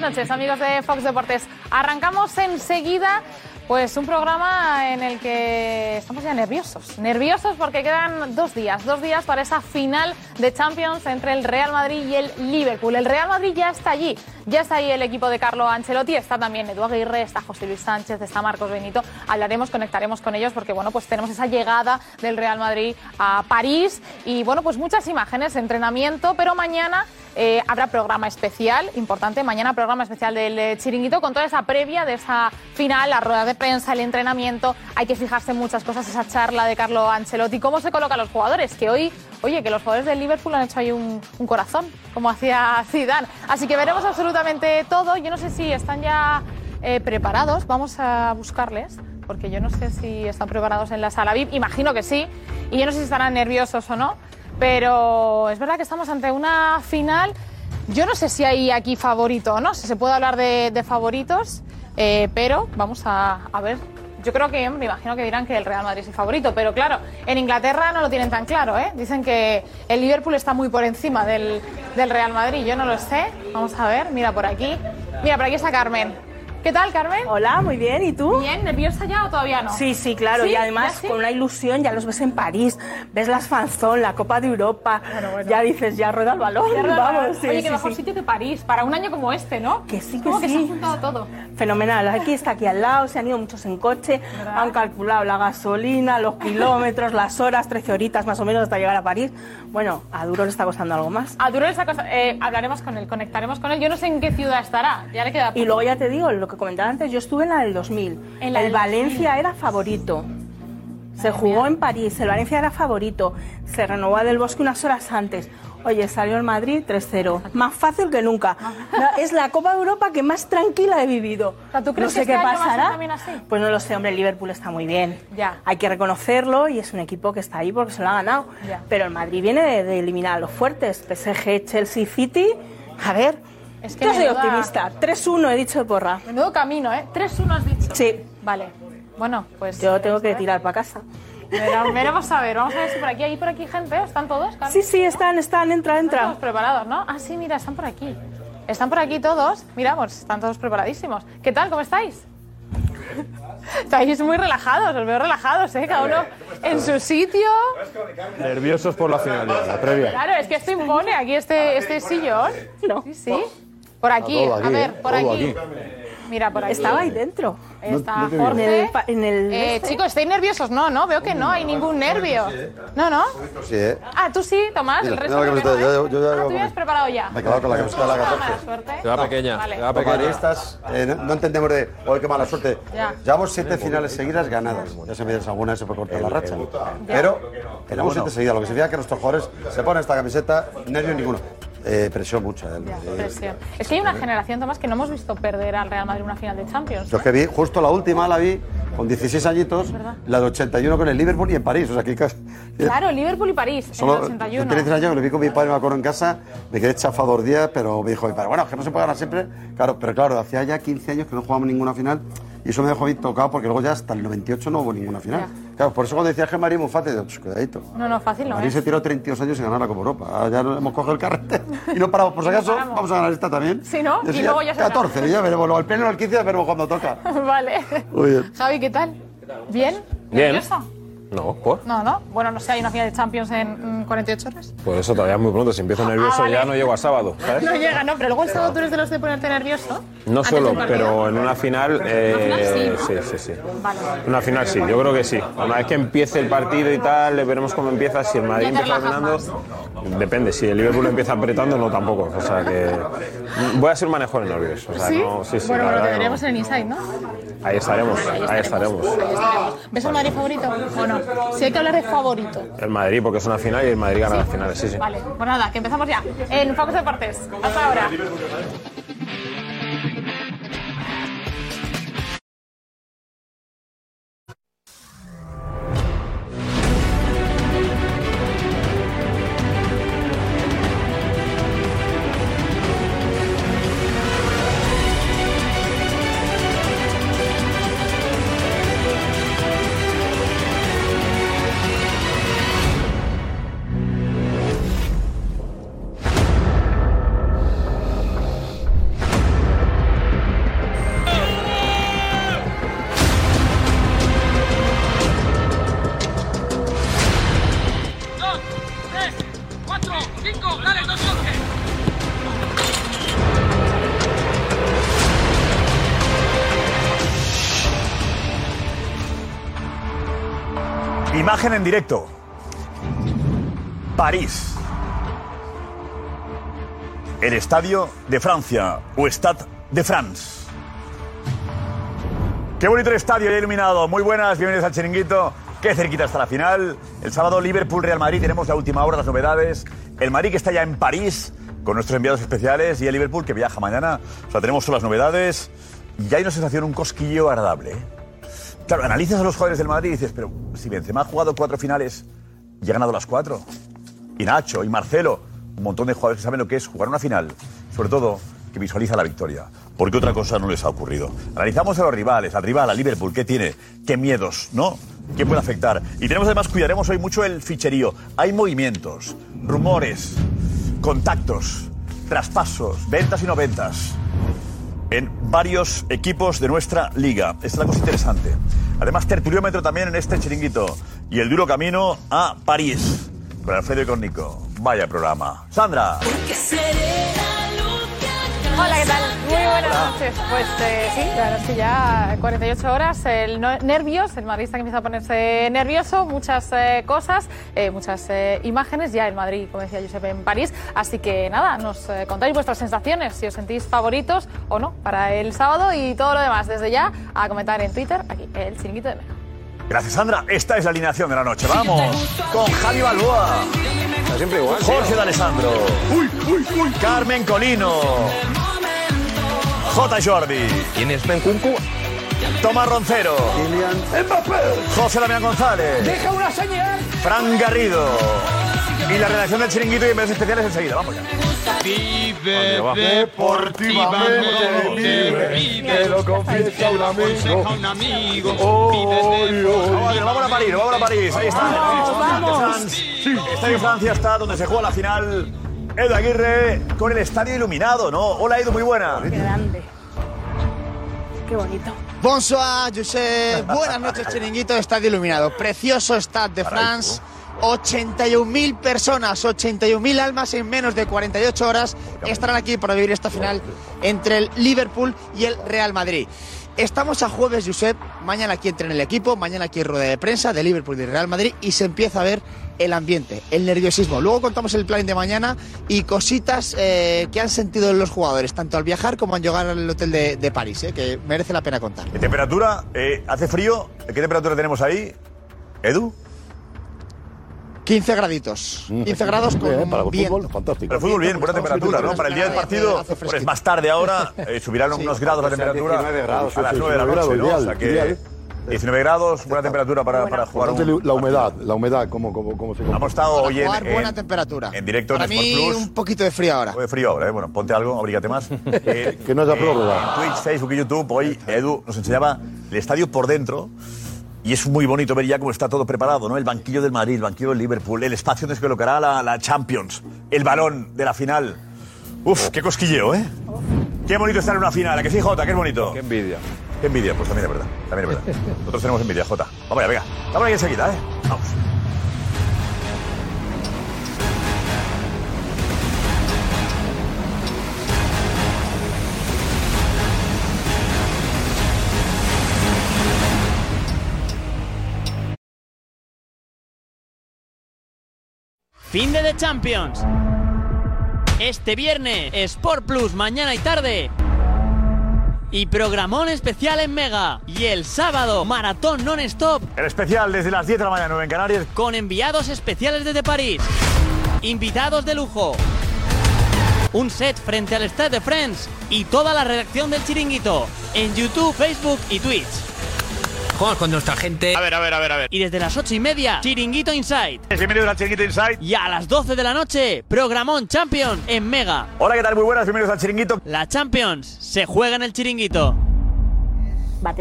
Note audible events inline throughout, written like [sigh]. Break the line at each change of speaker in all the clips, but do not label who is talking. noches, amigos de Fox Deportes. Arrancamos enseguida pues un programa en el que estamos ya nerviosos. Nerviosos porque quedan dos días, dos días para esa final de Champions entre el Real Madrid y el Liverpool. El Real Madrid ya está allí, ya está ahí el equipo de Carlo Ancelotti, está también Edu Aguirre, está José Luis Sánchez, está Marcos Benito. Hablaremos, conectaremos con ellos porque bueno, pues tenemos esa llegada del Real Madrid a París y bueno, pues muchas imágenes, entrenamiento, pero mañana eh, habrá programa especial, importante, mañana programa especial del eh, chiringuito con toda esa previa de esa final, la rueda de prensa, el entrenamiento, hay que fijarse en muchas cosas, esa charla de Carlo Ancelotti, cómo se colocan los jugadores, que hoy, oye, que los jugadores del Liverpool han hecho ahí un, un corazón, como hacía Zidane. Así que veremos absolutamente todo, yo no sé si están ya eh, preparados, vamos a buscarles porque yo no sé si están preparados en la sala VIP, imagino que sí, y yo no sé si estarán nerviosos o no, pero es verdad que estamos ante una final, yo no sé si hay aquí favorito o no, si se puede hablar de, de favoritos, eh, pero vamos a, a ver. Yo creo que, me imagino que dirán que el Real Madrid es el favorito, pero claro, en Inglaterra no lo tienen tan claro, ¿eh? Dicen que el Liverpool está muy por encima del, del Real Madrid, yo no lo sé. Vamos a ver, mira por aquí. Mira, por aquí está Carmen. ¿Qué tal, Carmen?
Hola, muy bien. ¿Y tú?
Bien, ¿nerviosa ya o todavía no?
Sí, sí, claro.
¿Sí?
Y además,
¿Ya sí?
con una ilusión, ya los ves en París, ves las fanzón, la Copa de Europa. Ya dices, ya rueda el balón.
Ya rueda el
Vamos,
balón.
sí,
Oye,
sí,
qué mejor
sí.
sitio que París, para un año como este, ¿no?
Que sí, que
Como que se ha
sí.
juntado todo.
Fenomenal. Aquí está aquí al lado, se han ido muchos en coche, han calculado la gasolina, los kilómetros, las horas, 13 horitas más o menos hasta llegar a París. Bueno, a Duro le está costando algo más.
A Duro esa cosa, eh, hablaremos con él, conectaremos con él. Yo no sé en qué ciudad estará, ya le queda
Y luego ya te digo, lo que comentaba antes, yo estuve en la del 2000.
En la
el
del
Valencia era favorito. Se jugó en París, el Valencia era favorito. Se renovó a Del Bosque unas horas antes. Oye, salió el Madrid 3-0. Más fácil que nunca. La- Es la Copa de Europa que más tranquila he vivido.
O sea, ¿tú crees
no sé
que
qué
este año va a ser
pasará.
también así?
Pues no lo sé, hombre, el Liverpool está muy bien.
Ya.
Hay que reconocerlo y es un equipo que está ahí porque se lo ha ganado.
Ya.
Pero el Madrid viene de, de eliminar a los fuertes. PSG, Chelsea, City. A ver,
Es que
yo soy
menuda-
optimista. 3-1 he dicho de porra.
Menudo camino, ¿eh? 3-1 has dicho.
Sí,
Vale. Bueno, pues.
yo tengo que tirar para casa.
Verá- Veremos a ver, vamos a ver si por aquí hay por aquí gente, ¿eh? ¿están
[laughs]
todos? Carmen?
Sí, sí, están, están, entra,
Están todos
entra.
preparados, ¿no? Ah, sí, mira, están por aquí. Están por aquí todos. Mira, pues están todos preparadísimos. ¿Qué tal? ¿Cómo estáis? [laughs] Estáis muy relajados, os veo relajados, ¿eh? Cada uno en su sitio.
Nerviosos por la final, ya, la previa.
Claro, es que esto impone aquí este, este sillón.
No.
Sí, sí. Por aquí,
Todo
a ver,
¿eh?
por
Todo
aquí. Mira, por aquí.
Estaba ahí dentro.
Está
no te vi.
En
Jorge.
el, pa- en el
Eh,
este.
chicos, ¿estáis nerviosos? No, no, veo que no hay ningún nervio. No, no.
Sí, ¿eh?
Ah, tú sí, Tomás, el
Mira,
resto
tengo la
creo que no,
camiseta, yo-
¿eh?
yo ya
Ah,
lo
tú ya has
comí.
preparado ya.
Me he quedado con la camiseta de la 14.
Mala suerte.
Te va pequeña,
vale.
te va
Los
pequeña.
madridistas eh, no, no entendemos de hoy qué mala suerte.
Ya.
Llevamos siete finales seguidas ganadas. Ya se me alguna se puede cortar la racha. Pero tenemos siete seguidas, lo que significa que nuestros jugadores se ponen esta camiseta, nervio ninguno. Eh, presión mucha. del
Ya,
Madrid.
presión. Es que hay una generación, Tomás, que no hemos visto perder al Real Madrid una final de Champions.
Yo es que vi, justo la última la vi con 16 añitos,
verdad.
la de 81 con el Liverpool y en París. O sea, que casi-
Claro, Liverpool y París, en el
Solo, yo
81.
tenía 13 años que lo vi con mi padre, me acuerdo en casa, me quedé chafado dos días, pero me dijo mi padre, bueno, es que no se puede ganar siempre. Claro, pero claro, hacía ya 15 años que no jugábamos ninguna final y eso me dejó bien tocado porque luego ya hasta el 98 no hubo ninguna final. Claro, por eso cuando decía que María Mufate, digo, "Pues, cuidadito.
No, no, fácil no
María
es.
se tiró 32 años sin ganar la Copa Europa. Ah, ya no- hemos cogido el carrete [laughs] y no paramos. Por si acaso,
paramos.
vamos a ganar esta también.
Sí, ¿no?
Y,
Y
así
luego ya se
14, ya veremos. Luego al pleno al 15 ya veremos cuando toca.
[laughs] vale.
Muy bien.
Javi, ¿qué tal? ¿Bien?
Bien.
¿Nervioso?
No, ¿por?
No, no. Bueno, no sé, hay una final de Champions en mm, 48 horas.
Por eso todavía es muy pronto, si empiezo nervioso
Ah, vale.
ya no llego a
[laughs]
sábado, ¿sabes?
No Ah, llega, no, pero luego el sábado tú eres de los de ponerte nervioso.
No
Antes
solo,
del partido.
pero en una final, eh, sí, sí, sí.
Vale.
Una final sí, yo creo que sí. Una vez que empiece el partido y tal, eh, veremos cómo empieza. Si el Madrid
Ya te
empieza
relajas
ganando, depende. Si el Liverpool empieza apretando, no tampoco. O sea que voy a ser manejón en nervios. O sea,
¿Sí?
no, sí, sí,
bueno,
la
bueno, te
verdad que no.
veremos en el Inside, ¿no?
Ahí estaremos, ahí estaremos.
Ahí estaremos. ¿Ves el Madrid favorito o no? Si hay que hablar de favorito.
El Madrid, porque es una final y el Madrid gana las finales, sí, sí.
Vale, pues nada, que empezamos ya. En Focus Deportes. Hasta ahora.
Imagen en directo. París. El estadio de Francia o Stade de France. Qué bonito el estadio ya iluminado. Muy buenas, bienvenidos al chiringuito. Qué cerquita está la final. El sábado Liverpool-Real Madrid tenemos la última hora, las novedades. El Madrid que está ya en París con nuestros enviados especiales y el Liverpool que viaja mañana. O sea, tenemos todas las novedades y hay una sensación, un cosquillo agradable. ¿eh? Claro, analizas a los jugadores del Madrid y dices, pero si Benzema ha jugado cuatro finales y ha ganado las cuatro. Y Nacho, y Marcelo, un montón de jugadores que saben lo que es jugar una final. Sobre todo, que visualiza la victoria. Porque otra cosa no les ha ocurrido. Analizamos a los rivales, al rival, a Liverpool, qué tiene, qué miedos, ¿no? ¿Qué puede afectar? Y tenemos además, cuidaremos hoy mucho el ficherío. Hay movimientos, rumores, contactos, traspasos, ventas y no ventas en varios equipos de nuestra liga. Esta es la cosa interesante. Además, tertuliómetro también en este chiringuito. Y el duro camino a París. Con Alfredo y con Nico. Vaya programa. Sandra.
Hola, ¿qué tal? Muy buenas noches. Pues eh, sí, claro, sí, ya 48 horas, el no- nervios, el madridista que empieza a ponerse nervioso, muchas eh, cosas, eh, muchas eh, imágenes, ya en Madrid, como decía Josep, en París. Así que nada, nos eh, contáis vuestras sensaciones, si os sentís favoritos o no para el sábado y todo lo demás. Desde ya, a comentar en Twitter, aquí, el chiringuito de Mega.
Gracias, Sandra. Esta es la alineación de la noche. Vamos con Javi Balboa. Jorge de Alessandro. Carmen Colino. J. Jordi. ¿Quién es Benkunku? Tomás Roncero. José Damián González.
Deja una señal.
Fran Garrido. Y la redacción del chiringuito y envíos especiales enseguida. Vamos ya.
Vive
Ande, va.
deportivamente, vive, te lo confiesa un amigo.
Vamos, vamos a París, vamos a París. Ahí está.
vamos.
Está en Francia, está donde se juega la final. Edu Aguirre con el estadio iluminado, ¿no? Hola, Edu, muy buena.
Qué bonito.
Bonsoir, Josep. Buenas noches, Chiringuito. Estadio iluminado. Precioso Stade de France. 81.000 personas, 81.000 almas en menos de 48 horas estarán aquí para vivir esta final entre el Liverpool y el Real Madrid. Estamos a jueves, Josep. Mañana aquí entra en el equipo, mañana aquí rueda de prensa de Liverpool y Real Madrid y se empieza a ver el ambiente, el nerviosismo. Luego contamos el plan de mañana y cositas eh, que han sentido los jugadores, tanto al viajar como al llegar al hotel de, de París, eh, que merece la pena contar.
Eh, Temperatura, eh, hace frío. ¿Qué temperatura tenemos ahí? Edu.
15 graditos. 15 grados con
Bien, para el
viento.
fútbol, Para el fútbol bien, buena temperatura, ¿no? Para el día del partido,
Hace
pues más tarde ahora, eh, subirán unos grados la temperatura.
19 grados,
a las
sí,
9 de la
19
noche, ¿no?
grados,
O
ideal,
sea que
ideal.
19 grados, buena temperatura para, para jugar
Importante
un...
li- la humedad, la humedad, ¿cómo, cómo, cómo se
Hemos estado
Para
hoy en,
jugar buena
en-
temperatura.
en directo
Para
en Sport
mí,
Plus.
un poquito de frío ahora.
de frío ahora, ¿eh? Bueno, ponte algo, abrígate
[laughs]
más. Eh,
Que no haya prórroga.
en Twitch, Facebook y YouTube, hoy Edu nos enseñaba el estadio por dentro. Y es muy bonito ver ya cómo está todo preparado, ¿no? El banquillo del Madrid, el banquillo del Liverpool, el espacio donde se colocará la, la Champions, el balón de la final. Uf, qué cosquilleo, ¿eh? Qué bonito estar en una final, ¿a que sí, Jota? Qué bonito. Qué envidia. Qué envidia, pues también es verdad, también es [laughs] verdad. Nosotros tenemos envidia, Jota. Vamos ya, venga. Vamos ahí enseguida, ¿eh? Vamos.
Fin de The Champions. Este viernes, Sport Plus, mañana y tarde. Y programón especial en Mega. Y el sábado, maratón non-stop.
El especial desde las 10 de la mañana, 9 en Canarias.
Con enviados especiales desde París. Invitados de lujo. Un set frente al Stade de Friends. Y toda la redacción del chiringuito. En YouTube, Facebook y Twitch.
Jugamos con nuestra gente. A ver, a ver, a ver, a ver.
Y desde las ocho y media, Chiringuito Inside.
Bienvenidos a Chiringuito Inside.
Y a las 12 de la noche, programón Champions en Mega.
Hola, ¿qué tal? Muy buenas, bienvenidos al Chiringuito.
La Champions se juega en el Chiringuito.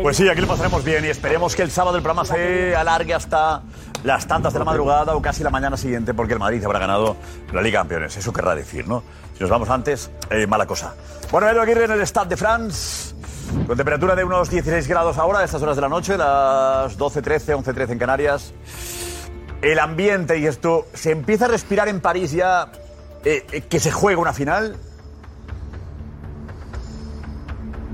Pues sí, aquí lo pasaremos bien y esperemos que el sábado el programa se alargue hasta las tantas de la madrugada o casi la mañana siguiente, porque el Madrid habrá ganado la Liga de Campeones. Eso querrá decir, ¿no? Si nos vamos antes, eh, mala cosa. Bueno, Edu Aguirre en el Stade de France, con temperatura de unos 16 grados ahora, a estas horas de la noche, las 12.13, 11.13 en Canarias. El ambiente y esto, ¿se empieza a respirar en París ya eh, eh, que se juega una final?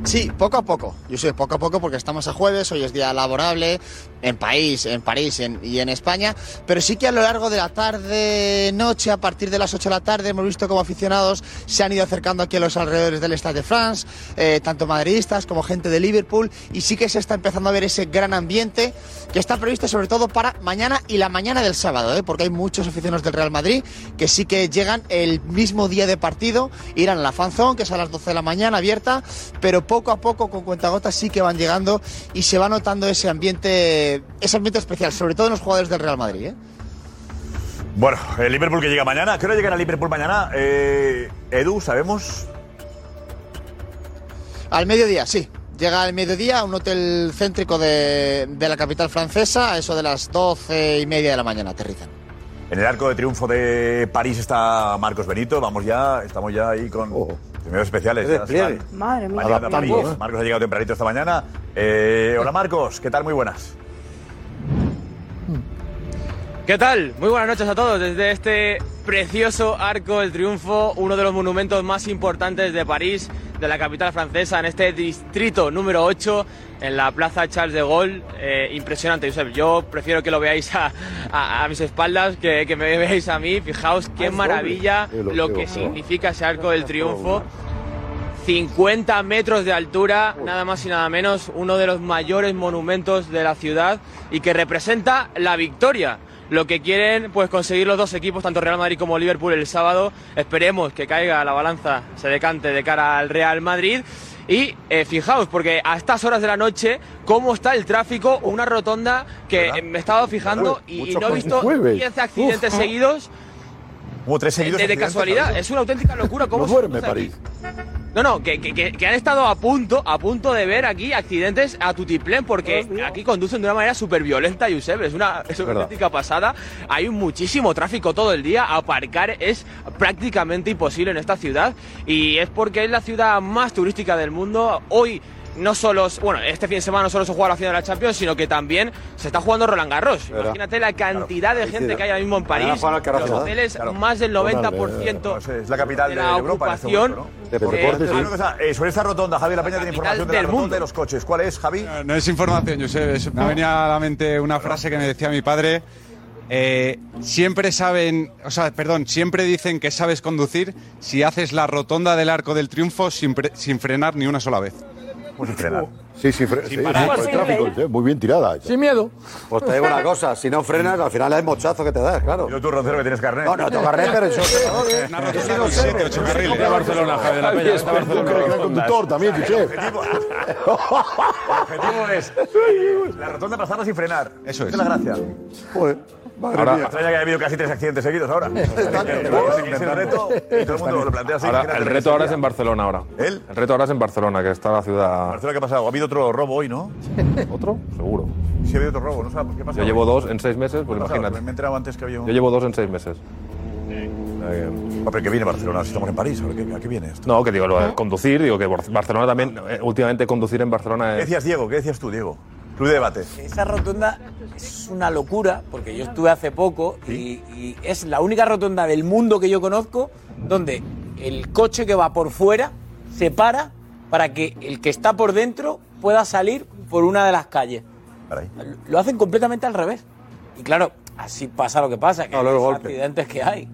Sí, poco a poco. Yo soy poco a poco porque estamos a jueves, hoy es día laborable en país, en París en- y en España, pero sí que a lo largo de la tarde, noche, a partir de las 8 de la tarde, hemos visto como aficionados se han ido acercando aquí a los alrededores del Stade de France, eh, tanto madridistas como gente de Liverpool, y sí que se está empezando a ver ese gran ambiente que está previsto sobre todo para mañana y la mañana del sábado, ¿eh? porque hay muchos aficionados del Real Madrid que sí que llegan el mismo día de partido, irán a la fanzón, que es a las 12 de la mañana abierta, pero poco a poco con cuentagotas sí que van llegando y se va notando ese ambiente, ese ambiente especial, sobre todo en los jugadores del Real Madrid. ¿eh?
Bueno, el Liverpool que llega mañana. ¿A ¿Qué hora llegará el Liverpool mañana? Eh, Edu, ¿sabemos?
Al mediodía, sí. Llega al mediodía a un hotel céntrico de, de la capital francesa, a eso de las 12 y media de la mañana aterrizan.
En el arco de triunfo de París está Marcos Benito. Vamos ya, estamos ya ahí con primeros especiales.
Qué
ya se van.
despliegue.
Madre
Van llegando a París.
Adaptando, ¿eh?
Marcos ha llegado tempranito esta mañana. Eh, hola Marcos, ¿qué tal? Muy buenas.
¿Qué tal? Muy buenas noches a todos desde este precioso Arco del Triunfo, uno de los monumentos más importantes de París, de la capital francesa, en este distrito número 8, en la Plaza Charles de Gaulle. Eh, impresionante, Josep. Yo prefiero que lo veáis a, a- a mis espaldas que, que me veáis a mí. Fijaos qué maravilla
Eh, lo
lo
que
que
va.
significa ese Arco del Triunfo. 50 metros de altura, nada más y nada menos, uno de los mayores monumentos de la ciudad y que representa la victoria. Lo que quieren pues conseguir los dos equipos, tanto Real Madrid como Liverpool el sábado. Esperemos que caiga la balanza, se decante de cara al Real Madrid. Y eh, fijaos, porque a estas horas de la noche, cómo está el tráfico, una rotonda que eh, me he estado fijando y, y
Mucho
no he visto
jueves.
10 accidentes
Uf.
seguidos eh,
Hubo tres seguidos.
de, de
accidentes,
casualidad.
¿sabes?
Es una auténtica locura cómo
No
se
duerme
cruza
París.
no, no, que, que- que- que han estado a punto, a punto de ver aquí accidentes a tutiplén porque aquí conducen de una manera súper violenta, Josep. Es una, es una
Verdad.
auténtica pasada. Hay un muchísimo tráfico todo el día. Aparcar es prácticamente imposible en esta ciudad y es porque es la ciudad más turística del mundo. Hoy no solo, se- bueno, este fin de semana no solo se juega la final de la Champions, sino que también se está jugando Roland Garros.
Verdad.
Imagínate la cantidad de gente que hay ahora mismo en
Mañana
París.
juega el Alcaraz,
Los
¿verdad?
hoteles,
Claro.
más del 90%
No sé, Es la capital de,
de la
Europa en este
ocupación,
momento, ¿no?
de deportes,
Ah,
sí.
una cosa, eh, sobre esta rotonda, Javi La Peña tiene
capital
información de la
del
rotonda
mundo.
de los coches. ¿Cuál es, Javi?
No es información, Josep. es- Me venía a la mente una frase que me decía mi padre. eh, siempre saben, o sea, perdón, siempre dicen que sabes conducir si haces la rotonda del Arco del Triunfo sin, pre- sin frenar ni una sola vez.
Sí, sí, fre- sí,
parar.
sí, por el tráfico, sí, muy bien tirada. esa.
Sin miedo. Pues te digo una cosa, si no frenas, al final es mochazo que te das, claro. Yo
tú, Roncero, que tienes carnet.
No, no, tengo carnet, [laughs] pero yo...
Está Barcelona, Javi, la Peña, está Barcelona. Gran conductor también, Josep.
El objetivo
[laughs]
es la rotonda pasarla sin frenar. Eso es. la gracia.
Joder, madre
ahora,
mía.
extraña que haya habido casi tres accidentes seguidos
[laughs]
ahora. Es el reto y todo el mundo lo plantea así.
Ahora,
Imagínate
el
que
reto ahora es en
sería.
Barcelona ahora.
¿El?
reto ahora es en Barcelona, que está la ciudad.
Barcelona, ¿qué ha pasado? Ha habido otro robo
[laughs]
hoy, ¿no?
¿Otro? Seguro.
Sí, ha habido otro robo, no sabemos qué pasa.
Yo llevo dos en seis meses,
¿Qué
pues
ha pasado?
imagínate.
Me he enterado antes que había un.
Yo llevo dos en seis meses.
Ah, pero que viene Barcelona, si estamos en París, ¿a qué, a qué viene esto?
No, que digo, lo de conducir, digo que Bar- Barcelona también, eh, últimamente conducir en Barcelona
¿Qué
es...
decías, Diego? ¿Qué decías tú, Diego? Club de debate.
Esa rotonda es una locura, porque yo estuve hace poco y, y es la única rotonda del mundo que yo conozco donde el coche que va por fuera se para para que el que está por dentro pueda salir por una de las calles. Lo hacen completamente al revés. Y claro, así pasa lo que pasa, que los accidentes que hay.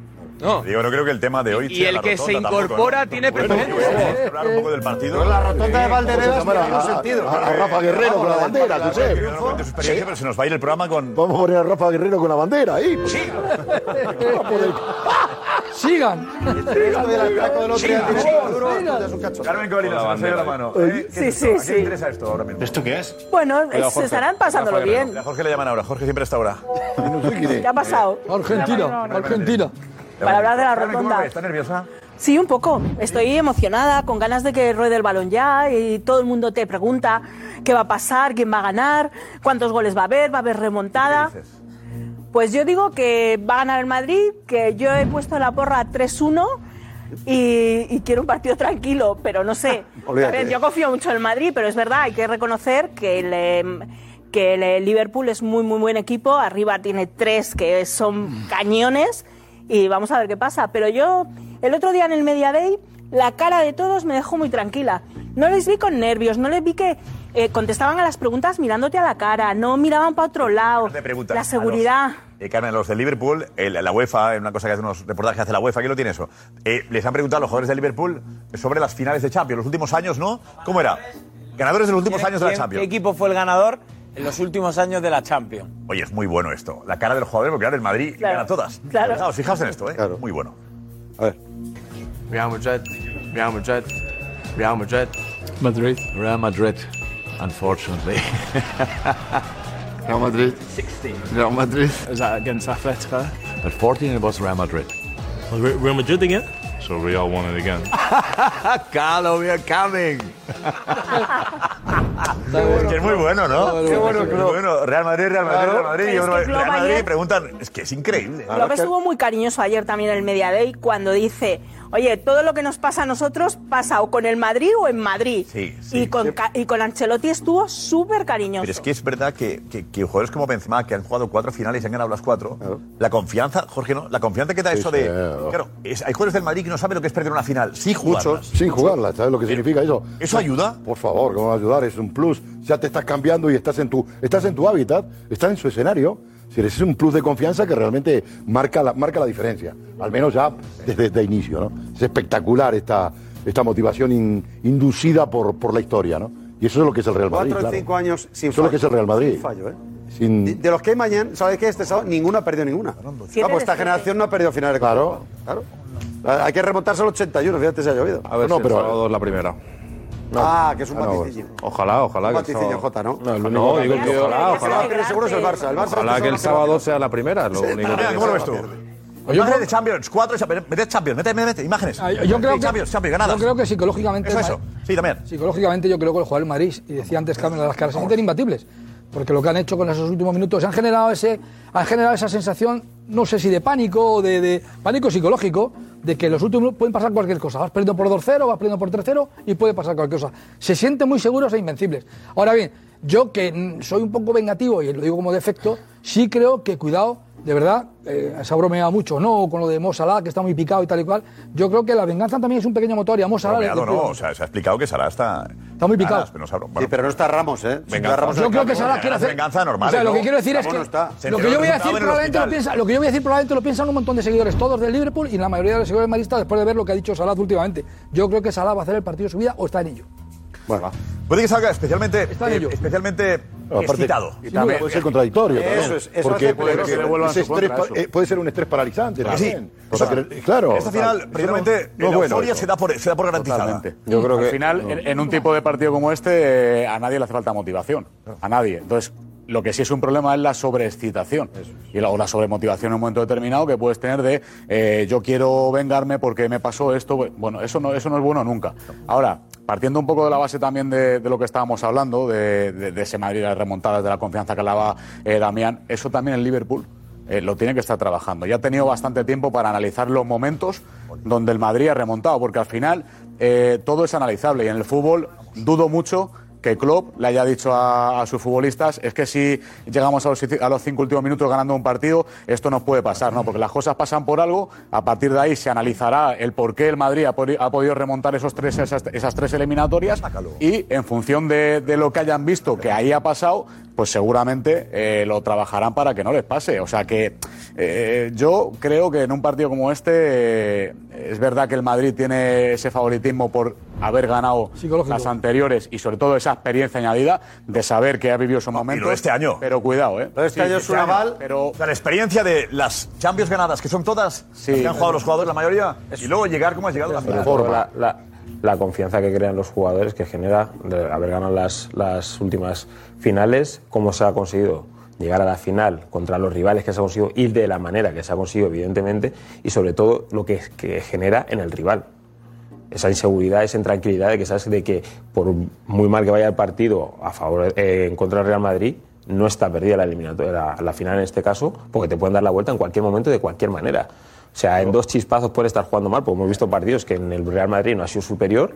Digo, no creo que el tema de hoy
Y
sea
el
la
que se
rotonda tampoco,
incorpora
¿no?
tiene
Bueno, vamos a
Eh,
hablar un poco del partido.
La rotonda de Valderrebas
Vamos a llamar a-
tiene un sentido.
a- a Rafa
Guerrero con la bandera,
Vamos a
Josep.
ver, que no nos cuente su experiencia, pero se nos va a ir el programa con...
Vamos a poner a Rafa Guerrero con la bandera ahí. Sí. [laughs]
Sigan.
Carmen Colina, se nos ha ido la mano. Eh, ¿qué
Sí,
es
sí,
esto? ¿A
sí.
quién interesa esto ahora mismo? ¿Esto qué es?
Bueno, eh, se estarán pasándolo bien.
A Jorge le llaman ahora, Jorge siempre está ahora.
¿Qué ha pasado?
Argentina, Argentina.
Para hablar de la
Carmen, ¿cómo
rotonda.
ves? ¿Está nerviosa?
Sí, un poco. Estoy emocionada, con ganas de que ruede el balón ya y todo el mundo te pregunta qué va a pasar, quién va a ganar, cuántos goles va a haber, va a haber remontada. Pues yo digo que va a ganar el Madrid, que yo he puesto la porra 3-1 y, y quiero un partido tranquilo, pero no sé. A
Olvídate.
ver, yo confío mucho en el Madrid, pero es verdad, hay que reconocer que el, eh, que el eh, Liverpool es muy, muy buen equipo. Arriba tiene tres que son cañones y vamos a ver qué pasa. Pero yo, el otro día en el Media Day, la cara de todos me dejó muy tranquila. No les vi con nervios, no les vi que eh, contestaban a las preguntas mirándote a la cara, no miraban para otro lado.
preguntas,
La seguridad.
Eh, Carmen, los de Liverpool, el- la UEFA, en una cosa que hace unos reportajes que hace la UEFA, ¿quién lo tiene eso? Eh, les han preguntado a los jugadores de Liverpool sobre las finales de Champions, los últimos años, ¿no? ¿Cómo era? Ganadores de los últimos
¿Quién-
años de la
quién-
Champions.
¿Qué equipo fue el ganador en los últimos años de la Champions?
Oye, es muy bueno esto. La cara del jugador, porque ahora el Madrid
Claro,
gana todas.
claro.
Fijaos, fijaos en esto, ¿eh? Muy bueno.
Real Madrid, Real Madrid, Real Madrid. Madrid. Real Madrid, unfortunately. [laughs] Real Madrid. 16. Real Madrid. Is that against Atletico? At 14, it was Real Madrid. Real Madrid again? So Real won it [laughs] again.
Carlo, we are coming.
Es que es muy bueno, ¿no?
Qué bueno,
Es muy
Klopp.
bueno. Real Madrid, Real Madrid,
Claro.
Real Madrid. Y
Es
uno-
que Klopp
Real Madrid
ayer-
preguntan, es que es increíble.
Lo que estuvo muy cariñoso ayer también en el Media Day cuando dice, oye, todo lo que nos pasa a nosotros pasa o con el Madrid o en Madrid.
Sí,
Y, con, Ca- y con Ancelotti estuvo súper cariñoso.
Pero es que es verdad que, que, que jugadores como Benzema, que han jugado cuatro finales y han ganado las cuatro, la confianza, Jorge, ¿no? La confianza que da
Sí,
eso de...
eh,
claro.
Claro, es- hay jugadores del Madrid que no saben lo que es perder una final, sin jugarla.
Muchos, sin jugarla, ¿sabes lo que significa eso?
¿Eso ayuda?
Por favor, ¿cómo va a ayudar? Es un plus. Ya te estás cambiando y estás en tu, estás en tu hábitat, estás en su escenario. Si eres un plus de confianza que realmente marca la, marca la diferencia, al menos ya desde, desde inicio, ¿no? Es espectacular esta, esta motivación in- inducida por, por la historia, ¿no? Y eso es lo que es el Real Madrid.
Cuatro o
claro.
cinco años sin
Eso es lo que es el Real Madrid.
Sin fallo, ¿eh?
Sin-
De los que hay mañana, ¿sabes qué? Este sábado ninguno ha perdido ninguna.
Siete
Ah, pues esta
de siete.
generación no ha perdido finales. de
Claro.
Copa. Claro. Hay que remontarse al 81, fíjate si ha llovido.
A ver,
no,
si el sábado es la primera.
Ah, que es un
no,
vaticinio.
Ojalá, ojalá.
Un
que el
vaticinio,
sábado-
Jota, ¿no?
No,
el único
no
que
digo
va a
que
ganar.
ojalá,
Ah,
El que se va a
ojalá.
creer seguro es el Barça. El Barça
Ojalá que el sábado sea la primera. Lo único que
Mira, ¿Cómo lo ves tú? Imágenes de Champions, cuatro Champions, mete Champions, mete, mete, mete, imágenes.
Yo creo,
Sí,
que,
Champions, Champions, ganadas.
yo creo que psicológicamente.
Eso, eso. Sí, también.
Psicológicamente, yo creo que el jugador del Madrid, y decía antes Carmen, las caras se sienten imbatibles. Porque lo que han hecho con esos últimos minutos, han generado, ese, han generado esa sensación, no sé si de pánico o de, de pánico psicológico, de que los últimos pueden pasar cualquier cosa. Vas perdiendo por 2-0, vas perdiendo por 3-0 y puede pasar cualquier cosa. Se sienten muy seguros e invencibles. Ahora bien, yo que mm, soy un poco vengativo y lo digo como defecto, sí creo que cuidado, de verdad, eh, se ha bromeado mucho, ¿no? Con lo de Mo Salah, que está muy picado y tal y cual. Yo creo que la venganza también es un pequeño motor y a Mo Salah le-
Bromeado,
le-
no, o sea, se ha explicado que Sara está...
Está muy picado.
Ganas, pero no sabrá- bueno. Sí, pero no
está Ramos, ¿eh?
Venga, Ramos
yo
en el
creo que
campo,
Salah
ya,
quiere hacer.
Venganza normal.
o sea, lo
¿no?
que quiero decir es
Ramos
que
no está. Se
lo que
enteró
yo voy a
estaba
decir
en el
probablemente lo
hospital.
piensa, lo que yo voy a decir probablemente lo piensan un montón de seguidores, todos del Liverpool y la mayoría de los seguidores madridistas después de ver lo que ha dicho Salah últimamente. Yo creo que Salah va a hacer el partido de su vida o está en ello.
Bueno, puede que salga especialmente, eh,
ello.
especialmente
Aparte,
excitado. Eh,
y también puede ser contradictorio.
Eso
¿no?
es, eso hace
porque
poder
porque
que le vuelvan
ese
en su contra,
estrés pa-
eso.
eh, puede ser un estrés paralizante
Claro.
también.
Sí,
O sea,
total.
que- claro.
Esta final,
Eso no-
primeramente,
no es
la
bueno
euforia
eso.
se da por, se da por garantizada.
Al final, en, en un tipo de partido como este, eh, a nadie le hace falta motivación. A nadie. Entonces, lo que sí es un problema es la sobreexcitación. Y la, o la sobremotivación en un momento determinado que puedes tener de eh, yo quiero vengarme porque me pasó esto. Bueno, eso no, eso no es bueno nunca. Ahora, partiendo un poco de la base también de, de lo que estábamos hablando, de, de- de ese Madrid, las remontadas, de la confianza que daba eh, Damián, eso también en Liverpool. Eh, lo tiene que estar trabajando. Ya ha tenido bastante tiempo para analizar los momentos donde el Madrid ha remontado, porque al final eh, todo es analizable y en el fútbol dudo mucho que Klopp le haya dicho a, a sus futbolistas es que si llegamos a los, siete- a los cinco últimos minutos ganando un partido, esto nos puede pasar, ¿no? Porque las cosas pasan por algo, a partir de ahí se analizará el por qué el Madrid ha, podi- ha podido remontar esos tres, esas, esas tres eliminatorias y en función de, de lo que hayan visto que ahí ha pasado, pues seguramente eh, lo trabajarán para que no les pase. O sea que eh, yo creo que en un partido como este eh, es verdad que el Madrid tiene ese favoritismo por haber ganado las anteriores y sobre todo esa experiencia añadida de saber que ha vivido esos momentos.
este año.
Pero cuidado, ¿eh?
Pero este
Sí,
año es un
año.
aval.
Pero...
O sea, la experiencia de las Champions ganadas, que son todas, las que han jugado los jugadores, la mayoría, y luego llegar como has llegado a la final.
La, la- la confianza que crean los jugadores que genera de haber ganado las, las últimas finales, cómo se ha conseguido llegar a la final contra los rivales que se ha conseguido y de la manera que se ha conseguido, evidentemente, y sobre todo lo que, que genera en el rival. Esa inseguridad, esa intranquilidad de que sabes de que por muy mal que vaya el partido a favor, eh, en contra del Real Madrid, no está perdida la eliminatoria, la, la final en este caso, porque te pueden dar la vuelta en cualquier momento y de cualquier manera. pues O sea, en dos chispazos puede estar jugando mal, porque hemos visto partidos que en el Real Madrid no ha sido superior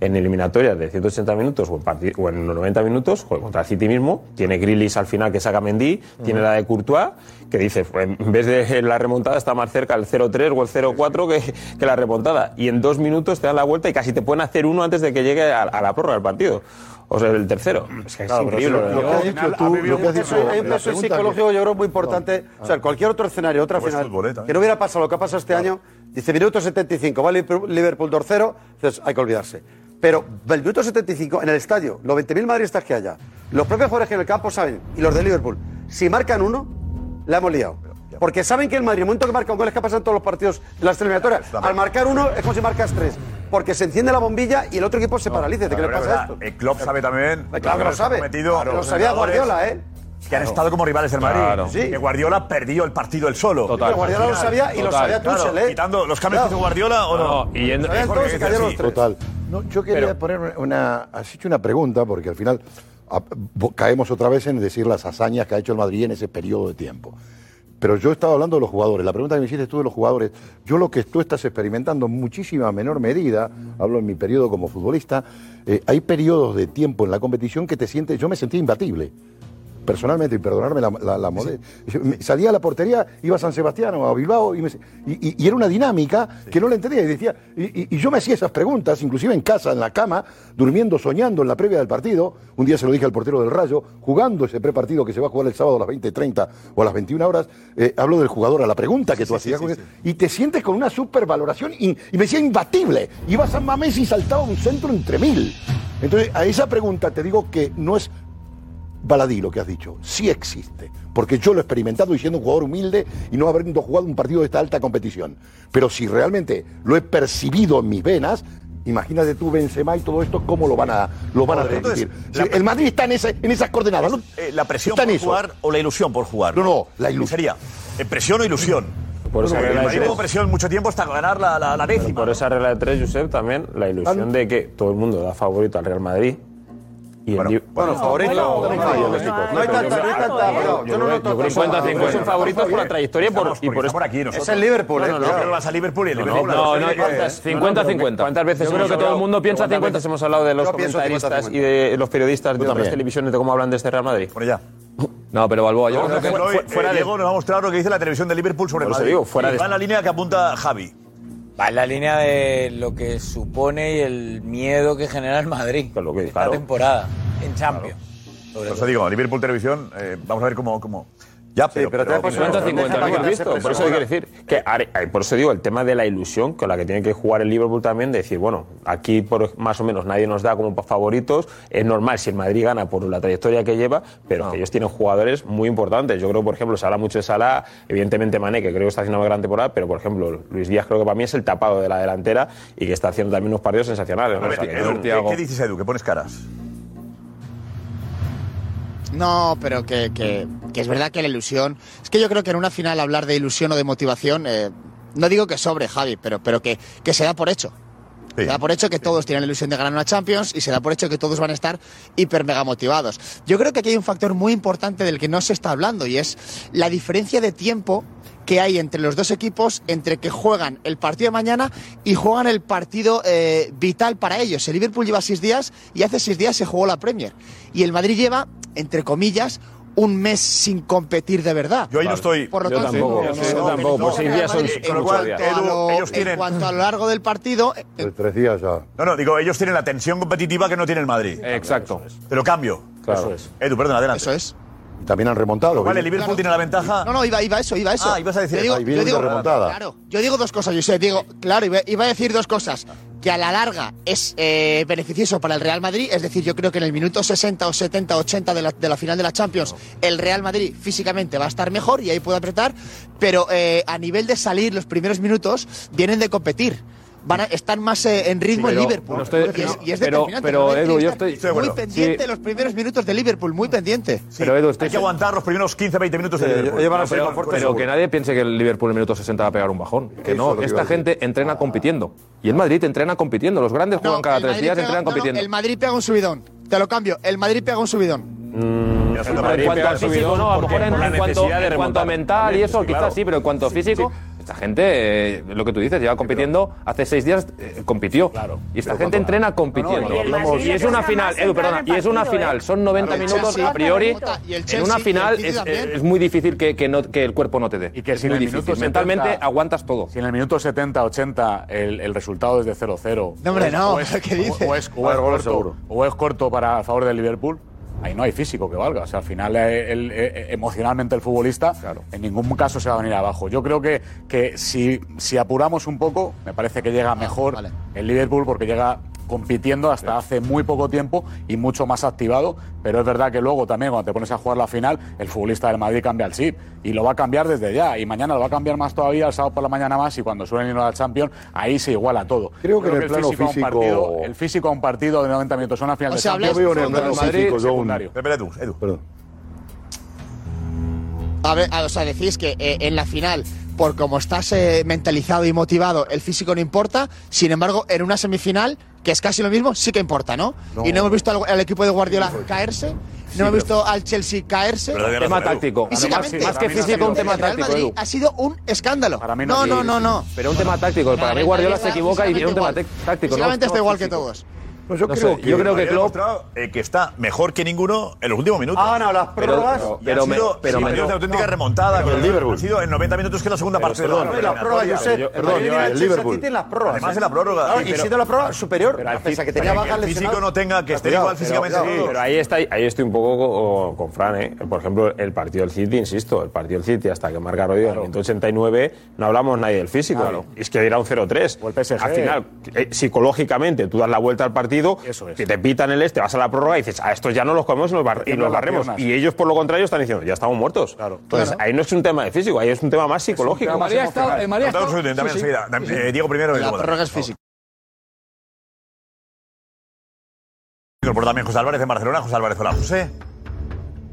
en eliminatorias de 180 minutos o en, parti- o en 90 minutos, joder, contra el City mismo, tiene Grilis al final que saca Mendy, tiene la de Courtois, que dice, "Fue- en vez de la remontada está más cerca el 0-3 o el 0-4 que, que la remontada. Y en dos minutos te dan la vuelta y casi te pueden hacer uno antes de que llegue a, a la prórroga del partido. O sea, el tercero. Es que
Claro,
es
pero
increíble.
si lo- lo
Yo-
que has dicho tú, lo que has dicho- Hay un
la
peso
pregunta que-
psicológico, yo creo, muy importante. O sea, cualquier otro escenario,
Pues
otra final,
¿eh?
que no hubiera pasado lo que ha pasado este año, dice minuto 75, va Liverpool Liverpool 2-0, entonces hay que olvidarse. Pero el minuto 75 en el estadio, los 20.000 madridistas que haya, los propios jugadores que en el campo saben, y los de Liverpool, si marcan uno, la hemos liado. Porque saben que el Madrid, en el momento que marca un gol, es que pasa en todos los partidos de las eliminatorias. Al marcar uno, es como si marcas tres. Porque se enciende la bombilla y el otro equipo se paraliza. ¿De qué le
Pero es
pasa
verdad,
esto?
El club sabe también.
Claro que lo sabe.
cometido
Claro, lo
los
sabía
entrenadores
Guardiola, ¿eh?
Que han estado como rivales del Madrid.
Claro.
Sí. Que Guardiola perdió el partido él solo.
Total. Pero Guardiola lo sabía y lo sabía
Claro,
Tuchel, ¿eh?
Quitando los cambios que hizo Guardiola o no.
y yendo-
Porque dice, sí.
Total. No, yo quería poner una. Has hecho una pregunta, porque al final a- bo- caemos otra vez en decir las hazañas que ha hecho el Madrid en ese periodo de tiempo. Pero yo estaba hablando de los jugadores. La pregunta que me hiciste tú de los jugadores. Yo lo que tú estás experimentando en muchísima menor medida, hablo en mi periodo como futbolista, eh, hay periodos de tiempo en la competición que te sientes. Yo me sentía imbatible personalmente, y perdonarme la, la, la modestia, me- salía a la portería, iba a San Sebastián o a Bilbao, y, me- y- y- y era una dinámica que no la entendía. Y, decía, y, y- y yo me hacía esas preguntas, inclusive en casa, en la cama, durmiendo, soñando en la previa del partido. Un día se lo dije al portero del Rayo, jugando ese prepartido que se va a jugar el sábado a las 20.30 o a las 21 horas. eh, hablo del jugador, a la pregunta que tú hacías. Y te sientes con una supervaloración, in- y me decía imbatible. Iba a San Mamés y saltaba un centro entre mil. Entonces, a esa pregunta te digo que no es Baladí lo que has dicho, sí existe, porque yo lo he experimentado y siendo un jugador humilde y no habiendo jugado un partido de esta alta competición. Pero si realmente lo he percibido en mis venas, imagínate tú Benzema y todo esto, ¿cómo lo van a, lo van a
Joder, entonces,
transmitir? Si el Madrid está en, esa- en esas coordenadas. ¿no?
Eh, la presión
Está en
por
eso.
jugar o la ilusión por jugar. No, no, la ilusión. Sería eh, presión o ilusión.
Por eso
Porque
que
el
la
Madrid
ilusión-
tuvo presión mucho tiempo hasta ganar la, la, la décima.
Por esa regla de tres, Josep, también la ilusión de que todo el mundo da favorito al Real Madrid. Y bueno,
bueno, favorito, favorito, no, no hay tanta- no hay tanta- no, yo no noto
Yo creo que 50
tanta- pero es
50.
un favorito por la
trayectoria y por, y por
estamos aquí nosotros.
Es el Liverpool,
No,
eh,
no, no,
cuidado.
pero vas
a Liverpool y el
No,
Liverpool a la
no, no,
tercera que-
¿cuántas- 50-50. ¿Cuántas veces
Yo creo
hemos
que
hablado-
todo el mundo piensa
cuántas
50?
veces hemos hablado de los
Yo pienso
comentaristas
50-50.
y de los periodistas de otras
también.
televisiones de cómo hablan de este Real Madrid? Por
allá.
No, pero Balboa, yo
Yo
creo que
hoy, eh,
fuera de-
Diego nos va a mostrar lo que dice la televisión de Liverpool sobre el
Por eso
Madrid.
digo, fuera
Y
de-
Va en la línea que apunta Javi.
Va en la línea de lo que supone y el miedo que genera el Madrid esta temporada en Champions.
Por eso digo, Liverpool Televisión, eh, vamos a ver cómo. cómo... Ya, pero.
pero te
pero-
50-50, ¿no has visto? Por eso quiero decir, que are- eh, por eso digo, el tema de la ilusión con la que tiene que jugar el Liverpool también, de decir, bueno, aquí por, más o menos nadie nos da como pa- favoritos, es normal si el Madrid gana por la trayectoria que lleva, pero que ellos tienen jugadores muy importantes. Yo creo, por ejemplo, se habla mucho de Salah, evidentemente Mané, que creo que está haciendo una gran temporada, pero por ejemplo, Luis Díaz creo que para mí es el tapado de la delantera y que está haciendo también unos partidos sensacionales. ¿no?
A ver,
O sea, que
Edu,
no-
¿qué, qué dices, Edu? Que pones caras.
No, pero que, que- que es verdad que la ilusión. Es que yo creo que en una final hablar de ilusión o de motivación, eh, no digo que sobre, Javi, pero, pero que, que se da por hecho. Se da por hecho que todos tienen la ilusión de ganar una Champions y se da por hecho que todos van a estar hiper mega motivados. Yo creo que aquí hay un factor muy importante del que no se está hablando y es la diferencia de tiempo que hay entre los dos equipos, entre que juegan el partido de mañana y juegan el partido eh, vital para ellos. El Liverpool lleva seis días y hace seis días se jugó la Premier. Y el Madrid lleva, entre comillas, un mes sin competir de verdad.
Yo ahí no estoy.
Por lo
Yo
tanto,
tampoco,
no,
yo tampoco, por seis días son
en,
con lo cual,
cuanto a lo-
Edu, ellos
en
tienen-
cuanto a lo largo del partido,
Tres días ya.
No, no, digo, ellos tienen la tensión competitiva que no tiene el Madrid. Exacto. Te lo cambio.
Claro. Eso es.
Edu, perdón, adelante.
Eso es.
También han remontado.
Vale,
¿viste?
el Liverpool tiene la ventaja.
No, no, iba, iba a eso, iba a eso.
Ah, ibas a decir
Yo
eso.
digo,
Ahí viene
yo digo-
una remontada.
Claro, yo digo dos cosas, Josep. Digo, claro, iba, iba a decir dos cosas. Que a la larga es eh, beneficioso para el Real Madrid. Es decir, yo creo que en el minuto 60 o 70, 80 de la, de la final de la Champions, el Real Madrid físicamente va a estar mejor y ahí puede apretar. Pero eh, a nivel de salir, los primeros minutos vienen de competir. Van a, están más eh, en ritmo
Sí, pero
el Liverpool.
no estoy-
y es, y es
pero-
determinante,
pero,
el Madrid tiene
Edu, yo
que estar
estoy- estoy de
muy
acuerdo.
pendiente
Sí.
los primeros minutos de Liverpool, muy pendiente.
Pero Edu, estoy-
Hay que aguantar los primeros 15, 20 minutos de Liverpool.
No, pero, pero que nadie piense que el Liverpool en el minuto 60 va a pegar un bajón. Que
Eso es lo
no,
que iba
esta
a decir.
gente entrena compitiendo. Y el Madrid entrena compitiendo. Los grandes juegan cada
El
tres
Madrid
días,
pega-
entrenan
no, no,
compitiendo.
el Madrid pega un subidón. Te lo cambio. El Madrid pega un subidón.
Mm, en cuanto a físico, no, a lo mejor en, en cuanto, en cuanto a mental y eso, quizás sí, pero en cuanto a físico, Esta gente, eh, lo que tú dices, lleva compitiendo hace seis días, eh, compitió. Y esta gente entrena compitiendo.
No, no, y el Madrid
y es una
está
final,
más centrado
Edu, perdona,
en el
y es una
partido,
final.
¿eh?
Son 90
Claro, el
minutos
Chelsea- ¿eh?
a
Y
priori.
el
en una
Chelsea-
final
el City
es,
también.
es muy difícil que, que no- que el cuerpo no te dé.
Y que
es
si en
muy
el
difícil.
minuto 70,
Mentalmente aguantas todo.
Si en el minuto 70, 80 el, el resultado es de 0-0.
No, hombre,
o es-
no,
O es,
¿qué dices?
O es, o
Va a
es
haber gol seguro.
corto, o es corto para a favor del Liverpool. Ahí no hay físico que valga. O sea, al final, eh, el- eh, emocionalmente, el futbolista en ningún caso se va a venir abajo. Yo creo que, que si, si apuramos un poco, me parece que llega mejor el Liverpool porque llega compitiendo hasta hace muy poco tiempo y mucho más activado, pero es verdad que luego también cuando te pones a jugar la final, el futbolista del Madrid cambia el chip y lo va a cambiar desde ya y mañana lo va a cambiar más todavía, el sábado por la mañana más y cuando suelen ir a la Champions, ahí se iguala todo.
Creo que en el plano
a un
físico-
partido- el físico a un partido de 90 minutos, una final
O
de
sea,
Champions,
hablas- Yo veo en el plano
Madrid,
físico, yo un-
secundario.
Perdón.
A ver, a- o sea, decís que eh, en la final, por como estás eh, mentalizado y motivado, el físico no importa. Sin embargo, en una semifinal, que es casi lo mismo, sí que importa, ¿no?
No.
Y no hemos visto al, al equipo de Guardiola caerse.
Sí,
No hemos
pero-
visto al Chelsea caerse.
Pero de Tema verdad, Edu. táctico.
Físicamente.
Además, sí, Más que para mí no ha físico, un sido- tema
El Real
táctico,
Madrid
Edu.
ha sido un escándalo.
mí
no,
no-
no, no, no.
Pero un tema táctico. Pues Para mí Guardiola se equivoca y es un tema táctico. no un
Físicamente
tema
está igual que
físico.
todos.
yo No creo sé, que- yo creo que
Madrid ha
Klopp-
demostrado, eh, que está mejor que ninguno en los últimos minutos.
Ah, no, las
Pero- prórrogas. pero-
Y
pero
ha
me-
sido,
pero
sí,
me-
ha sido una auténtica remontada
pero
con
el Liverpool.
Ha sido en 90 minutos que es la segunda parte
perdón,
de
y
la
las prórrogas,
eliminatoria.
Josep,
Pero yo-
perdón,
pero yo-
yo-
el
el
Liverpool.
City en las prórrogas,
Además
¿eh?
de la prórroga.
Claro,
Sí,
y
pero-
siendo la prórroga superior,
Pero
a
el
pesar
fí-
que tenía
pero
bajas
el físico
lesionados.
no tenga que esté
Cuidado,
igual
pero-
físicamente.
cuidado,
sí.
Pero ahí, está, ahí estoy un poco co- con Fran, ¿eh? Por ejemplo, el partido del City, insisto, el partido del City hasta que marca Rodríguez en el 189, no hablamos nadie del físico.
Claro.
Es que era un 0-3. Al final, eh, psicológicamente, tú das la vuelta al partido, que te pitan el este, vas a la prórroga y dices, a estos ya no los comemos y los, bar- y
Pero
los
las
barremos.
piernas.
Y ellos, por lo contrario, están diciendo, ya estamos muertos. Entonces, ahí no es un tema de físico, ahí es un tema más psicológico.
tema más María está- emocional. eh, María está-
Dame un segundo, dame
sí, sí.
enseguida. Dame-
Sí, sí.
eh, Diego primero y
La
luego Dani.
prórroga es
Por favor. Por también José Álvarez en Barcelona. José Álvarez, hola, José.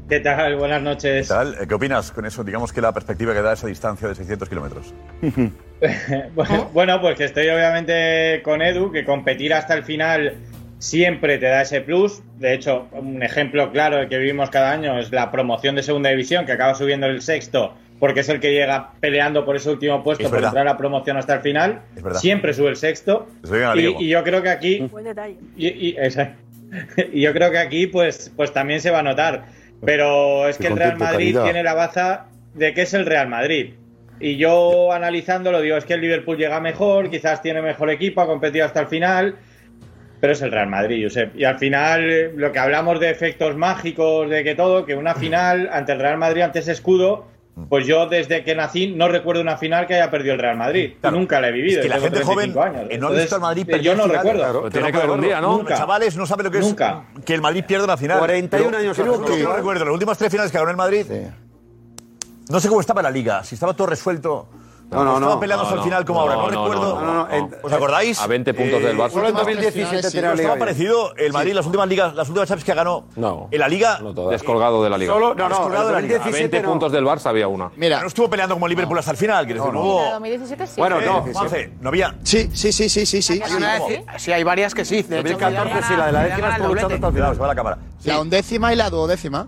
¿Qué tal? Buenas noches.
¿Qué tal? Eh, ¿Qué opinas con eso? Digamos que la perspectiva que da esa distancia de 600 kilómetros.
Bu- [laughs] bueno, pues que estoy obviamente con Edu, que competir hasta el final siempre te da ese plus. De hecho, un ejemplo claro que vivimos cada año es la promoción de segunda división, que acaba subiendo el sexto, porque es el que llega peleando por ese último puesto
Es
por
verdad.
entrar a la promoción hasta el final.
Es verdad.
Siempre sube el sexto.
Eso llega a
Y-
Diego.
y yo creo que aquí
Buen detalle.
y, y- esa- [laughs] y yo creo que aquí pues, pues también se va a notar. Pero es
Qué
que el Real
contento,
Madrid
calidad.
tiene la baza de que es el Real Madrid. Y yo analizándolo digo, es que el Liverpool llega mejor, quizás tiene mejor equipo, ha competido hasta el final, pero es el Real Madrid, Josep. Y al final, eh, lo que hablamos de efectos mágicos, de que todo, que una final ante el Real Madrid, ante ese escudo, pues yo desde que nací no recuerdo una final que haya perdido el Real Madrid. Nunca la he vivido.
Es que
yo
la
tengo
gente joven
35 años.
eh, no ha visto
Entonces,
al Madrid
eh,
perder
Yo no
final.
recuerdo.
Tiene que haber un día, ¿no? Los chavales no saben lo que es
Nunca.
que el Madrid pierda una final.
41
Pero
años
creo
atrás.
que yo recuerdo las últimas tres finales que ganó el Madrid. No sé cómo estaba la liga, si estaba todo resuelto.
No, no,
Estaban
no.
peleándose
No,
al
no.
final como ahora, no,
No, no,
recuerdo.
no, no, no, no.
¿Os acordáis? Eh,
A 20 puntos del Barça. Solo en
sí, pero
2017 tiene la Liga
estaba
bien.
parecido el Madrid, las últimas ligas, las últimas Champions que ganó.
No.
En la liga.
Descolgado de la liga.
Solo- no, no,
Descolgado de la liga. A
2017
20
no.
puntos del Barça había una.
Mira, no estuvo peleando como el Liverpool hasta el final, quiero decir, no,
En la
hubo.
2017 sí.
Bueno, no, Juanfe, no había.
Sí, sí, sí, sí, sí. sí.
Hay una vez sí.
Sí, hay varias que sí. De
2014 sí, la de la décima estuvo luchando hasta el final.
Se va la cámara.
La undécima y la duodécima.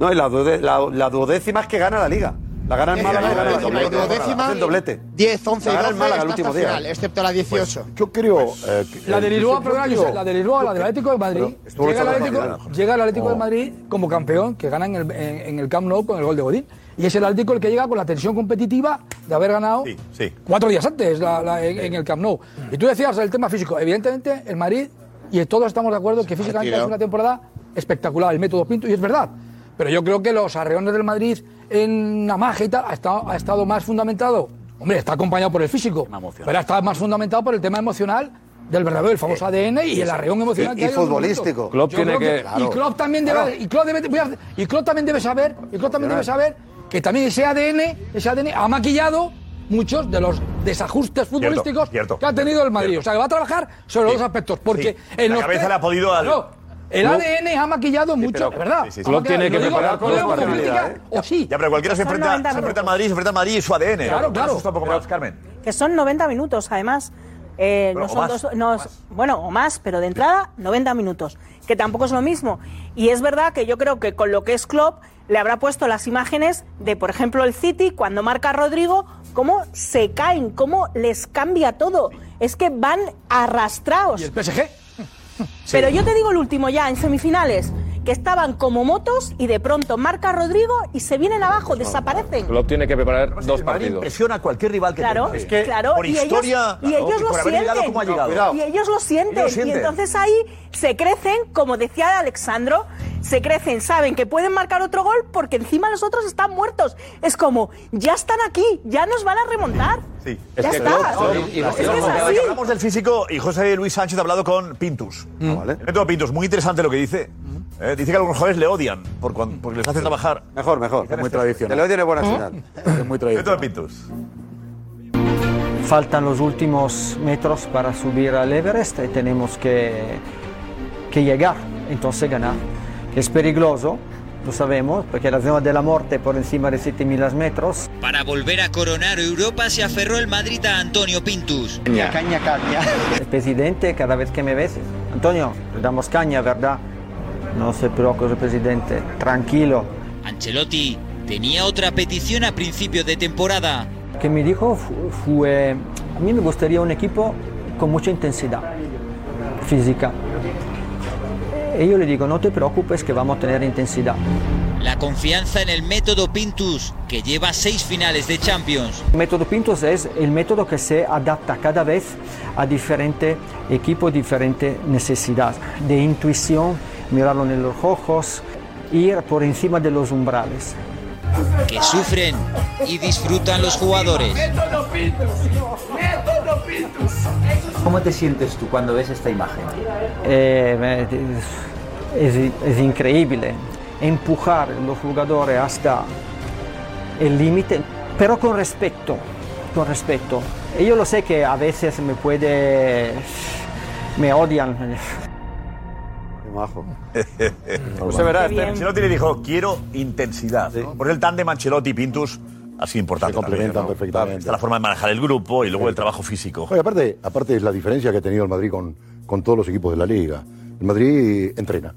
No, y la, duode- la- la duodécima es que gana la liga. La gana el Málaga y gana el
La
doblete.
duodécima,
Hace el doblete.
10, 11 y
La gana
12
el Málaga
hasta
el último
hasta
día.
¿eh?
final, excepto la 18.
Pues,
Yo creo. eh, que-
La de Lisboa,
yo
perdona,
creo-
Josep, la de Lisboa, la del Atlético de Madrid.
estuvo
Llega el
luchando
Atlético,
hasta el final.
llega el Atlético de
Oh.
Madrid como campeón, que gana en el, en- en el Camp Nou con el gol de Godín. Y es el Atlético el que llega con la tensión competitiva de haber ganado
Sí.
cuatro días antes la- la- en, en el Camp Nou. Y tú decías el tema físico. Evidentemente, el Madrid, y todos estamos de acuerdo que físicamente
retirado.
es una temporada espectacular, el método Pinto, y es verdad. Pero yo creo que los arreones del Madrid en la magia y tal ha estado, ha estado más fundamentado. Hombre, está acompañado por el físico, pero está más fundamentado por el tema emocional del Bernabéu, el famoso ADN y el arreón emocional
Eh, Y-
que
y
hay en los
futbolístico.
momentos.
Klopp
Yo
tiene
creo
que- claro.
Y Klopp también debe,
Claro.
y Klopp debe- voy a- y Klopp también debe saber, y Klopp también debe saber que también ese ADN, ese ADN ha maquillado muchos de los desajustes futbolísticos
cierto.
que ha tenido el Madrid.
Cierto.
O sea, que va a trabajar sobre los dos aspectos, porque
Sí.
en
La
los
cabeza
tres-
le ha podido al-
Claro, el
Klopp-
ADN ha maquillado mucho, es verdad.
Sí, sí, sí.
Ha maquillado, y lo digo- lo digo como crítica,
¿eh? Ya, pero cualquiera se
Son
enfrenta,
90
se enfrenta al Madrid, se enfrenta al Madrid y su ADN.
Claro,
Me
claro.
asusta un poco más, Carmen.
Que son 90 minutos, además. Eh,
Pero,
no
o
son
más,
dos, no, Bueno, o más, pero de entrada, 90 minutos. Que tampoco es lo mismo. Y es verdad que yo creo que con lo que es Klopp, le habrá puesto las imágenes de, por ejemplo, el City, cuando marca Rodrigo, cómo se caen, cómo les cambia todo. Es que van arrastrados.
¿Y el PSG?
[laughs] Pero yo te digo el último ya, en semifinales, que estaban como motos y de pronto marca Rodrigo y se vienen abajo,
Pues
desaparecen.
Klopp tiene que preparar
Pues
dos
El Madrid
partidos.
impresiona a cualquier rival que
Claro,
tenga.
claro,
por
y ellos-
historia
y ellos
por
lo
haber llegado
sienten.
como ha llegado.
Y ellos lo sienten.
Ellos sienten.
Y entonces ahí se crecen, como decía Alexandro, se crecen, saben que pueden marcar otro gol porque encima los otros están muertos. Es como, ya están aquí, ya nos van a remontar.
Sí.
Es Ya que está. Klopp,
Y- y-
Es que es
y-
así.
Hablamos del físico y José Luis Sánchez ha hablado con Pintus. Ah, El método Pintus, muy interesante lo que dice. Eh, dice que algunos jugadores le odian por cuan- porque les hace trabajar.
Mejor, mejor.
Es muy tradicional.
Te lo tiene buena
¿Mm?
señal.
Es muy tradicional. Método Pintus.
Faltan los últimos metros para subir al Everest y tenemos que, que llegar, entonces ganar. Es peligroso, lo sabemos, porque la zona de la muerte por encima de 7.000 metros.
Para volver a coronar Europa se aferró el Madrid a Antonio Pintus.
Caña. Caña, [laughs] El presidente cada vez que me ves, Antonio, le damos caña, ¿verdad? No se preocupe, presidente, tranquilo.
Ancelotti tenía otra petición a principios de temporada.
que me dijo fu- fue, a mí me gustaría un equipo con mucha intensidad física. Y yo le digo, no te preocupes que vamos a tener intensidad.
La confianza en el método Pintus, que lleva seis finales de Champions.
El método Pintos es el método que se adapta cada vez a diferentes equipos, diferentes necesidades. De intuición, mirarlo en los ojos, ir por encima de los umbrales.
Que sufren y disfrutan los jugadores.
Método Pintus. Método Pintus.
¿Cómo te sientes tú cuando ves esta imagen?
Eh, me- es, es increíble empujar a los jugadores hasta el límite, pero con respeto, con respeto. Y yo lo sé que a veces me puede, me odian.
Qué
[laughs]
majo.
Pues se verá,
Qué bien.
este Ancelotti le dijo, quiero intensidad. ¿no? Por el tándem Ancelotti-Pintus ha sido importante.
Se complementan
también, ¿no?
perfectamente.
Está la forma de manejar el grupo y luego el trabajo físico.
Oye, aparte, aparte es la diferencia que ha tenido el Madrid con, con todos los equipos de la liga. El Madrid entrena.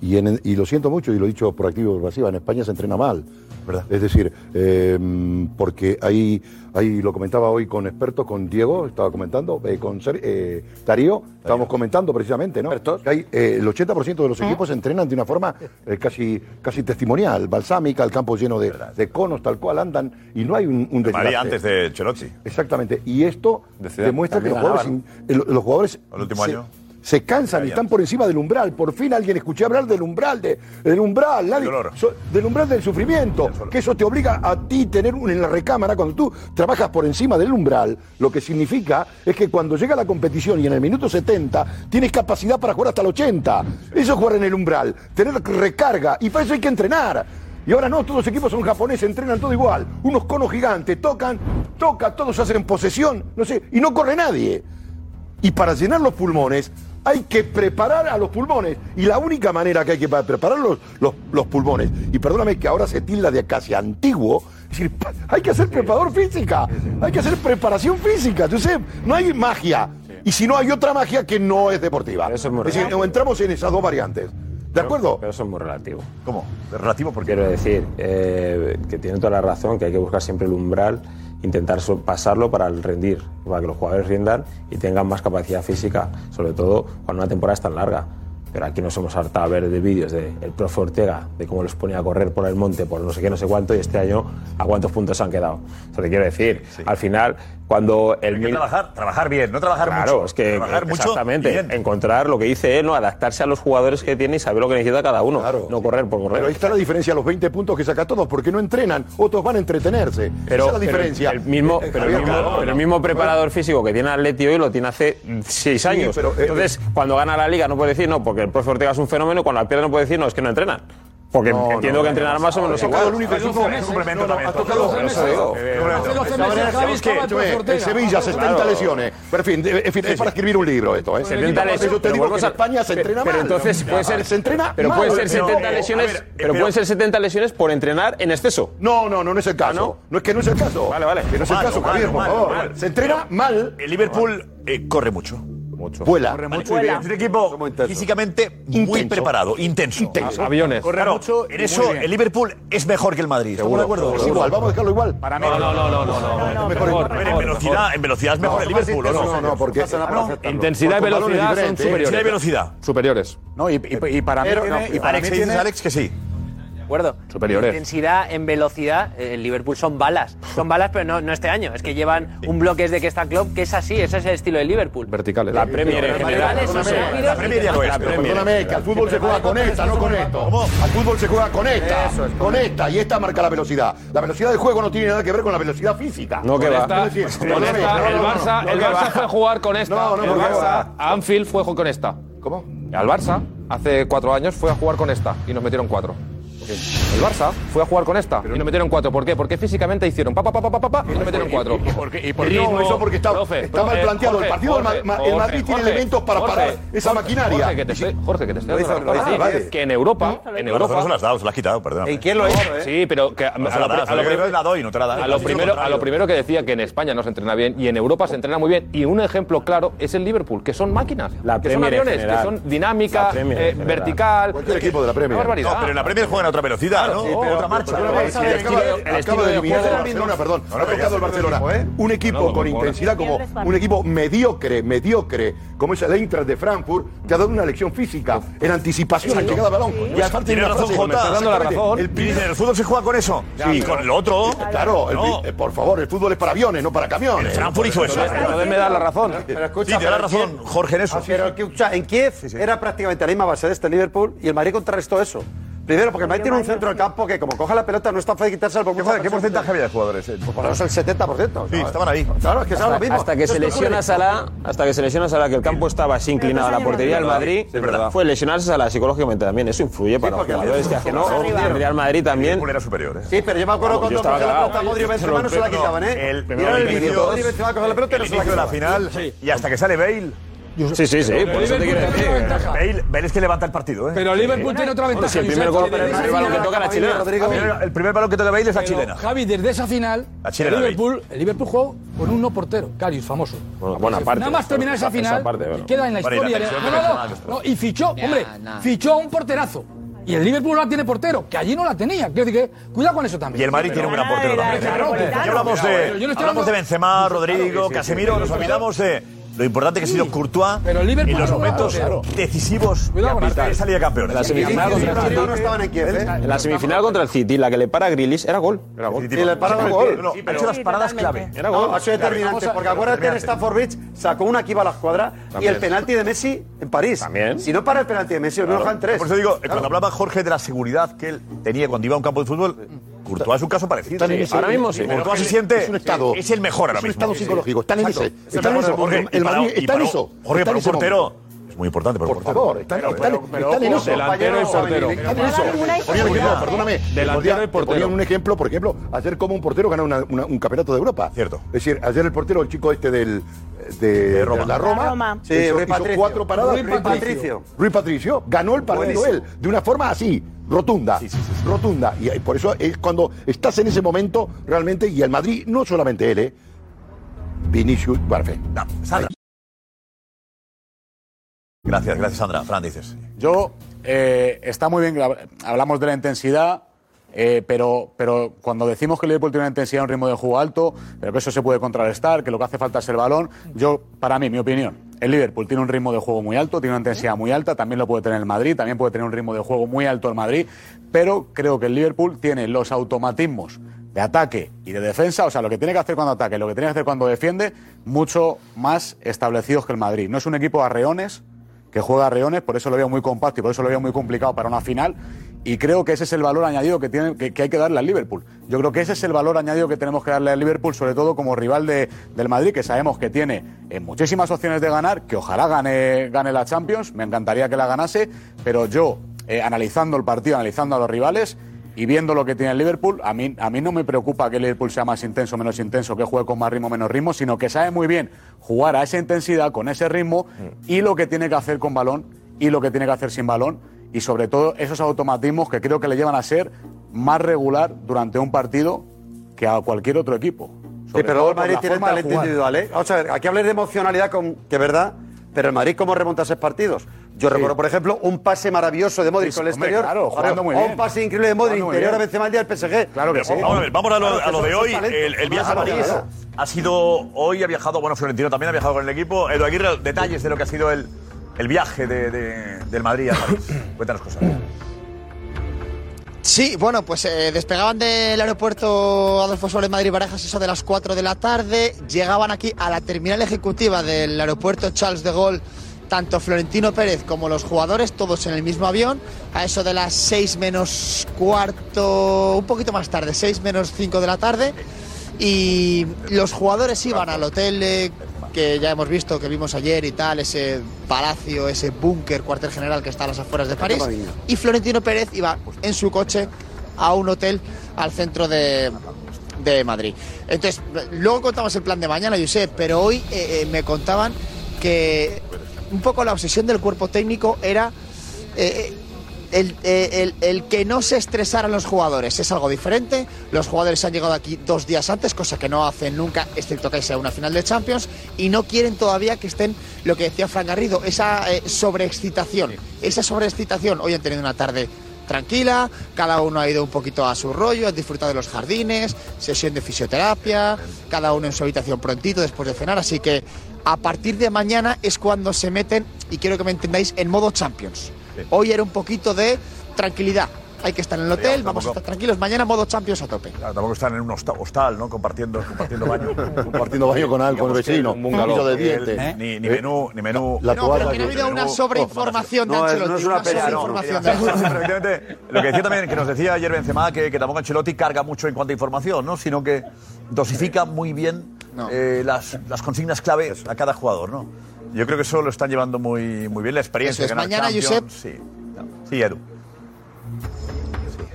Y, en- y lo siento mucho, y lo he dicho por activo y por pasiva, en España se entrena mal. ¿verdad? Es decir, eh, porque ahí, ahí lo comentaba hoy con expertos, con Diego, estaba comentando, eh, con Ser- eh, Darío, estábamos comentando precisamente, ¿no? Que hay, eh, el 80% de los equipos entrenan de una forma eh, casi, casi testimonial, balsámica, el campo lleno de, de conos, tal cual andan, y no hay un, un deslance.
María antes de Ancelotti.
Exactamente. Y esto
Ciudad.
demuestra que los
También
jugadores, in- eh, los jugadores
El último
se,
año.
se cansan y están por encima del umbral. Por fin alguien escuché hablar del umbral, de, del umbral, nadie- so- del umbral del sufrimiento. Que eso te obliga a ti tener un, en la recámara. Cuando tú trabajas por encima del umbral, lo que significa es que cuando llega la competición y en el minuto 70, tienes capacidad para jugar hasta el 80. Eso es jugar en el umbral, tener recarga. Y para eso hay que entrenar. Y ahora no, todos los equipos son japoneses, entrenan todo igual. Unos conos gigantes, tocan, toca, todos hacen posesión, no sé, y no corre nadie. Y para llenar los pulmones hay que preparar a los pulmones. Y la única manera que hay que pa- preparar los, los- los pulmones, y perdóname que ahora se tilda de casi antiguo, es decir, pa- hay que hacer preparador física, hay que hacer preparación física, yo sé, no hay magia. Y si no hay otra magia que no es deportiva. es decir, entramos en esas dos variantes. ¿De acuerdo?
Pero eso es muy relativo.
¿Cómo? ¿Relativo? Porque
Quiero decir, eh, que tiene toda la razón, que hay que buscar siempre el umbral, intentar so- pasarlo para el rendir, para que los jugadores rindan y tengan más capacidad física, sobre todo cuando una temporada es tan larga. Pero aquí nos hemos hartado a ver de vídeos del profe Ortega, de cómo los ponía a correr por el monte, por no sé qué, no sé cuánto, y este año a cuántos puntos se han quedado. O sea, te quiero decir, al final, cuando el...
Hay que trabajar, trabajar bien, no trabajar
claro,
mucho.
es que
trabajar mucho
exactamente,
y bien.
encontrar lo que dice él, ¿no? adaptarse a los jugadores que tiene y saber lo que necesita cada uno, no correr por correr.
Pero ahí está la diferencia, los 20 puntos que saca todos, porque no entrenan, otros van a entretenerse. Esa
Pero,
es la
pero
diferencia.
el mismo,
Eh, eh,
pero el
Javier,
mismo-
claro,
pero el mismo preparador físico que tiene Atleti hoy lo tiene hace seis
Sí,
años.
pero, eh,
Entonces, cuando gana la liga no puede decir no, porque el profe Ortega es un fenómeno, cuando la pierde no puede decir no, es que no entrenan. Porque
No,
entiendo
no, no,
que entrenar
no,
más o
no,
menos
ha
igual.
tocado el único equipo-
Es un complemento también.
Por eso digo. El Sevilla, 70 lesiones. Pero, en fin, de- en fin, es para escribir un libro esto. ¿eh?
70 lesiones.
Yo te
pero
digo
volvemos
que en
a-
España se
pero-
entrena
pero
mal.
entonces puede ser,
se entrena
pero
mal.
pueden ser 70 lesiones, pero pueden ser 70 lesiones por entrenar en exceso.
eh,
¿Ah,
No, no, no, no es el caso. no? es que no es el caso.
Vale, vale.
Que no es el caso, Javier, por favor. Se entrena mal.
El Liverpool eh, corre mucho.
Mucho.
Vuela.
Corre mucho
Vuela.
y bien. Es un equipo físicamente muy
Intenso.
preparado, intenso.
Intenso. Aviones.
Corre Claro,
mucho y
en
muy
eso
bien.
el Liverpool es mejor que el Madrid. ¿Estamos
Seguro,
de acuerdo?
seguro. Vamos a dejarlo igual.
Para
mí. No, no, no, no, no, no.
A ver, en, velocidad, en velocidad es mejor el Liverpool, ¿o no?
No, no, porque
Intensidad y velocidad son superiores. Intensidad y velocidad.
Superiores.
No, y, y- y para mí
Pero,
tiene-
no,
y para
Alex,
mí
¿qué dices,
tiene-
Alex? Que sí.
acuerdo.
Superiores.
En intensidad, en velocidad, eh, el Liverpool son balas. Son balas, pero no, no este año. Es que llevan un bloque desde que está Klopp, que es así, ese es el estilo del Liverpool.
Verticales.
La
Premier en general.
La Premier
Pero Perdóname, que al fútbol se juega con esta, no con esto. Al fútbol se juega con esta, con esta, y esta marca la velocidad. La velocidad del juego no tiene nada que ver con la velocidad física.
No, que
Con
va.
esta-
Con esta, el
perdóname, no, no, no, no,
Barça,
no,
el
que
Barça
va.
fue a jugar con esta.
No, no,
el
porque
Barça,
va.
a Anfield fue con esta.
¿Cómo?
Al Barça, hace cuatro años, fue a jugar con esta y nos metieron cuatro. El Barça fue a jugar con esta y nos metieron cuatro. ¿Por qué? Porque físicamente hicieron pa pa pa pa pa, pa pa y nos metieron cuatro. ¿Y por qué?
No, eso porque está, está mal planteado. el partido del Ma- Ma- el Madrid tiene elementos para parar esa maquinaria.
Jorge, que te estoy, Jorge, que te estoy
Lo
dando
hizo,
la
lo
razón.
hizo.
Ah, vale. Que en Europa, en
La
Europa.
razón no se la has dado, se la has quitado, perdón.
¿Y quién lo hizo? eh? Sí, pero que a,
eh? No se la das, yo creo que la doy, no te la das.
a
Has
lo
dicho lo
primero, a
contrario.
lo primero que decía que en España no se entrena bien y en Europa se entrena muy bien. Y un ejemplo claro es el Liverpool, que son máquinas, que son
Premier en
aviones, que
general.
son dinámica,
La Premier en
eh,
general.
vertical.
Cualquier equipo de la Premier.
Una barbaridad.
No, pero en la Premier juegan a otra velocidad,
Claro,
¿no? Oh,
sí, pero-
otra marcha.
pero- pero- el estilo- el estilo de juego del Barcelona, perdón. Ha tocado el Barcelona. Un equipo con intensidad como un equipo mediocre, mediocre, como es el Eintracht de Frankfurt, que ha dado una lección física en anticipación, en
Exacto.
llegada al balón. Y
Pues
aparte
tiene
una
razón,
frase-
Jota.
está dando la razón.
El, primer- el fútbol se juega con eso.
Ya,
y
pero-
con el otro.
Claro, el
no.
pri- eh, por favor, el fútbol es para aviones, no para camiones.
El Frankfurt hizo eso.
Entonces
me da la
razón.
Pero escucha,
Sí, te da
pero
razón,
Kiev-
Jorge, en eso.
Ah, Pero que, escucha, en Kiev era prácticamente la misma base de este Liverpool y el Madrid contrarrestó eso. Primero, porque el Madrid tiene un centro del campo que, como coja la pelota, no es tan fácil quitarse el
¿Qué, porcentaje había de jugadores? eh.
Pues por lo menos el 70%.
Sí, estaban ahí.
Claro, es que
Hasta-
saben lo mismo.
hasta que se
Entonces,
lesiona
¿cómo le-
Salah,
Hasta que se lesiona Salah, que el campo estaba así inclinado a la portería del Madrid,
Es verdad.
fue lesionarse Salah psicológicamente también. Eso influye para los
porque
jugadores que
había-
ajenó.
Somos arriba.
El Real Madrid también.
Era superior, ¿eh?
Sí, pero yo me acuerdo
Vamos, yo
cuando
estaba
cogía la pelota
clavado.
Modri y Benzema no se la quitaban, ¿eh?
El,
Miraron el vídeo, Modri y Benzema cogían la pelota y
el
no se la
inicio de la
quitaban.
final y hasta que sale Bale.
Sí, sí, sí, por eso te quiero decir.
Bale, Bale es que levanta el partido, ¿eh?
Pero Liverpool tiene otra ventaja,
si el primer
Josep,
gol-
que
el primer
desde
balón
esa
que toca la
final-
chilena.
El primer- El primer balón que toca Bale es la
Pero,
chilena.
Javi, desde esa final,
La chilena,
el Liverpool, el Liverpool jugó con un no portero, Carius, famoso.
Bueno, buena parte.
Nada más terminar esa
Esa
final,
parte, bueno.
y queda en la
Vale,
historia.
la tensión
No, no, no,
personal.
no, y fichó,
Ya,
hombre,
nada.
fichó a un porterazo. Y el Liverpool no tiene portero, que allí no la tenía. Quiero decir que, cuidado con eso también.
Y el Madrid tiene un gran portero también. Ya hablamos
Pero
de,
yo no estoy
hablamos de
hablando-
Benzema,
Claro, sí,
Rodrigo,
sí,
Casemiro,
sí,
nos
sí.
olvidamos de lo importante que ha sido Courtois
Pero el Liverpool
en los
no juega,
momentos
claro.
decisivos de salir de campeón.
La semifinal contra el City. En la semifinal contra el City, la que le para a Grilis era gol. Era gol.
Y le pararon el gol.
No, ha hecho las paradas clave.
Era gol.
No, ha sido determinante, porque acuérdate en Stafford Bridge sacó una que iba a la escuadra y
También.
el penalti de Messi en París.
También.
Si no para el penalti de Messi, no nos dejan tres.
Por eso digo, eh,
Claro.
cuando hablaba Jorge de la seguridad que él tenía cuando iba a un campo de fútbol, Courtois es un caso parecido.
Están en ese-
Courtois se siente.
Es un estado.
Es el mejor ahora
Es un
mismo.
estado psicológico. Están en
Exacto.
ese.
Es
Están en
mejor
eso.
ahora mismo.
El Madrid
Jorge, y
está en
para-
eso.
Jorge,
Está
para
en
un
ese
portero.
momento.
Es muy importante, pero
Por favor, están, están- están en eso.
delantero y portero.
Están en eso. Ponían un ejemplo, pperdóname.
Delantero y
Te
portero.
Ponían un ejemplo, por ejemplo, ayer como un portero gana una- una- un campeonato de Europa. Cierto. Es decir, ayer el portero, el chico este del, de,
Roma.
la
La
Roma,
Roma.
hizo-
Sí,
hizo,
Rui Patricio.
cuatro paradas.
Rui Patricio.
Rui Patricio ganó el partido
Buenísimo.
él de una forma así, rotunda, rotunda. Y por eso es cuando estás en ese momento realmente, y el Madrid, no solamente él, ¿eh? Vinicius, Barfe.
Gracias, gracias, Sandra. Fran, dices.
Yo, eh, está muy bien, que hab- hablamos de la intensidad, eh, pero, pero cuando decimos que el Liverpool tiene una intensidad, un ritmo de juego alto, pero que eso se puede contrarrestar, que lo que hace falta es el balón, yo, para mí, mi opinión, el Liverpool tiene un ritmo de juego muy alto, tiene una intensidad muy alta, también lo puede tener el Madrid, también puede tener un ritmo de juego muy alto el Madrid, pero creo que el Liverpool tiene los automatismos de ataque y de defensa, o sea, lo que tiene que hacer cuando ataque, lo que tiene que hacer cuando defiende, mucho más establecidos que el Madrid. No es un equipo a reones, que juega a reones, por eso lo veo muy compacto y por eso lo veo muy complicado para una final. Y creo que ese es el valor añadido que, tiene, que, que hay que darle al Liverpool. Yo creo que ese es el valor añadido que tenemos que darle al Liverpool, sobre todo como rival de- del Madrid, que sabemos que tiene eh, muchísimas opciones de ganar, que ojalá gane, gane la Champions, me encantaría que la ganase, pero yo, eh, analizando el partido, analizando a los rivales, y viendo lo que tiene el Liverpool, a mí, a mí no me preocupa que el Liverpool sea más intenso o menos intenso, que juegue con más ritmo o menos ritmo, sino que sabe muy bien jugar a esa intensidad, con ese ritmo, y lo que tiene que hacer con balón y lo que tiene que hacer sin balón, y sobre todo esos automatismos que creo que le llevan a ser más regular durante un partido que a cualquier otro equipo.
Sí,
Sobre
pero
todo
el
por
Madrid
la
tiene
forma de
talento
jugar.
individual, ¿eh? Vamos a ver, aquí hablar de emocionalidad, con, que es verdad,
pero el Madrid cómo remonta esos partidos. Yo recuerdo, por ejemplo, un pase maravilloso de Modric
Sí,
con el
hombre,
exterior.
claro, jugando
o
muy
Un
bien.
pase increíble de Modric,
Jugando muy
interior a
bien.
Benzema al día del PSG.
Claro que
Pero
sí. Vamos a ver, vamos a lo,
Claro,
a lo
que
de
son
hoy.
talentos,
El, el viaje a
claro,
París
claro.
ha sido hoy, ha viajado, bueno, Florentino también ha viajado con el equipo. Edu Aguirre, detalles de lo que ha sido el, el viaje de- de- del Madrid a París. Cuéntanos cosas.
Sí, bueno, pues eh, despegaban del aeropuerto Adolfo Suárez Madrid Barajas eso de las 4 de la tarde, llegaban aquí a la terminal ejecutiva del aeropuerto Charles de Gaulle, tanto Florentino Pérez como los jugadores, todos en el mismo avión, a eso de las 6 menos cuarto, un poquito más tarde, 6 menos 5 de la tarde, y los jugadores iban al hotel eh, que ya hemos visto, que vimos ayer y tal, ese palacio, ese búnker, cuartel general que está a las afueras de París, y Florentino Pérez iba en su coche a un hotel al centro de, de Madrid. Entonces, luego contamos el plan de mañana, Josep, pero hoy eh, eh, me contaban que un poco la obsesión del cuerpo técnico era eh, el, eh, el- el que no se estresaran los jugadores. Es algo diferente. Los jugadores han llegado aquí dos días antes, cosa que no hacen nunca, excepto que sea una final de Champions, y no quieren todavía que estén, lo que decía Fran Garrido, esa eh, sobreexcitación. Esa sobreexcitación. Hoy han tenido una tarde tranquila, cada uno ha ido un poquito a su rollo, han disfrutado de los jardines, sesión de fisioterapia, cada uno en su habitación prontito después de cenar, así que a partir de mañana es cuando se meten, y quiero que me entendáis, en modo Champions. Hoy era un poquito de tranquilidad, hay que estar en el hotel, vamos a estar tranquilos, mañana modo Champions a tope.
Claro, tampoco están en un hosta- hostal, ¿no? Compartiendo, compartiendo
[laughs]
baño.
Compartiendo baño con algo, con el
Digamos que
vecino,
un
un
bungalow.
piso de
Porque él-
dientes.
Ni, ni menú, ni menú.
La No, toalla.
pero que no ha habido
Menú-
Oh,
una sobreinformación de
No, es-
Ancelotti.
no es una pelea, no.
sobreinformación
Mira,
de-
sí, pero [laughs] evidentemente, Lo que decía también, que nos decía ayer Benzema, que, que tampoco Ancelotti carga mucho en cuanto a información, ¿no? Sino que dosifica muy bien eh, las, las consignas clave a cada jugador, ¿no? Yo creo que eso lo están llevando muy, muy bien, la
Eso
experiencia.
es.
ganar
Mañana,
Champions, Sí, sí, Edu.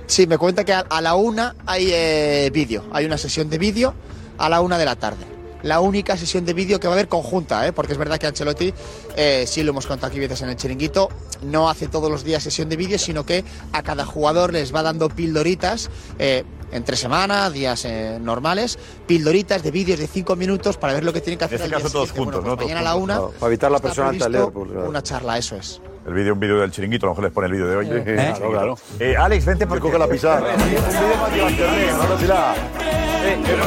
Sí, me cuenta que a, a la una hay eh, vídeo, hay una sesión de vídeo a la una de la tarde. La única sesión de vídeo que va a haber conjunta, ¿eh? porque es verdad que Ancelotti, eh, sí lo hemos contado aquí veces en el chiringuito, no hace todos los días sesión de vídeo, sino que a cada jugador les va dando pildoritas eh, entre semana, días eh, normales, pildoritas de vídeos de cinco minutos para ver lo que tienen que
En
hacer.
este caso
al día
todos
siguiente.
juntos,
Bueno,
¿no?
pues
Todos
mañana a la
juntos,
una.
claro. Para evitar la
está
presión ante el
previsto
Liverpool, claro.
Una charla, eso es.
El vídeo, un vídeo del chiringuito, a lo mejor les pone el vídeo de hoy.
Sí,
[laughs] ¿eh?
claro,
Chiringuito.
claro.
Eh, Alex, vente porque coge la pizarra.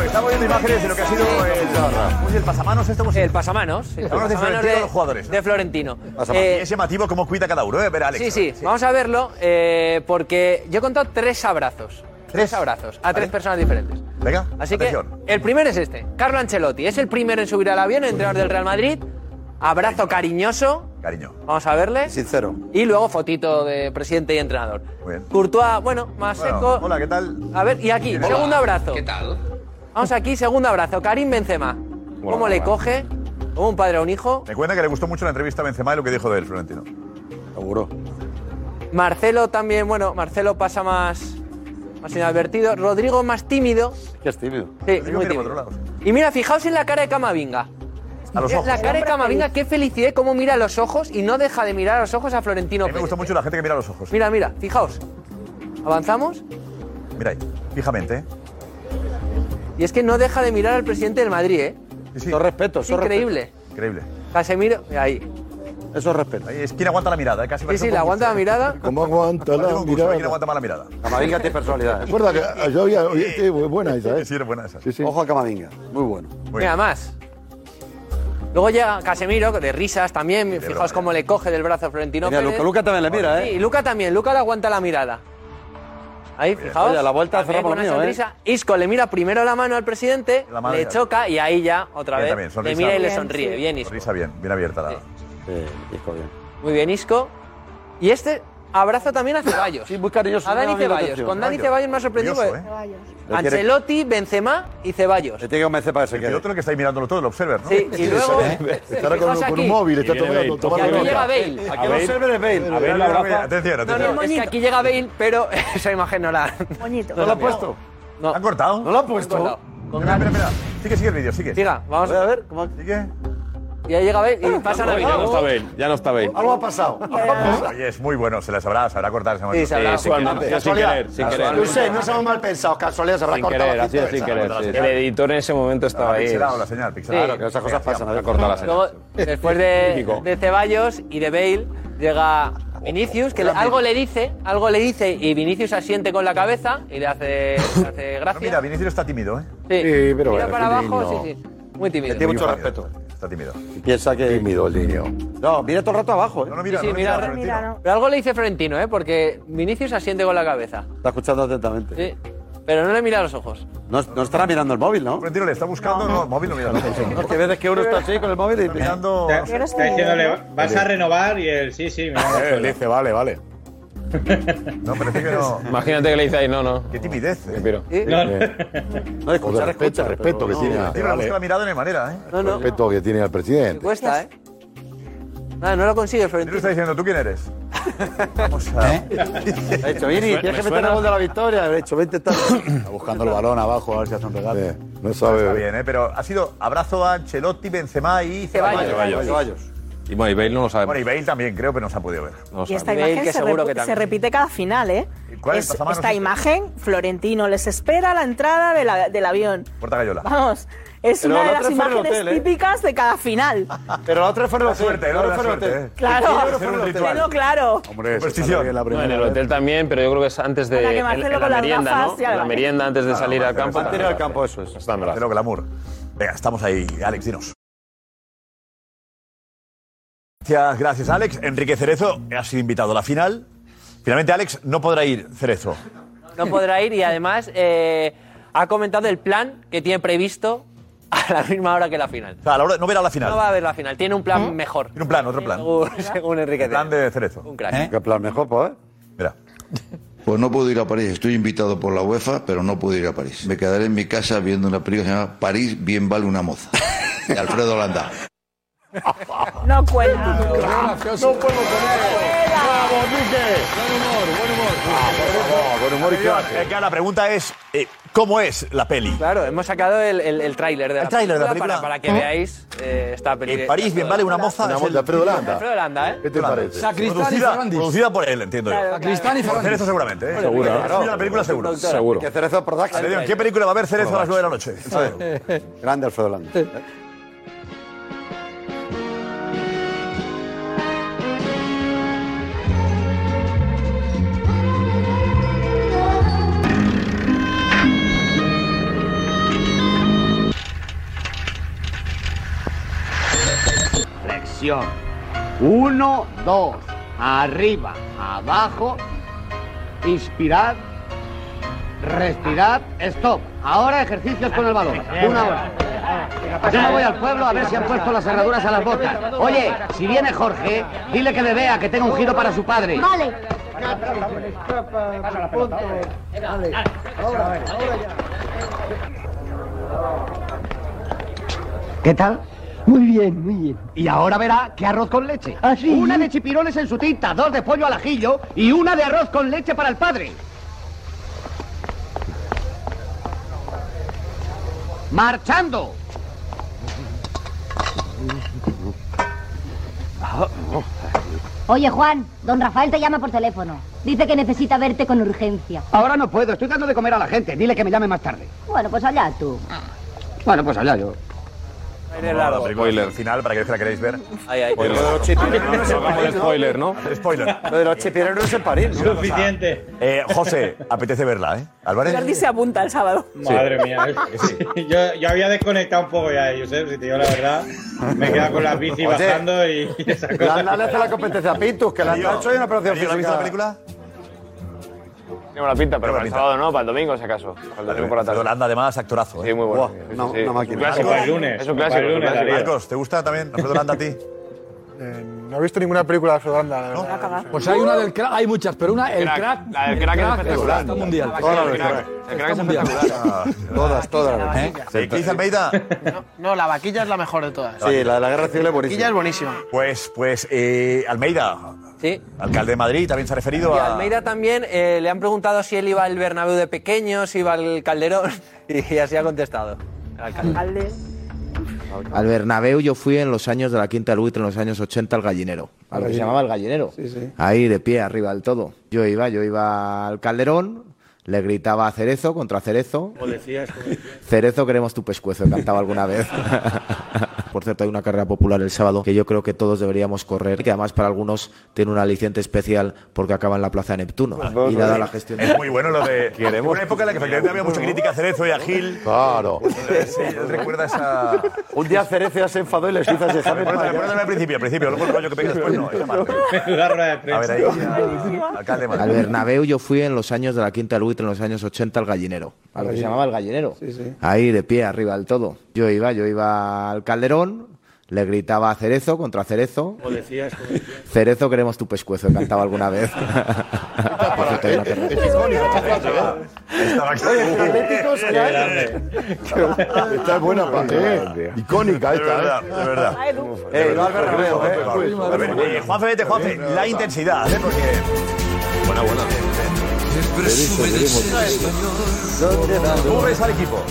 Estamos viendo imágenes de lo Eh, que ha sido
eh,
eh, el, el pasamanos. Este, el
pasamanos. El
Hablamos de
pasamanos
Florentino
de-
a los jugadores.
De Florentino.
Eh,
Eh,
es llamativo cómo cuida cada uno, ¿eh? Ver, Alex.
sí, sí, vamos a verlo eh, porque yo he contado tres abrazos. Tres abrazos a tres personas diferentes.
Venga,
Así
atención.
que el primero es este, Carlo Ancelotti. Es el primero en subir al avión, entrenador del Real Madrid. Abrazo cariñoso.
Cariño.
Vamos a verle.
Sincero.
Y luego fotito de presidente y entrenador.
Muy bien.
Courtois, bueno, más
Bueno,
seco.
hola, ¿qué tal?
A ver, y aquí,
Hola,
segundo abrazo. ¿Qué tal? Vamos aquí, segundo abrazo. Karim Benzema. ¿Cómo le
hola.
coge? Como un padre a un hijo.
Me cuenta que le gustó mucho la entrevista a Benzema y lo que dijo de él, Florentino. Seguro.
Marcelo también, bueno, Marcelo pasa más, más inadvertido. Rodrigo más tímido.
Qué es tímido.
Sí, muy tímido. Y mira, fijaos en la cara de Camavinga.
A los
Eh,
ojos.
La cara de Camavinga, qué felicidad, cómo mira a los ojos y no deja de mirar a los ojos a Florentino
Me
Pérez.
gusta mucho la gente que mira a los ojos.
Mira, mira, fijaos. Avanzamos
Mira ahí, fijamente, ¿eh?
y es que no deja de mirar al presidente del Madrid, ¿eh?
Todo respeto,
Es increíble.
Increíble.
Casemiro, mira ahí.
Eso es respeto. Es quien aguanta la mirada, ¿eh? casi
Sí,
parece
sí,
un
le
concurso.
aguanta la mirada.
¿Cómo aguanta
Parece
la
un concurso, ¿eh? ¿Quién
mirada?
aguanta más la mirada?
Camavinga tiene personalidad.
Recuerda que yo había... oye, eh, buena esa, ¿eh?
Sí, era buena esa.
Sí, sí.
Ojo a Camavinga. Muy bueno.
Mira, más. Luego llega Casemiro, de risas también. Fijaos cómo le coge del brazo a Florentino
eh. Mira,
Pérez.
Luca- Luca también le mira, ¿eh?
Sí, y Luca también. Luca le aguanta la mirada. Ahí, fijaos.
Oye, a la vuelta
También
cerramos
con
lo
una
mío, ¿eh?
sonrisa. Isco le mira primero la mano al presidente,
La mano
le
ya.
choca y ahí ya, otra
Bien,
vez,
también, sonrisa.
le mira y le sonríe. Bien, Isco.
Sonrisa bien, bien abierta la. bien.
Muy bien, Isco. Y este abrazo
[laughs]
también a Ceballos. Sí, muy
cariñoso,
A
me
Dani
llama la
Ceballos.
atención.
Con Dani
Ceballos.
Ceballos me ha sorprendido.
Curioso,
porque-
Le quiere-
Ancelotti, Benzema y Ceballos.
Le tiene que convencer para que se
El
quede.
otro que estáis mirándolo todo, el observer, ¿no?
Sí, y luego- [laughs]
Estará con, con un móvil, está tomando... tomando
aquí
nota.
llega Bale.
Aquí el observer es Bale.
A ver, la abraza. Atención,
No,
atención.
no, es que aquí llega Bale, pero [laughs] esa imagen no la. Moñito.
¿No lo ha puesto?
No.
¿Han cortado? ¿No lo han puesto?
Con
Espera, espera, espera. Sigue, sigue el vídeo, sigue.
Siga, vamos
a ver. ¿Sigue?
Y ahí llega Bale y
Ya
pasa la
no está Bale, ya no está Bale.
Algo ha pasado.
Oye, es muy bueno, se la sabrá, sabrá cortar ese momento.
Sí, se habrá Sí, sin cortado. querer, sin querer, sin querer. Luis, no somos mal pensados, casualidad, se habrá
Sin
cortado
querer,
la
ha sido sin
cinta de
querer.
esa.
sí. El editor en ese momento estaba ahí.
pixelado la señal, pixelado. Claro, que esas cosas pasan,
ha cortado la señal.
Luego, después de,
Típico.
de Ceballos y de Bale, llega Vinicius, que le- algo le dice, algo le dice, y Vinicius asiente con la cabeza y le hace, le hace gracia.
Mira, Vinicius está tímido, ¿eh?
Sí.
pero bueno,
Mira para
es un
abajo,
niño.
sí, sí. Muy tímido.
Le tiene mucho
Muy
respeto.
Está tímido.
Piensa que.
Tímido el niño.
No, mira todo el rato abajo, ¿eh?
Sí, sí, mira, Pero algo le dice Florentino, ¿eh? Porque Vinicius asiente con la cabeza.
Está escuchando atentamente.
Sí. Pero no le mira a los ojos.
No, no estará mirando el móvil, ¿no?
Florentino le está buscando, no, el móvil no mira.
No, que veces que uno está así con el móvil y
mirando.
Está, está diciéndole, vas a renovar y él, sí, sí, me va a
Él dice, vale, vale.
No, parece que no.
Imagínate que le dice ahí, no, no.
Qué timidez.
No,
No,
Con respeto,
escuchar, escucha.
respeto que tiene.
Tío, le busca la mirada en el manera, ¿eh?
No, no.
Respeto que tiene al
[laughs]
presidente.
Cuesta, ¿eh?
Ah,
Nada, no lo consigue Florentino.
está diciendo, ¿tú quién eres?
Vamos a.
¿Eh?
Ha dicho, Vini,
Me
tienes que meter
suena-
el gol de la victoria. Ha dicho, vente tal.
Está buscando el balón abajo, a ver si hace un regate.
No sabe.
Está bien, ¿eh? Pero ha sido abrazo a Ancelotti, Benzema y Ceballos.
Ceballos. Ceballos. Y bueno, y Bale no lo sabemos.
Bueno, y Bale también, creo, pero no se ha podido ver.
Y esta imagen se, repu- se repite cada final, ¿eh?
cuál es?
Es-
Pasamanos
esta
este.
imagen, Florentino les espera a la entrada de la- del avión.
Porta Gallola.
Ah,
Vamos, es
Pero
una de
el
las
otro fue en el
imágenes
hotel, ¿eh?
típicas de
[laughs]
cada final.
Pero la otra fue
la suerte,
la
¿no?
otra
La
fue el
suerte. ¿eh?
hotel.
Claro,
quiero hacer un ritual.
Pero claro.
Superstición. No, en el hotel también, pero yo creo que es antes de
Con la que
en- en
Marcelo
la
con las
merienda,
gafas,
¿no?
ya
En la
vale.
merienda antes de
Ah,
salir al campo.
Antes de ir al campo,
eso es.
Marcelo Glamour. Venga, estamos ahí, Alex, dinos. Gracias, gracias, Alex. Enrique Cerezo ha sido invitado a la final. Finalmente, Alex no podrá ir, Cerezo.
No podrá ir y además eh, ha comentado el plan que tiene previsto a la misma hora que la final.
O sea, a la hora- no verá la final. ¿Mm?
No va a haber la final, tiene un plan mejor.
Tiene un plan, otro plan.
Según, según Enrique.
El plan de Cerezo.
Un crack.
¿Qué
plan mejor, pues?
¿Eh? Mira.
Pues no puedo ir a París, estoy invitado por la UEFA, pero no puedo ir a París. Me quedaré en mi casa viendo una película que se llama París bien vale una moza. De Alfredo
[laughs]
Holanda.
No cuenta.
Ah,
No puedo
¡Bravo, Enrique!
Buen humor, buen humor.
Ah,
buen humor y clase. Eh, claro, la pregunta es, eh, ¿cómo es la peli?
Claro, hemos sacado el, el, el tráiler de,
El tráiler de la
para-
película. ¿Mm?
Para, que
Ujú.
veáis eh, esta película.
En París, bien vale una moza. es el-
Alfredo Landa, ¿eh?
¿Qué te parece?
Sacristán y
Producida-
Fernándis.
Producida por él, entiendo yo.
Claro, claro. Sacristán y
Por
Fernándis.
Cerezo seguramente, ¿eh?
Seguro.
Claro.
Seguro.
la película seguro.
Seguro. Que Cerezo Productions.
Le digo, ¿Qué película va a ver Cerezo a las 9 de la noche? [laughs]
Grande Alfredo Landa.
Flexión. Uno, dos. Arriba, abajo. Inspirad. Respirad. Stop. Ahora ejercicios con el balón. Una hora. Pues Yo me voy al pueblo a ver si han puesto las cerraduras a las botas. Oye, si viene Jorge, dile que me vea, que tenga un giro para su padre.
Vale.
¿Qué tal? Muy bien, muy bien. Y ahora verá que arroz con leche. Una de chipirones en su tinta, dos de pollo al ajillo y una de arroz con leche para el padre. ¡Marchando!
Ah,
Oye, Juan, don Rafael te llama por teléfono. Dice que necesita verte con urgencia.
Ahora no puedo, estoy dando de comer a la gente. Dile que me llame más tarde.
Bueno, pues allá tú.
Bueno, pues allá yo.
La película al final, para que la queréis ver.
Ay, ay.
Spoiler. Lo de los chipirones en París, ¿no? Spoiler, ¿no? Spoiler.
Lo de los chipirones en París.
Suficiente.
Eh, José, apetece verla, ¿eh?
Jordi
Álvarez.
se apunta el sábado.
Madre mía, [laughs] yo, yo había desconectado un poco ya, Josep, si te digo la verdad. Me he quedado con las bici
Oye.
bajando y [laughs] esas cosas.
Landa le hace la competencia a Pintus, que le han hecho hoy una operación física.
¿Has visto la
película?
Tiene buena pinta, pero para el sábado no, para el domingo, si acaso. Para el domingo por la tarde.
Holanda, además, actorazo. ¿eh?
Sí, muy bueno. Sí, sí, sí. Un clásico. Es un clásico. es un clásico.
Marcos, ¿te gusta también Alfredo Holanda a ti?
No he visto ninguna película de Alfredo Landa, la verdad.
Pues hay una del crack, hay muchas, pero una, el crack.
la del
el
crack es
espectacular.
está mundial.
Todas las del crack.
El
crack es
espectacular.
Ah, Todas, todas. las
¿Eh? Sí, ¿Qué dice Almeida?
No, la vaquilla es la mejor de todas.
Sí, la de la guerra civil es buenísima.
vaquilla es buenísima.
Pues, pues, eh, Almeida.
Sí.
Alcalde de Madrid, también se ha referido
Y
a.
Almeida también eh, le han preguntado si él iba al Bernabéu de [laughs] pequeño, si iba al Calderón, y así ha contestado. El alcalde.
Al Bernabéu yo fui en los años de la Quinta del Buitre, en los años 80, al Gallinero. A lo que se llamaba el Gallinero.
Sí, sí.
Ahí de pie, arriba del todo. Yo iba, yo iba al Calderón, le gritaba a Cerezo contra Cerezo.
Como decías, como
Cerezo, queremos tu pescuezo, cantaba alguna vez. [laughs] Por cierto, hay una carrera popular el sábado que yo creo que todos deberíamos correr, que además para algunos tiene un aliciente especial porque acaba en la Plaza de Neptuno.
Pues
Y dada la gestión.
Es muy bueno lo de. Hubo una época en la que efectivamente había mucha crítica a Cerezo y a Gil. Pues, eh, Claro. recuerda esa.
Un día Cerezo ya se enfadó y le hizo ese examen.
Recuérdame recuérdame al principio, al principio. Luego el rollo que pegué después no. Esa madre. A ver ahí. Alcalde de
Al
Madrid.
eh,
Bernabéu yo fui en los años de la Quinta del Buitre, en los años 80, al Gallinero. A lo que se llamaba el Gallinero. Ahí de pie, arriba del todo. Yo iba, yo iba al Calderón, le gritaba a Cerezo contra Cerezo.
como decías, como decías.
Cerezo, queremos tu pescuezo, cantaba
[laughs]
alguna vez. Por cierto, hay una carrera.
Estaba aquí.
Atléticos,
Qué
ya, ¿eh?
grande.
Esta es buena parte, ¿eh? Icónica
Es verdad,
esta, ¿eh?
es verdad.
Eh, no al Bernabéu, eh.
A ver, eh, Juanfe, vete, Juanfe. La intensidad, ¿eh? Porque. Buena, buena. ¿Cómo ves al equipo?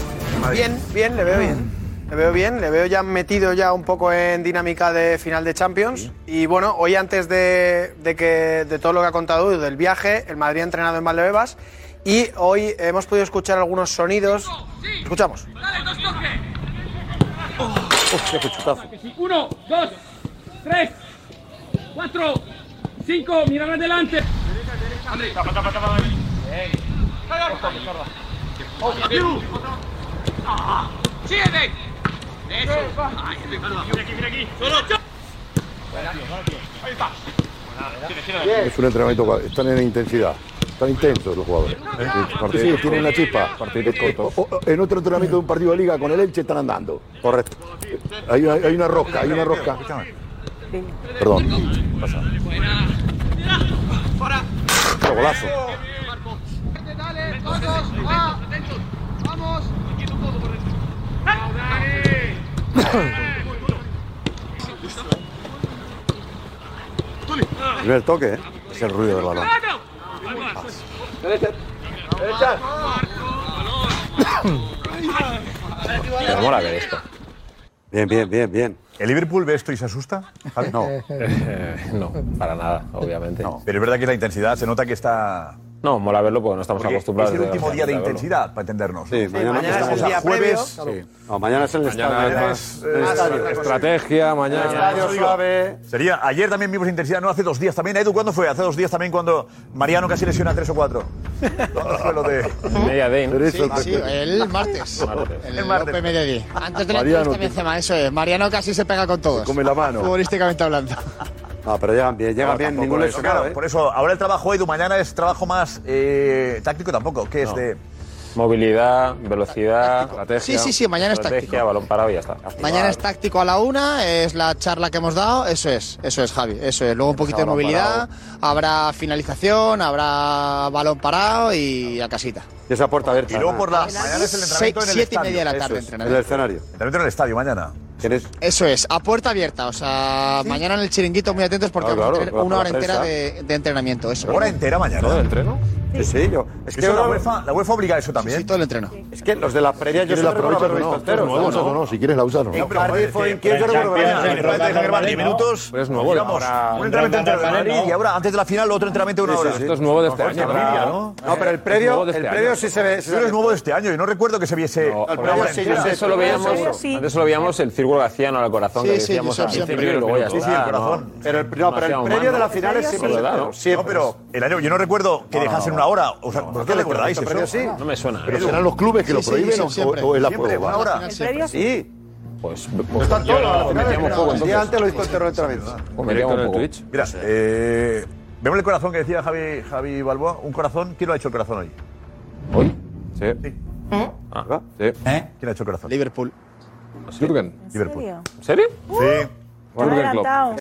Bien, bien, le veo bien. Le veo bien, le veo ya metido ya un poco en dinámica de final de Champions. Y bueno, hoy antes de, de que, de todo lo que ha contado Edu, del viaje, el Madrid ha entrenado en Valdebebas y hoy hemos podido escuchar algunos sonidos. Escuchamos.
Hostia, qué chutazo.
Uno, dos, tres, cuatro, cinco, mirar adelante. André, tapa, tapa, tapa. Bien. Corta, corta. Otra, Perú. Ah, Siete. Eso. Ay, Mira aquí, mira aquí. Solo. Ahí está. Gira, gira.
Es un entrenamiento, cua- están en intensidad, están intensos los
¿Eh?
jugadores. Sí, sí, tienen una chispa. Eh, O- o- en otro entrenamiento de un partido de liga con el Elche están andando. Correcto. Hay, una- hay una rosca, hay una rosca. Perdón. Otro golazo.
Vamos.
Primer toque, ¿eh? Es el ruido del balón.
Derecha. Derecha.
Me mola ver esto.
Bien, bien, bien, bien.
¿El Liverpool ve esto y se asusta? Javi?
[laughs] No. no, para nada, obviamente.
Pero es verdad que la intensidad se nota que está.
No, mola verlo porque no estamos
Porque
acostumbrados.
Es el último día de
desgraciadamente, a verlo.
intensidad, para entendernos. Sí,
mañana mañana estamos es el a día
jueves.
jueves. previo.
No, mañana es el
Mañana
estadio.
es más estrategia, mañana.
Eso digo. Sería, ayer también vimos intensidad, no hace dos días también. Edu, ¿cuándo fue? Hace dos días también cuando Mariano casi lesiona a tres o cuatro. ¿Cuándo fue lo de.
[laughs] Media day.
¿no?
Sí, sí, el martes. El, martes. media diez. Antes de la
Mariano,
entrevista
que-
Benzema, eso es. Mariano casi se pega con todos.
come la mano. [laughs]
Futbolísticamente hablando.
No, pero llegan bien, llegan bien, ningún lesionado,
Claro,
¿eh?
Por eso, ahora el trabajo Edu mañana es trabajo más eh, táctico tampoco, que es de.
Movilidad, velocidad, estrategia.
Sí, sí, sí, mañana es
estrategia, balón parado y ya está.
Mañana es táctico a la una, es la charla que hemos dado. Eso es, eso es, Javi. Eso es. Luego un poquito de
balón
movilidad, habrá finalización, habrá balón parado y a casita.
Y esa puerta abierta.
Y luego por la-
Nada.
mañana es el entrenamiento en el Seis- siete y media de la
Eso
tarde,
es,
entrenamiento.
En el escenario.
Entrenamiento en el estadio mañana.
¿Quieres?
Eso es, a puerta abierta. O sea, mañana en el chiringuito, muy atentos porque
Claro,
vamos a
claro,
tener
con la
una hora
prensa.
entera de, de entrenamiento. Eso.
¿Hora entera mañana? ¿Todo el
entreno?
Sí, sí, yo. Es que
Eso la
ahora-
UEFA, la UEFA obliga a eso también. Sí,
todo el entreno.
Es que los de la previa yo
¿Quieres la
siempre recuerdo
aprovechas o
haber
no?
visto entero.
¿La usas o no? Si quieres la usas o no.
En Cardiff o en Kiev yo recuerdo haber visto entero.
minutos.
Pues es nuevo.
Digamos,
ahora-
un entrenamiento entero de Madrid y ahora, antes de la final, otro entrenamiento de una
Sí, sí,
hora.
sí. Esto es nuevo de este
Mejor
año,
que la
¿verdad?
Biblia, ¿no?
No, pero el Es previo- nuevo de este el previo año. sí se ve- se
Pero
ve.
es nuevo de este año y no recuerdo que se viese.
Al previo sí, yo sé, eso lo veíamos, antes solo veíamos el círculo que hacían al corazón,
Sí,
que
sí,
decíamos
yo
al
sé, siempre
principio y luego ya
Sí,
está,
sí, el corazón.
Pero el, no, pero el
Demasiado
previo
humano.
de las finales
Sí,
siempre
sí,
es
sí.
entero. Siempre.
No, pero el año, yo no recuerdo que dejasen una hora. O sea, ¿Vosotros recordáis
el
eso?
previo
No me suena.
Pero serán los clubes que lo prohíben o- o, es la prueba.
Sí.
Pues,
están
yo
todos
no,
los
metíamos
laterales,
poco,
pero-
entonces.
El día antes lo hizo entero el entrenamiento.
Metíamos
Directo en el
poco.
Twitch. Mira, eh, vemos el corazón que decía Javi, Javi Balboa. Un corazón. ¿Quién lo ha hecho el corazón hoy?
Sí. ¿Eh?
Ah,
sí.
¿Quién ha hecho el corazón?
Liverpool.
Jürgen.
Liverpool.
¿En serio?
Sí.
Jürgen Klopp.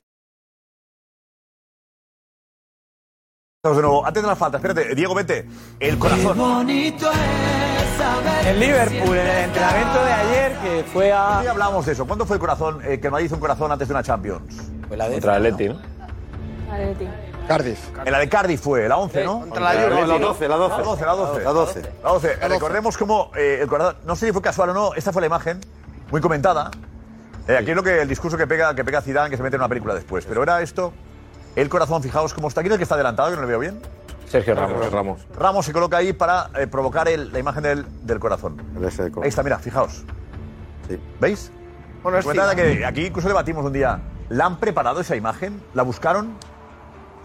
Estamos de nuevo. Antes de la falta, espérate. Diego, vete. El corazón.
El Liverpool, en el entrenamiento de ayer,
que fue a. Hoy hablábamos de eso. ¿Cuándo fue el corazón? eh, que el Madrid hizo un corazón antes de una Champions. Fue la de.
Contra el Atleti, ¿no?
Cardiff.
La de Cardiff fue, la 11, ¿no?
Contra la Juve. No, la 12, la 12.
La 12, la 12.
La 12.
La 12. Recordemos cómo eh, el corazón. No sé si fue casual o no, esta fue la imagen, muy comentada, Eh, aquí es lo que el discurso que pega, que pega Zidane, que se mete en una película después. Pero era esto. El corazón, fijaos cómo está. ¿Quién es el que está adelantado? Que no le veo bien.
Sergio Ramos. Ramos.
Ramos se coloca ahí para eh, provocar el- la imagen del, del corazón. Ahí está, mira, fijaos. ¿Veis?
Bueno, es
Cuenta
Zidane.
que aquí incluso debatimos un día. ¿La han preparado esa imagen? ¿La buscaron?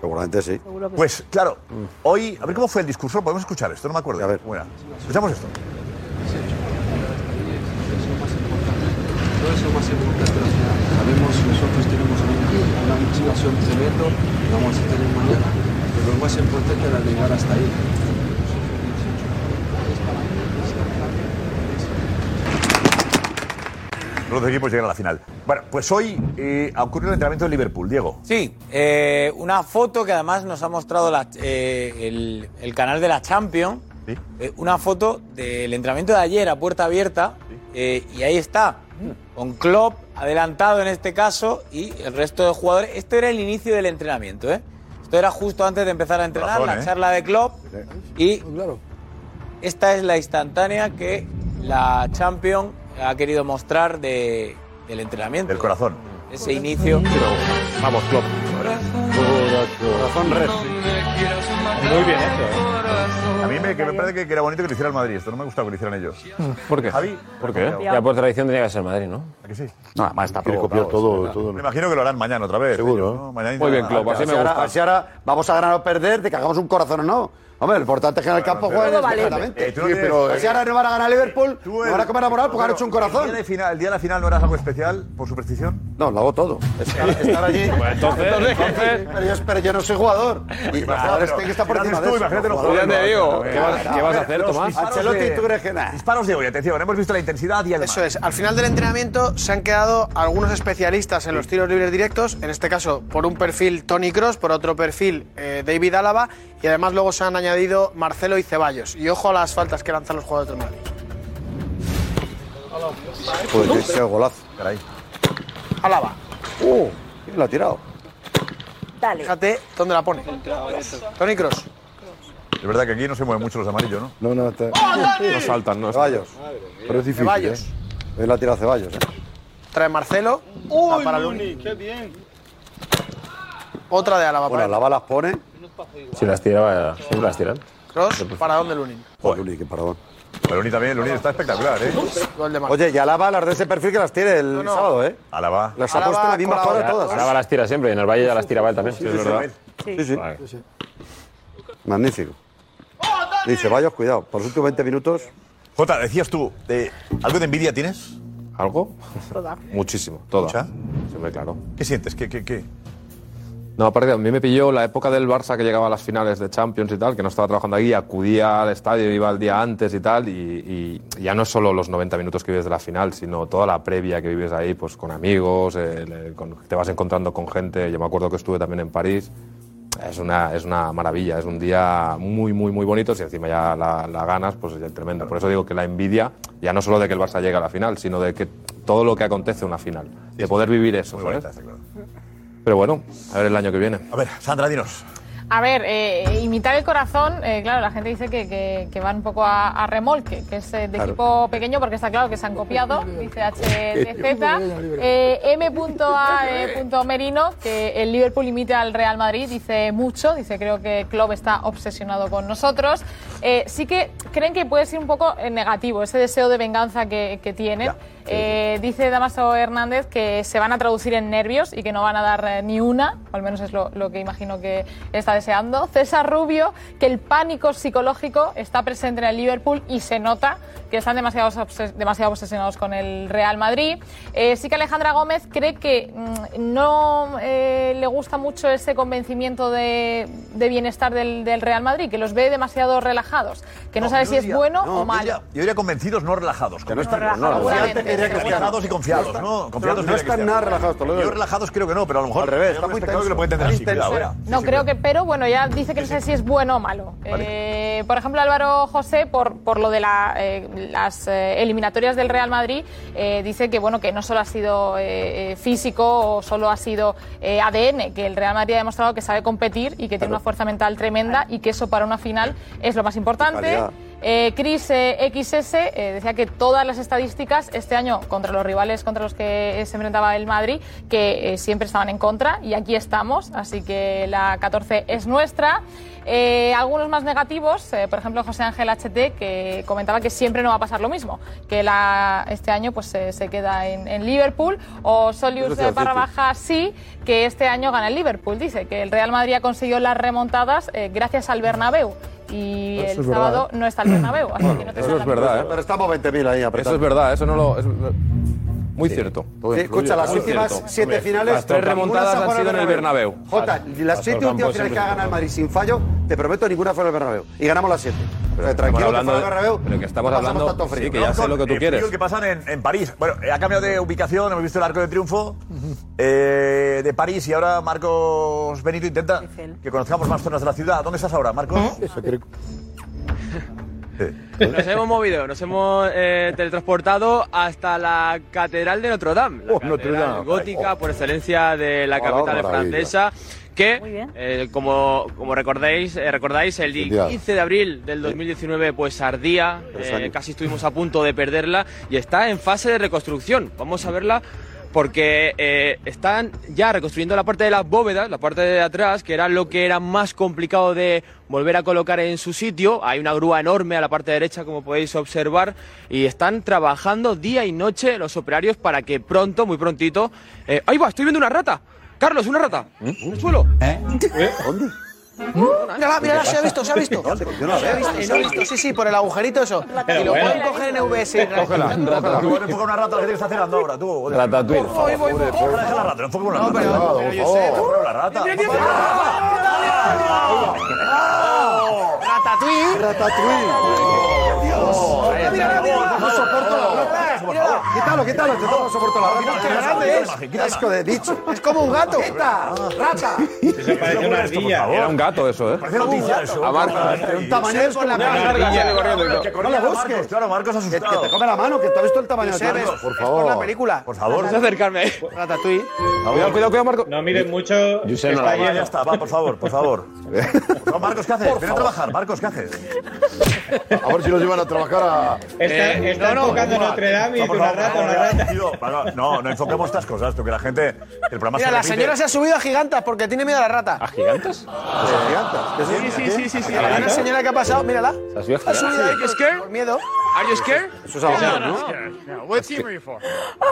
Seguramente sí.
Seguro que
Pues claro, hoy, a ver cómo fue el discurso, podemos escuchar esto, no me acuerdo. A ver, bueno, escuchamos esto.
Todo eso es lo más importante de la ciudad. Sabemos, nosotros tenemos una motivación tremenda, la vamos a tener mañana, pero lo más importante era llegar hasta ahí.
Los dos equipos llegan a la final. Bueno, pues hoy eh, ha ocurrido el entrenamiento de Liverpool, Diego.
Sí, eh, una foto que además nos ha mostrado la- eh, el, el canal de la Champions. Eh, una foto del entrenamiento de ayer a puerta abierta. eh, y ahí está, con Klopp adelantado en este caso y el resto de jugadores. Esto era el inicio del entrenamiento, ¿eh? Esto era justo antes de empezar a entrenar,
razón,
la
¿eh?
charla de Klopp. Y esta es la instantánea que la Champions ha querido mostrar de- del entrenamiento. Del
corazón.
Ese inicio. vamos, Klopp.
Corazón red. Muy bien
¿eh?
hecho. A mí me, que me parece que, que era bonito que lo hiciera el Madrid. Esto no me gustaba que lo hicieran ellos.
¿Por qué?
Javi,
¿Por qué? Ya por tradición tenía que ser Madrid, ¿no?
¿A que sí?
No, además está
Quiere
provocado,
copiar todo-
es verdad.
Me imagino que lo harán mañana otra vez. Seguro. Mañana
Muy bien,
intentarán-
Klopp, así me
ahora-
gusta.
así
Si ahora vamos a ganar o perder, de que hagamos un corazón o no. Hombre, lo importante es que en el campo
pero-
jueguen
Todo vale.
exactamente.
Eh, tú no tienes-
si ahora no van a ganar Liverpool, no van a comer la moral porque han
Pero,
hecho un
¿El
corazón.
día, de final, el día de la final no eras algo especial por superstición?
No, lo hago todo. Estar, estar allí. eh,
Pues entonces-
pero, yo, pero yo no soy jugador. Y los jugadores tienen que estar por
Imagínate
encima
tú,
de eso.
imagínate los
jugadores.
jugadores.
Claro,
¿Qué vas-
claro.
qué vas a hacer,
Los
Tomás?
disparos de-
Ancelotti, tú
crees que nada.
Disparos de hoy, atención, hemos visto la intensidad y además.
Eso es. Al final del entrenamiento se han quedado algunos especialistas en los tiros libres directos. En este caso, por un perfil Tony Cross, por otro perfil eh, David Álava. Y además, luego se han añadido Marcelo y Ceballos. Y ojo a las faltas que lanzan los jugadores del Madrid.
Pues ese golazo.
Caray.
Álava,
Uh, ¿quién [laughs] lo ha tirado?
Dale. fíjate dónde la pone. Tony Cross.
Es verdad que aquí no se mueven mucho los amarillos, ¿no? ¡Oh,
No, no,
este-
está.
No saltan, ¿no?
Ceballos.
Pero es difícil.
Ceballos.
Él la tira Ceballos. ¿eh?
Trae Marcelo.
¡Uy,
la para Luni.
Luni! ¡Qué bien!
Otra de Álava.
Bueno,
para-
la balas pone.
Si las tiraba, siempre las tiran.
Cross, para dónde Lunin.
Joder, qué paradón.
Pero Luni también, Luni está espectacular, ¿eh?
Gol de Mar-
Oye, ya lava las de ese perfil que las tiene el sábado, ¿eh?
Alaba.
Las ha puesto en la misma jugada todas.
Ahora las tira siempre, y en el Valle ya las tiraba él también.
Sí, sí, sí. Sí, sí.
Vale.
Magnífico. Y Ceballos, cuidado. Por los últimos 20 minutos.
Jota, decías tú, eh, ¿algo de envidia tienes?
¿Algo?
Toda.
Muchísimo, todo.
¿Mucha?
Siempre, claro.
¿Qué sientes? ¿Qué, qué, qué?
No, aparte, a mí me pilló la época del Barça que llegaba a las finales de Champions y tal, que no estaba trabajando aquí, acudía al estadio, iba el día antes y tal, y, y ya no es solo los 90 minutos que vives de la final, sino toda la previa que vives ahí, pues con amigos, eh, le- con- te vas encontrando con gente, yo me acuerdo que estuve también en París, es una, es una maravilla, es un día muy, muy, muy bonito, si encima ya la, la ganas, pues es tremendo. Por eso digo que la envidia, ya no solo de que el Barça llega a la final, sino de que todo lo que acontece en una final, de poder vivir eso.
Muy
¿sabes?
bonita, está claro.
Pero bueno, a ver el año que viene.
A ver, Sandra, dinos.
A ver, eh, imitar el corazón, eh, claro, la gente dice que, que, que va un poco a, a remolque, que es eh, de
Claro.
equipo pequeño, porque está claro que se han copiado, dice HDZ. Eh, M.A. eh, punto Merino, que el Liverpool imita al Real Madrid, dice mucho, dice creo que Klopp está obsesionado con nosotros. Eh, sí que creen que puede ser un poco eh, negativo ese deseo de venganza que, que tienen. Eh, dice Damaso Hernández que se van a traducir en nervios y que no van a dar eh, ni una, o al menos es lo, lo que imagino que está deseando. César Rubio, que el pánico psicológico está presente en el Liverpool y se nota que están demasiado, obses- demasiado obsesionados con el Real Madrid. Eh, sí que Alejandra Gómez cree que mm, no eh, le gusta mucho ese convencimiento de, de bienestar del, del Real Madrid, que los ve demasiado relajados, que no, sabe
yo
si es
diría-
bueno
no,
o
yo
malo.
diría- Yo diría convencidos, no relajados. Que no
están- no, no, Seguramente.
relajados y confiados, ¿no? Confiados
No están nada relajados, Toledo.
Yo relajados creo que no, pero a lo mejor.
Al revés,
está muy
tenso.
que lo puede entender así.
Está
Cuidado,
intenso.
eh.
No, creo que, pero bueno, ya dice que no sé si es bueno o malo. Eh, por ejemplo, Álvaro José, por, por lo de la, eh, las eh, eliminatorias del Real Madrid, eh, dice que bueno que no solo ha sido eh, eh, físico o solo ha sido eh, ADN, que el Real Madrid ha demostrado que sabe competir y que tiene una fuerza mental tremenda y que eso para una final es lo más importante.
Calidad.
Eh, Chris eh, XS eh, decía que todas las estadísticas este año contra los rivales contra los que eh, se enfrentaba el Madrid, que eh, siempre estaban en contra y aquí estamos, así que la 14 es nuestra. Eh, algunos más negativos, eh, por ejemplo José Ángel HT, que comentaba que siempre no va a pasar lo mismo, que la, este año pues se- se queda en, en Liverpool, o
Eso
Solius
te iba a
eh,
decir,
barra
sí.
baja sí, que este año gana el Liverpool, dice que el Real Madrid ha conseguido las remontadas eh, gracias al Bernabéu y
Eso
el
es verdad,
sábado
¿eh?
no está el Bernabéu, así que no te
Eso es verdad, ¿eh? Pero estamos 20.000 ahí
Eso
apretados.
es verdad, eso no lo. es- muy cierto. Todo
Sí,
influye,
escucha, las
muy
últimas
cierto.
siete
Hombre,
finales.
Las tres remontadas han sido en el Bernabéu.
Jota, las siete últimas finales que ha
ganan
ganado el Madrid sin fallo, te prometo, ninguna fue en el Bernabéu. Y ganamos las siete. O sea,
Estamos
tranquilo, que
hablando
fue en el
de-
Bernabéu.
pero que estamos
no pasamos
hablando.
tanto frío.
sí, que ya sé lo que tú
Eh,
quieres.
frío que pasan en, en París. Bueno, eh, ha cambiado de ubicación, hemos visto el Arco de Triunfo eh, de París y ahora Marcos Benito intenta que conozcamos más zonas de la ciudad. ¿Dónde estás ahora, Marcos?
Nos hemos movido, nos hemos eh, teletransportado hasta la Catedral de Notre Dame, la
Oh,
catedral
Notre Dame.
gótica por excelencia de
Oh,
la
la
capital
maravilla.
francesa, que, eh, como, como recordéis, eh, recordáis, el
Mundial.
día 15 de abril del 2019 pues ardía, eh,
años.
casi estuvimos a punto de perderla y está en fase de reconstrucción. Vamos a verla porque eh, están ya reconstruyendo la parte de las bóvedas, la parte de atrás, que era lo que era más complicado de volver a colocar en su sitio. Hay una grúa enorme a la parte derecha, como podéis observar, y están trabajando día y noche los operarios para que pronto, muy prontito... eh, ¡Ahí va! ¡Estoy viendo una rata! ¡Carlos, una rata!
¿Eh?
¿En el suelo? ¿Eh?
¿Dónde?
Mírala, mírala, se ha visto, se ha visto.
Yo no la
Se ha
veo.
visto,
Ah,
se ha visto, sí, sí, por el agujerito eso.
Pero
Y lo
bueno.
pueden coger en VS. y traer.
Cógela, cógela. Tú enfoca una rata, la gente que está cerrando ahora, tú.
Ratatouille.
Por favor,
voy, voy.
Ahora deja la rata, enfoca una rata. Por favor, la rata.
Ratatouille.
Ratatouille.
Oh,
Dios. Mira, mira, mira.
No soporto la rata. por favor. Quítalo, quítalo. Yo no soporto la rata.
Qué grande es.
Qué asco de bicho.
Es como un gato.
Ah,
Rata.
Parece una ardilla. Era un gato eso, ¿eh? Parece
noticia eso.
A Marcos.
De un tamaño con la
Que
mano. No
no
la
la
busques.
Claro, Marcos
Que
asustado.
te come la mano, que tú has visto el tamaño de
Josep,
Marcos.
es- es por la película.
Por
favor.
Ratatouille.
acercarme.
Ratatouille.
Cuidado, cuidado, cuidado, Marcos.
No miren mucho.
Josep, no la veo. Ya Ah, está, va, por favor, por favor. No, Marcos, ¿qué haces? Ven a trabajar, Marcos, ¿qué haces?
A ver si lo llevan a trabajar a.
Está,
Eh,
está
no, no,
enfocando
no,
Notre Dame y
no,
dice
por
una
favor,
rata,
por
una
favor,
rata.
tío, para- No, no enfoquemos estas cosas, tú, que la gente. El programa
Mira,
se
la
repite.
señora se ha subido a gigantas porque tiene miedo a la rata. ¿A
gigantas?
Ah, pues ¿Qué son?
Sí, sí, sí, sí, sí.
¿A
Hay una
gigantas?
señora que ha pasado, mírala.
¿Las vio
Ha subido ahí
¿Are you scared?
por miedo.
¿Are you scared?
Eso es absurdo,
No, no,
No, what team are you for?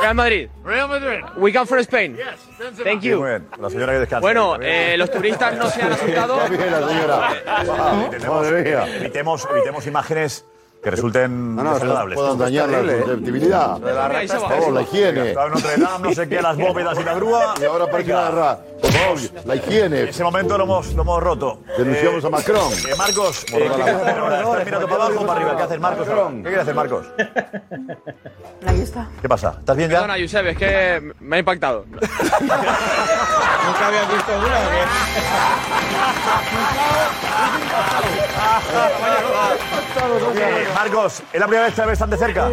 Real Madrid.
Real Madrid.
We come from Spain.
Yes, Benzema.
Thank you.
Muy bien, la señora que descansa.
Bueno,
Está bien.
eh, los turistas no se
[laughs]
han asustado.
Está bien, la señora.
Ah,
Evitemos, evitemos, evitemos imágenes que resulten
no,
desagradables.
puedan dañar la
Terrible, ¿eh?
susceptibilidad.
Lo de la
Ahí
rata
se
es
va.
terrible.
La higiene.
Estaba en Notre Dame, no sé qué, las bóvedas y la grúa.
Y ahora parece
Venga.
una rata. Por favor, la higiene.
En ese momento lo hemos, lo hemos roto.
Denunciamos a Macron.
Eh, Marcos,
Mordedor
eh, ¿qué
a
quieres
la
hacer ahora? ¿Estás mirando para abajo o para arriba? ¿Qué haces, Marcos? ahora? ¿Qué quieres hacer, Marcos?
[laughs] Ahí está.
¿Qué pasa? ¿Estás bien ya?
Perdona, Josep, es que me ha impactado.
Nunca había visto Eh, Marcos, ¿es la primera vez que te ves tan de
[laughs]
cerca?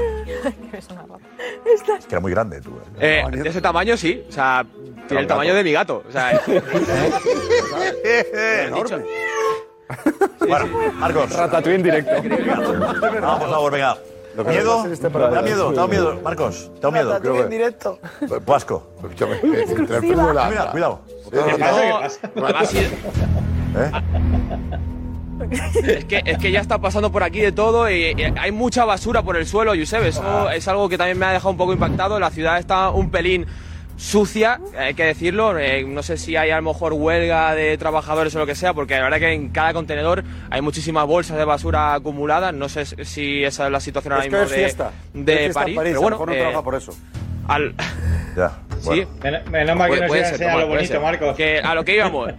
Es que era muy grande, tú. eh.
Eh, de ese tamaño sí, o sea, tiene el tamaño de mi gato.
[laughs]
O sea,
Enorme. Bueno, Marcos. Ratatouille en directo. [laughs] No, por favor, venga.
que nos va a
¿Miedo?
hacer este
¿Te da
programa.
miedo? ¿Te da miedo? Marcos, ¿te da miedo?
Ratatouille en
directo.
Vasco.
Entre el frío y la-
Cuidado, cuidado.
¿Qué
pasa? ¿Qué pasa? Ha sido- es, que, es que ya está pasando por aquí de todo y, y hay mucha basura por el suelo, Josep. Eso
Ah.
es algo que también me ha dejado un poco impactado. La ciudad está un pelín sucia, hay que decirlo. Eh, no sé si hay a lo mejor huelga de trabajadores o lo que sea, porque la verdad que en cada contenedor hay muchísimas bolsas de basura acumuladas. No sé si esa es la situación ahora
Es que
mismo
es
de,
fiesta.
de
Es fiesta en París,
París. Pero
a lo
bueno,
mejor no
eh,
trabaja por eso.
al-
Ya.
Sí.
Menos mal que
Puede-
nos iba a
puede ser,
enseñar
Tomás,
lo
puede
bonito,
ser.
Marcos.
Que a lo que íbamos.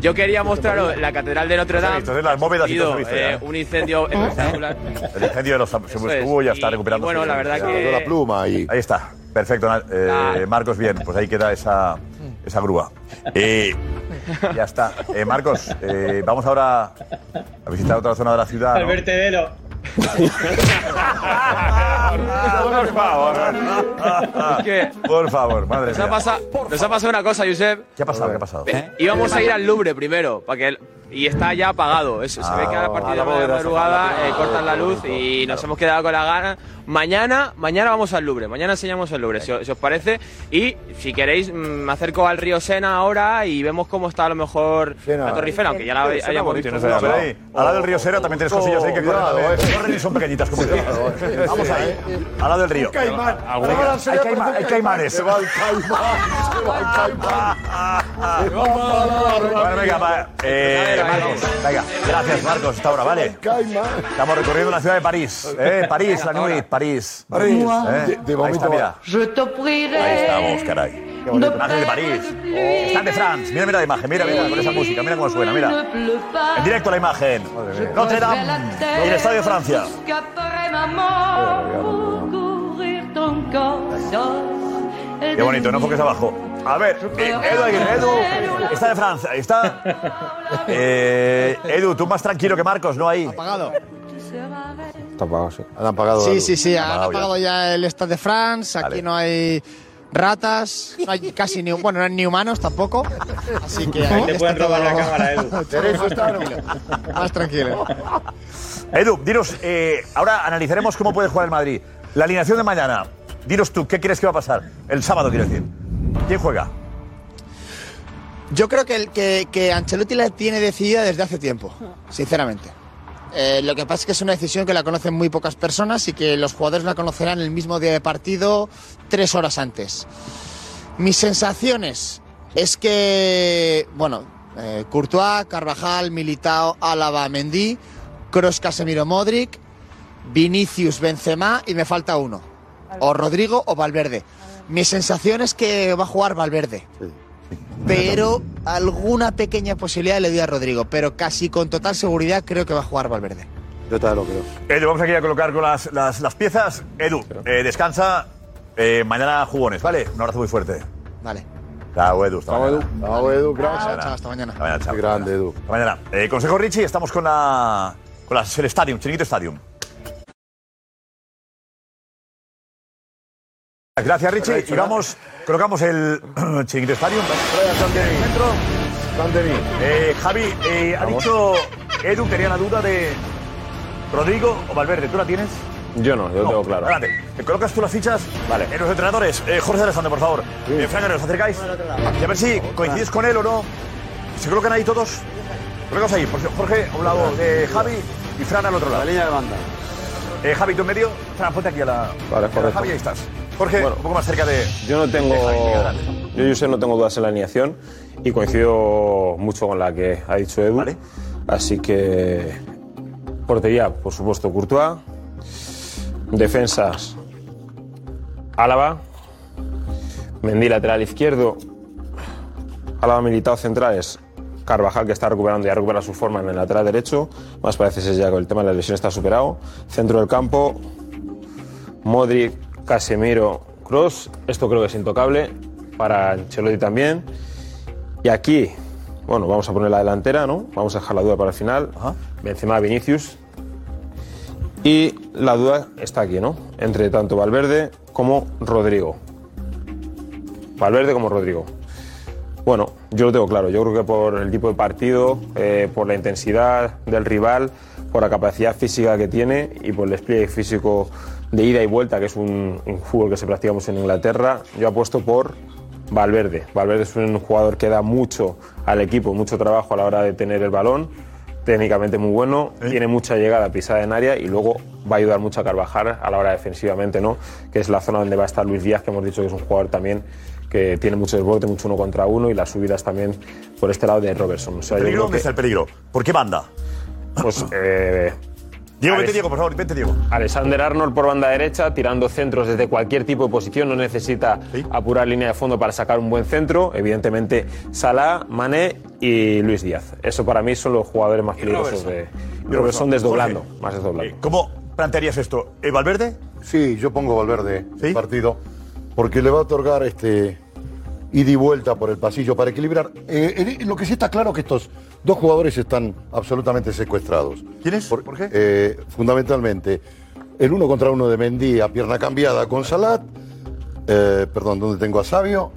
Yo quería mostraros la Catedral de Notre Dame.
Entonces las bóvedas y todo se
Sido,
viste,
eh,
¿eh?
un incendio espectacular.
El incendio de los se estuvo y ya está recuperando.
bueno, la verdad que-
la pluma y... Ahí está. Perfecto, na- eh, Marcos, bien. Pues ahí queda esa, esa grúa. Eh, ya está. Eh, Marcos, eh, vamos ahora a visitar otra zona de la ciudad.
Al
¿no?
vertedero.
Por favor. Ah, Por favor, madre
Nos ha,
mía.
pasado, nos ha pasado una cosa, Josep.
¿Eh?
¿Qué ha pasado? ¿Qué ha pasado?
Íbamos a ir al Louvre primero, para que
y está ya apagado. Eso, se ve que a
Ah,
partir de la media madrugada eh, cortan la luz y nos hemos quedado con la gana. Mañana, mañana vamos al Louvre, mañana enseñamos el Louvre, si, os- si os parece. Y si queréis, mm, me acerco al río Sena ahora y y vemos cómo está a lo mejor la Torre Eiffel, aunque ya la hay- hayamos visto.
Tienes ahí, ahí. Al lado del río Sera también tienes cosillas ahí que corren. también. Corren y son pequeñitas como yo. Vamos
Eh,
ahí. Al lado del río.
Caimán.
Algún-
Ahora
Hay,
se ve
caima- hay
perfecto.
caimanes.
Se va el caimán. Se va el caimán. Se va a parar.
Bueno, venga, va. Eh, Marcos, venga. Gracias, Marcos. Hasta ahora, vale. Estamos recorriendo la ciudad de París.
[laughs]
Eh, París, la nuit, París.
París. De-
Eh,
de
ahí está,
momento
mira.
Je te
Ahí estamos,
prierai.
caray. Qué bonito. Imagen de París. Están de France. Mira, mira la imagen. Mira, mira, con esa música. Mira cómo suena, mira.
Ne pleure pas.
En directo la imagen. Notre Dame. Y el Estadio de Francia.
Escaparé, maman, courir ton corps sort. Et
Qué bonito, no porque es abajo. A ver, eh, Edu Aguirre, Edu, está de Francia, ahí está. Eh, Edu, tú más tranquilo que Marcos, ¿no? Ahí.
Apagado.
Está
¿eh?
apagado, sí. Han apagado.
Sí, sí, sí, han apagado ya el Stade de France, aquí no hay ratas, no hay casi ni, bueno, no hay ni humanos tampoco, así que
Ahí
ahí
te
está
pueden robar
todo-
la cámara,
[laughs]
Edu.
Todo más tranquilo. Más tranquilo.
[laughs] Edu, dinos, eh, ahora analizaremos cómo puede jugar el Madrid. La alineación de mañana. Dinos tú, ¿qué crees que va a pasar? El sábado, quiero decir. ¿Quién juega?
Yo creo que, el- que, que Ancelotti la tiene decidida desde hace tiempo, sinceramente. Eh, lo que pasa es que es una decisión que la conocen muy pocas personas y que los jugadores la conocerán el mismo día de partido, tres horas antes. Mis sensaciones es que, bueno, eh, Courtois, Carvajal, Militao, Álava, Mendy, Kroos, Casemiro, Modric, Vinicius, Benzema y me falta uno. O Rodrigo o Valverde. Mi sensación es que va a jugar Valverde pero alguna pequeña posibilidad le doy a Rodrigo, pero casi con total seguridad creo que va a jugar Valverde.
Yo también lo creo. Edu, vamos aquí a colocar con las, las- las piezas. Edu, eh, descansa. Eh, mañana jugones, ¿vale? Un abrazo muy fuerte.
Vale.
Chao, Edu. Hasta mañana.
Chao, Edu, gracias.
Chao, hasta mañana.
Hasta mañana, chao. grande, Edu. Hasta mañana. Eh, Consejo Richie, estamos con la con las- el Stadium, Chiringuito Stadium. Gracias, Richie.
Perfecto,
y vamos, colocamos el [clears throat] Chiringuito Stadium. Centro. Eh, Javi, eh, ha
Vamos.
dicho Edu, tenía la duda de Rodrigo o Valverde. ¿Tú la tienes?
Yo no, yo lo tengo claro.
Espérate, ¿te colocas tú las fichas? Vale. En los entrenadores, eh, Jorge Alessandro, por favor. Eh, Fran, ¿os acercáis? Y a ver si coincides con él o no. ¿Se colocan ahí todos? Colocaos ahí, por si- Jorge a un lado de Javi y Fran al otro lado. La línea de banda. Eh, Javi, tú en medio. Fran, ponte aquí a la.
Vale,
a la
correcto.
Javi, ahí estás. Jorge, un poco más cerca de.
Yo no tengo.
de Javi, adelante.
Yo, yo sé, no tengo dudas en la alineación y coincido mucho con la que ha dicho Edu. Así que. Portería, por supuesto, Courtois. Defensas, Álava. Mendy, lateral izquierdo. Álava militado centrales. Carvajal que está recuperando y ha recuperado su forma en el lateral derecho. Más parece ser ya que el tema de la lesión está superado. Centro del campo, Modric, Casemiro, Cross. Esto creo que es intocable. Para Ancelotti también. Y aquí, bueno, vamos a poner la delantera, ¿no? Vamos a dejar la duda para el final. Benzema, Vinicius. Y la duda está aquí, ¿no? Entre tanto Valverde como Rodrigo. Valverde como Rodrigo. Bueno, yo lo tengo claro. Yo creo que por el tipo de partido, eh, por la intensidad del rival, por la capacidad física que tiene y por el despliegue físico de ida y vuelta, que es un, un fútbol que se practica mucho en Inglaterra, yo apuesto por Valverde. Valverde es un jugador que da mucho al equipo, mucho trabajo a la hora de tener el balón. Técnicamente muy bueno, tiene mucha llegada pisada en área y luego va a ayudar mucho a Carvajal a la hora defensivamente, ¿no? Que es la zona donde va a estar Luis Díaz, que hemos dicho que es un jugador también que tiene mucho desborde, mucho uno contra uno y las subidas también por este lado de Robertson. O sea, yo
¿Peligro?
creo
¿Dónde
que-
está el peligro? ¿Por qué banda?
Pues. Eh,
Diego,
Alex-
vete, Diego, por favor, vete, Diego.
Alexander Arnold por banda derecha, tirando centros desde cualquier tipo de posición, no necesita apurar línea de fondo para sacar un buen centro. Evidentemente, Salah, Mané y Luis Díaz. Eso para mí son los jugadores más peligrosos
Robertson.
de.
Y Robertson.
Robertson desdoblando,
Jorge.
más desdoblando.
¿Cómo plantearías esto? ¿Eh, ¿Valverde?
Sí, yo pongo Valverde el partido. Porque le va a otorgar este ida y vuelta por el pasillo para equilibrar. Eh, eh, lo que sí está claro que estos dos jugadores están absolutamente secuestrados.
¿Quiénes?
¿Por, qué? fundamentalmente, el uno contra uno de Mendy a pierna cambiada con Salat. eh, perdón, donde tengo a Sabio.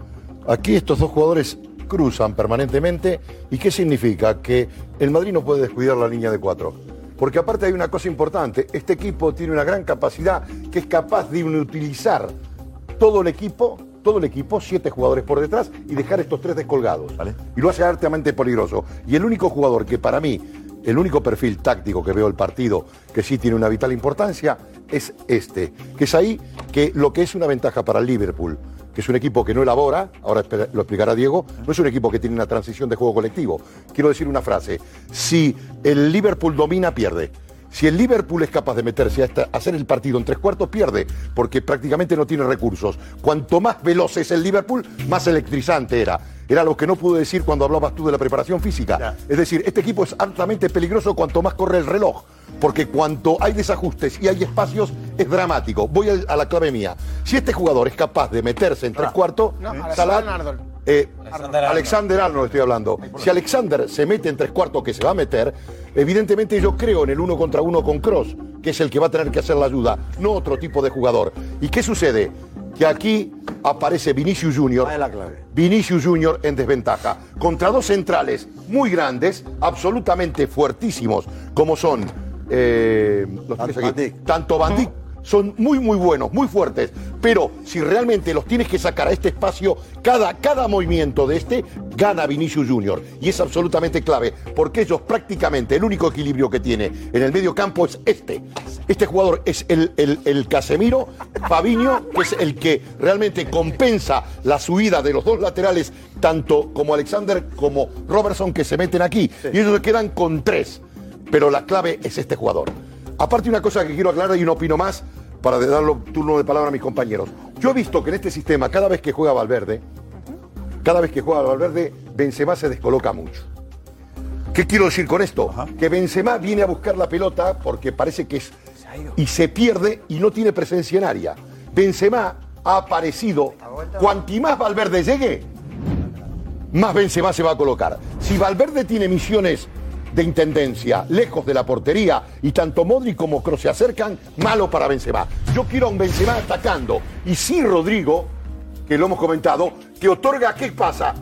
Aquí estos dos jugadores cruzan permanentemente. ¿Y qué significa? Que el Madrid no puede descuidar la línea de cuatro. Porque aparte hay una cosa importante, este equipo tiene una gran capacidad que es capaz de inutilizar todo el equipo, todo el equipo, siete jugadores por detrás y dejar estos tres descolgados. Y lo hace altamente peligroso. Y el único jugador que para mí, el único perfil táctico que veo el partido, que sí tiene una vital importancia, es este. Que es ahí que lo que es una ventaja para el Liverpool, que es un equipo que no elabora, ahora espe- lo explicará Diego, no es un equipo que tiene una transición de juego colectivo. Quiero decir una frase. Si el Liverpool domina, pierde. Si el Liverpool es capaz de meterse a, esta- a hacer el partido en tres cuartos, pierde, porque prácticamente no tiene recursos. Cuanto más veloz es el Liverpool, más electrizante era. Era lo que no pude decir cuando hablabas tú de la preparación física. Es decir, este equipo es altamente peligroso cuanto más corre el reloj, porque cuanto hay desajustes y hay espacios, es dramático. Voy al- a, la clave mía. Si este jugador es capaz de meterse en tres cuartos,
No, Alexander
Salah-
Arnold.
eh, Alexander Arnold estoy hablando. Si Alexander se mete en tres cuartos que se va a meter, evidentemente yo creo en el uno contra uno con Cross, que es el que va a tener que hacer la ayuda, no otro tipo de jugador. ¿Y qué sucede? Que aquí aparece Vinicius Junior. Vinicius Junior en desventaja. Contra dos centrales muy grandes, absolutamente fuertísimos, como son eh, los tres aquí. tanto Van Dijk son muy, muy buenos, muy fuertes. Pero si realmente los tienes que sacar a este espacio, cada, cada movimiento de este gana Vinicius Junior. Y es absolutamente clave, porque ellos prácticamente el único equilibrio que tiene en el medio campo es este. Este jugador es el, el- el Casemiro, Fabiño, que es el que realmente compensa la subida de los dos laterales, tanto como Alexander como Robertson, que se meten aquí. Y ellos se quedan con tres. Pero la clave es este jugador. Aparte una cosa que quiero aclarar y no opino más para de- darlo turno de palabra a mis compañeros. Yo he visto que en este sistema cada vez que juega Valverde, cada vez que juega Valverde, Benzema se descoloca mucho. ¿Qué quiero decir con esto? Que Benzema viene a buscar la pelota porque parece que es y se pierde y no tiene presencia en área. Benzema ha aparecido. Cuanti más Valverde llegue, más Benzema se va a colocar. Si Valverde tiene misiones de intendencia, lejos de la portería, y tanto Modri como Kroos se acercan, malo para Benzema. Yo quiero a un Benzema atacando. Y sí, Rodrigo, que lo hemos comentado, te otorga, ¿qué pasa?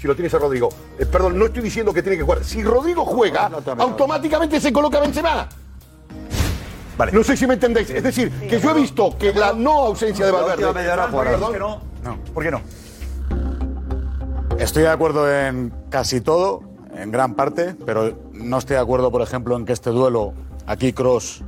Si lo tienes a Rodrigo. Eh, perdón, no estoy diciendo que tiene que jugar. Si Rodrigo juega, automáticamente se coloca Benzema. No sé si me entendéis. Es decir, que yo he visto que la no ausencia de
La
Valverde...
última media hora
Perdón,
fuera.
perdón.
¿Por qué no?
Estoy de acuerdo en casi todo, en gran parte, pero no estoy de acuerdo, por ejemplo, en que este duelo aquí Cross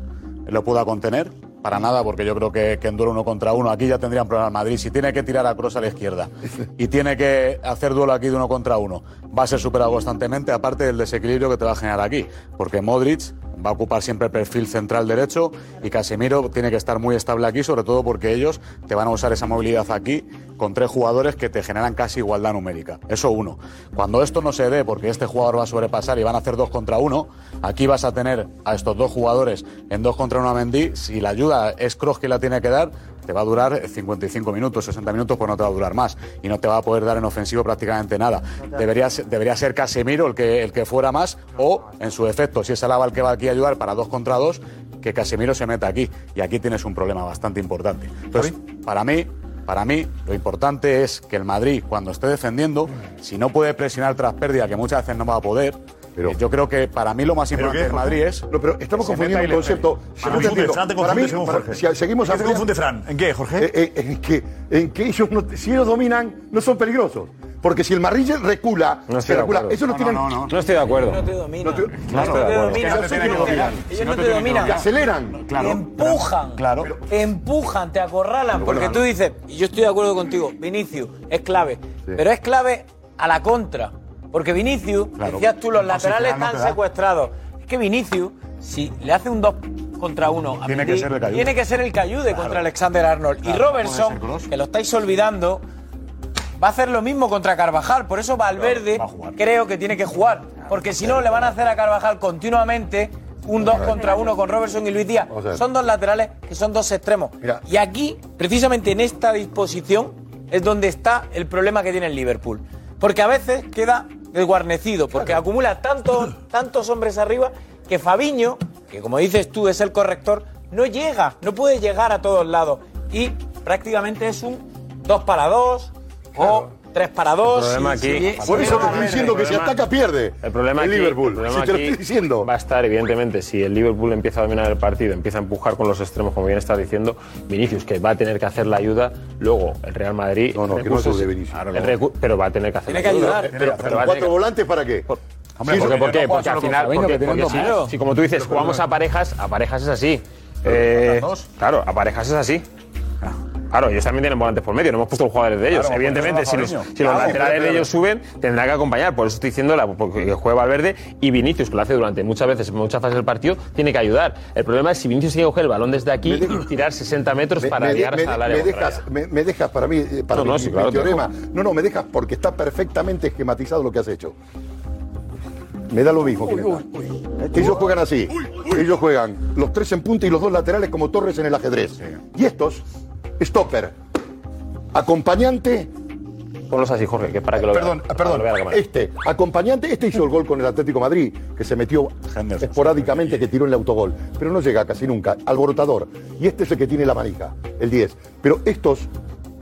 lo pueda contener. Para nada, porque yo creo que, que en duelo uno contra uno aquí ya tendrían problemas al Madrid. Si tiene que tirar a Cross a la izquierda y tiene que hacer duelo aquí de uno contra uno, va a ser superado constantemente, aparte del desequilibrio que te va a generar aquí. Porque Modric va a ocupar siempre el perfil central derecho y Casemiro tiene que estar muy estable aquí, sobre todo porque ellos te van a usar esa movilidad aquí con tres jugadores que te generan casi igualdad numérica. Eso uno. Cuando esto no se dé, porque este jugador va a sobrepasar y van a hacer dos contra uno, aquí vas a tener a estos dos jugadores en dos contra uno a Mendy. Si la ayuda es Kroos que la tiene que dar, te va a durar 55 minutos, 60 minutos, pues no te va a durar más. Y no te va a poder dar en ofensivo prácticamente nada. Debería, ser- debería ser Casemiro el que, el que fuera más, o en su defecto, si es Alaba el que va aquí a ayudar para dos contra dos, que Casemiro se meta aquí. Y aquí tienes un problema bastante importante. Entonces, para mí, para mí, lo importante es que el Madrid, cuando esté defendiendo, si no puede presionar tras pérdida, que muchas veces no va a poder, eh, yo creo que para mí lo más
¿Pero
importante
qué?
del Madrid es.
No, pero estamos confundiendo un concepto.
Para mí,
Segundo,
Ah, Fran, te
para
confundes
mí,
con
para-
Jorge.
si seguimos
¿En qué se
ampliando-
confunde
Fran? ¿En qué, Jorge?
Eh, eh, en, que, en que ellos, no- si ellos dominan, no son peligrosos. Porque si el Marrille recula,
No
se
estoy de
recula.
acuerdo.
Eso no,
No,
tienen.
no, no, no. No estoy de acuerdo.
No
No
te
te
dominan.
No estoy de acuerdo.
Ellos no te tienen que dominar.
Ellos no te dominan.
Que aceleran.
Te empujan.
Claro.
Te empujan, te acorralan. Porque tú dices, y yo estoy de acuerdo contigo, Vinicius es clave. Pero es clave a la contra. Porque Vinicius,
Claro.
decías tú, los
No,
laterales
si te da, no te
están
da.
secuestrados. Es que Vinicius, si le hace un 2 contra 1 a
Tiene
Mendy,
que ser el Cayude.
tiene que ser el Cayude contra Alexander Arnold.
Claro,
y
no puede
Robertson, que lo estáis olvidando, va a hacer lo mismo contra Carvajal. Por eso Valverde creo que tiene que jugar.
Ah,
Porque si no, le van a hacer a Carvajal continuamente un 2 contra 1 con Robertson y Luis Díaz.
Vamos a ver.
Son dos laterales que son dos extremos. Y aquí, precisamente en esta disposición, es donde está el problema que tiene el Liverpool. Porque a veces queda desguarnecido, porque acumula tantos, tantos hombres arriba que Fabiño, que como dices tú es el corrector, no llega, no puede llegar a todos lados. Y prácticamente es un 2 para 2 o 3 para 2.
El problema
si-
aquí.
si-
Por eso te estoy diciendo
El
que si
problema-
ataca, pierde.
El problema
El
aquí-
Liverpool,
el problema
si te lo
aquí
estoy diciendo.
Va a estar, evidentemente, si el Liverpool empieza a dominar el partido, empieza a empujar con los extremos, como bien está diciendo Vinicius, que va a tener que hacer la ayuda. Luego, el Real Madrid. No,
no, que no se olvide Vinicius.
el recu- pero va a tener que hacer
Tiene
la
que
ayuda.
ayudar.
Pero, pero va a tener
¿Cuatro
que-
volantes para qué?
Hombre,
Sí,
porque,
eso que
¿por qué?
no juega
Porque al
solo con
final,
Fabinho,
porque,
que tiene
porque
dos
si-
malos.
si, como tú dices, jugamos a parejas, a parejas es así. Eh, claro, a parejas es así. Claro, ellos también tienen volantes por medio, no hemos puesto los jugadores de ellos.
pues
Claro,
Evidentemente, si
porque
los,
se llama Fabinho.
si los
Claro,
laterales
pero-
de ellos suben, tendrá que acompañar. Por eso estoy diciendo la, porque juega Valverde y Vinicius, que lo hace durante muchas veces, en muchas fases del partido, tiene que ayudar. El problema es si Vinicius tiene que coger el balón desde aquí y tirar 60 metros para
de-
llegar hasta el área.
me
contraria.
dejas, me, me dejas para mí, eh, para
No, no,
mí,
sí,
mi-
claro,
mi
te dejo.
teorema. No, no, me dejas porque está perfectamente esquematizado lo que has hecho. Me da lo mismo. quién está. Ellos juegan así. Ellos juegan los tres en punta y los dos laterales como torres en el ajedrez. Y estos, stopper, acompañante.
Ponlos así, Jorge, que es para que lo
Perdón,
vean.
perdón.
Para que lo vea la cámara.
este, acompañante, este hizo el gol con el Atlético de Madrid, que se metió esporádicamente, que tiró en el autogol. Pero no llega casi nunca. Alborotador. Y este es el que tiene la manija, el 10. Pero estos,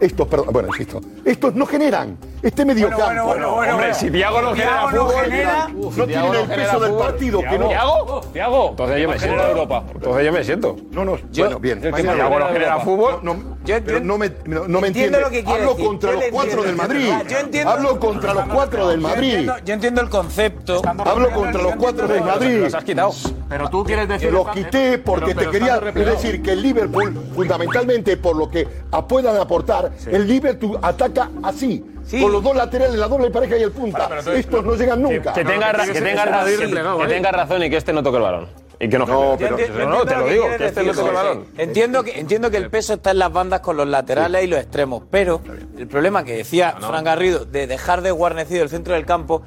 estos, perdón, bueno, insisto, estos no generan. Este medio
bueno, bueno, bueno, Hombre, bueno. si Thiago no genera Thiago no fútbol, genera-
no
Uf, si Thiago
tienen
no
el
genera
peso del
fútbol,
partido, que
Thiago-
no.
¿eh?
Thiago, Thiago. Entonces yo me siento en Europa. Entonces yo me siento.
No, no, bueno, bien.
Yo- Thiago no genera fútbol.
No, no, pero no me, no, no me
Entiendo
entiende.
lo que quiere
Hablo
decir.
contra
Yo
los
le
cuatro
entiendo,
del Madrid.
Ah, yo entiendo.
Hablo contra los cuatro del
Yo
Madrid.
entiendo-
Yo entiendo el concepto.
Hablo contra los cuatro del Madrid.
Los has quitado.
Pero tú quieres
decir-
Los quité porque
Pero- pero
te quería
están replegados.
decir que el Liverpool, fundamentalmente por lo que a- puedan aportar, el Liverpool ataca así. Con los dos laterales, la doble pareja y el punta. Estos no llegan nunca.
Que tenga, ra- que tenga razón, que tenga razón y que este no toque el balón. Y que no genere.
Yo enti- yo
no, no,
entiendo
te lo
que
digo,
quieres
que este no
decir,
toque el
Jorge.
balón.
Entiendo que, entiendo que el peso está en las bandas con los laterales y los extremos, pero el problema que decía Fran Garrido de dejar desguarnecido el centro del campo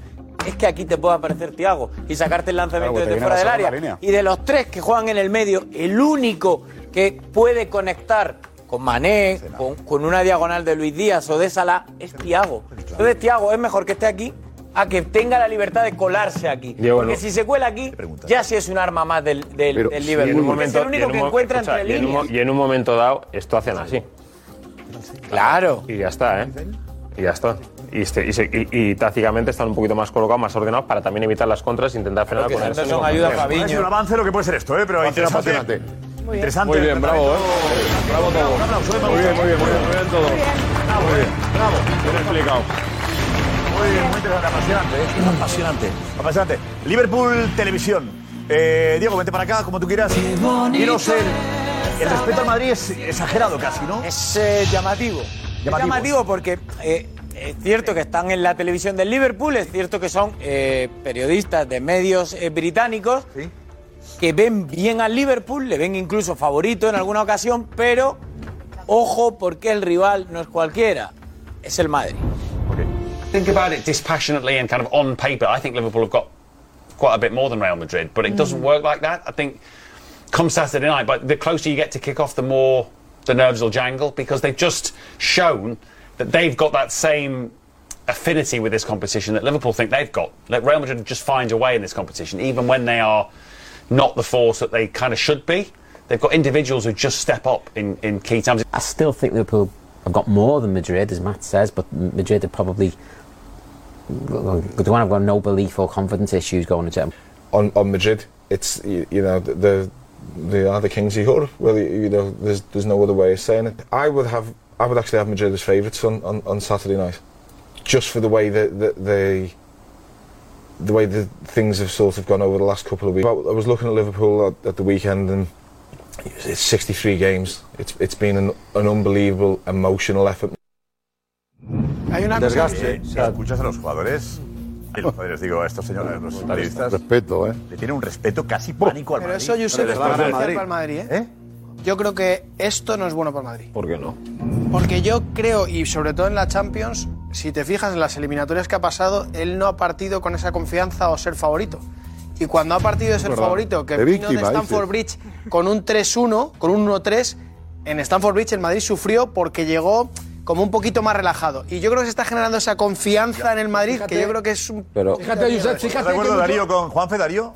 es que aquí te puede aparecer Tiago y sacarte el lanzamiento
Claro, que te
desde
viene
fuera
la
del
segunda
área.
línea.
Y de los tres que juegan en el medio, el único que puede conectar con Mané, con, con una diagonal de Luis Díaz o de Salah, es Tiago. Entonces Tiago es mejor que esté aquí a que tenga la libertad de colarse aquí.
Diego,
Porque
no.
si se cuela aquí, ya sí es un arma más del, del,
Pero
del
si
Liverpool.
en un
porque es
momento-
el
y
único
en
que
un mo-
encuentra
escucha,
entre
y en un mo-
líneas.
Y en un momento dado, esto hacen así.
Claro.
Y ya está, ¿eh? Y ya está. Y, este- y se- y- y tácticamente están un poquito más colocados, más ordenados para también evitar las contras e intentar frenar
Porque
con el
tanto
extremo.
son ayuda a
Entonces,
Es un avance lo que puede ser esto, ¿eh? pero
Va a ser
interesante.
apasionante.
Muy Interesante.
Muy bien,
el
bravo, ¿eh?
tratamiento.
Bravo todo.
Un aplauso, ¿eh?
Muy bien, muy bien, muy bien, muy bien todo. Muy bien. Bravo. eh. Bien explicado.
Muy bien, muy interesante, apasionante, ¿eh? apasionante, apasionante. Liverpool Televisión. Eh, Diego, vente para acá como tú quieras. Dinos el, el respeto al Madrid es exagerado casi, ¿no?
Es eh, llamativo. Es Llamativo, porque eh, es cierto que están en la televisión del Liverpool, es cierto que son eh, periodistas de medios eh, británicos que ven bien al Liverpool, le ven incluso favorito en alguna ocasión, pero ojo porque el rival no es cualquiera, es el Madrid.
think about it dispassionately and kind of on paper, I think Liverpool have got quite a bit more than Real Madrid, but it doesn't
Mm.
work like that. I think come Saturday night, but the closer you get to kick off, the more the nerves will jangle because they've just shown that they've got that same affinity with this competition that Liverpool think they've got. Like Real Madrid just finds a way in this competition, even when they are not the force that they kind of should be. They've got individuals who just step up in, in key times.
I still think Liverpool have got more than Madrid, as Matt says, but M- Madrid are probably the one I've got no belief or confidence issues going into them.
on, on Madrid, it's you, you know th- the they are the kings of Europe. Well, you, you know, there's there's no other way of saying it. I would have I would actually have Madrid as favourites on, on, on Saturday night, just for the way that, that they the way that things have sort of gone over the last couple of weeks. I I was looking at Liverpool at, at the weekend and. It's 63 games. It's it's been an, an unbelievable emotional effort.
Hay una Oh.
Eh, si escuchas a los jugadores, a los jugadores, digo, a estos señores, a los periodistas,
Respeto, ¿eh?
le tienen un respeto casi pánico al
Pero
Madrid.
eso, Josep,
Después
no es
de- ¿Eh?
bueno para el Madrid, ¿eh? Yo creo que esto no es bueno para el Madrid.
¿Por qué no?
Porque yo creo, y sobre todo en la Champions, si te fijas en las eliminatorias que ha pasado, él no ha partido con esa confianza o ser favorito. Y cuando ha partido de
Es
ser
verdad.
favorito, que
De
vino de
víctima,
Stanford Bridge con un 3-1, con un 1-3, en Stanford Bridge el Madrid sufrió porque llegó como un poquito más relajado. Y yo creo que se está generando esa confianza en el Madrid, que yo creo que es un...
Pero
Fíjate, Ah, Josep, fíjate
¿Estás de acuerdo,
que mucho-
Darío, con Juanfe, Darío?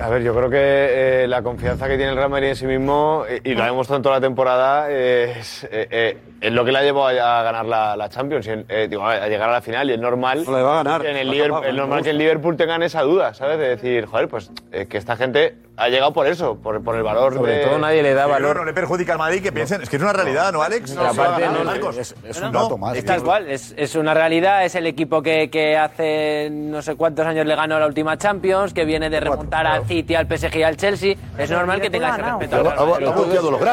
A ver, yo creo que eh, la confianza que tiene el Real Madrid en sí mismo, eh, y lo ha demostrado en toda la temporada, eh, es, eh, eh, es lo que le ha llevado a, a ganar la, la Champions, y el- eh, digo, a, a llegar a la final, y es normal,
No la va a ganar,
que en el
la
Liverpool,
acaba,
es
me
normal
gusta.
que el Liverpool tengan esa duda, ¿sabes? De decir, joder, pues eh, que esta gente ha llegado por eso, por, por el valor
Sobre
de...
todo nadie le da
Yo creo
valor.
que no
le perjudica al Madrid que piensen, es que es una realidad, ¿no, Alex?
No,
se va a
aparte,
ganar,
no,
Marcos.
es- es
No,
un
no,
dato más,
Es tal cual, es, es una realidad, es el equipo que, que hace no sé cuántos años le ganó la última Champions, que viene de remontar al City, al PSG y al Chelsea. Es normal que tenga ese respeto. al Real Madrid.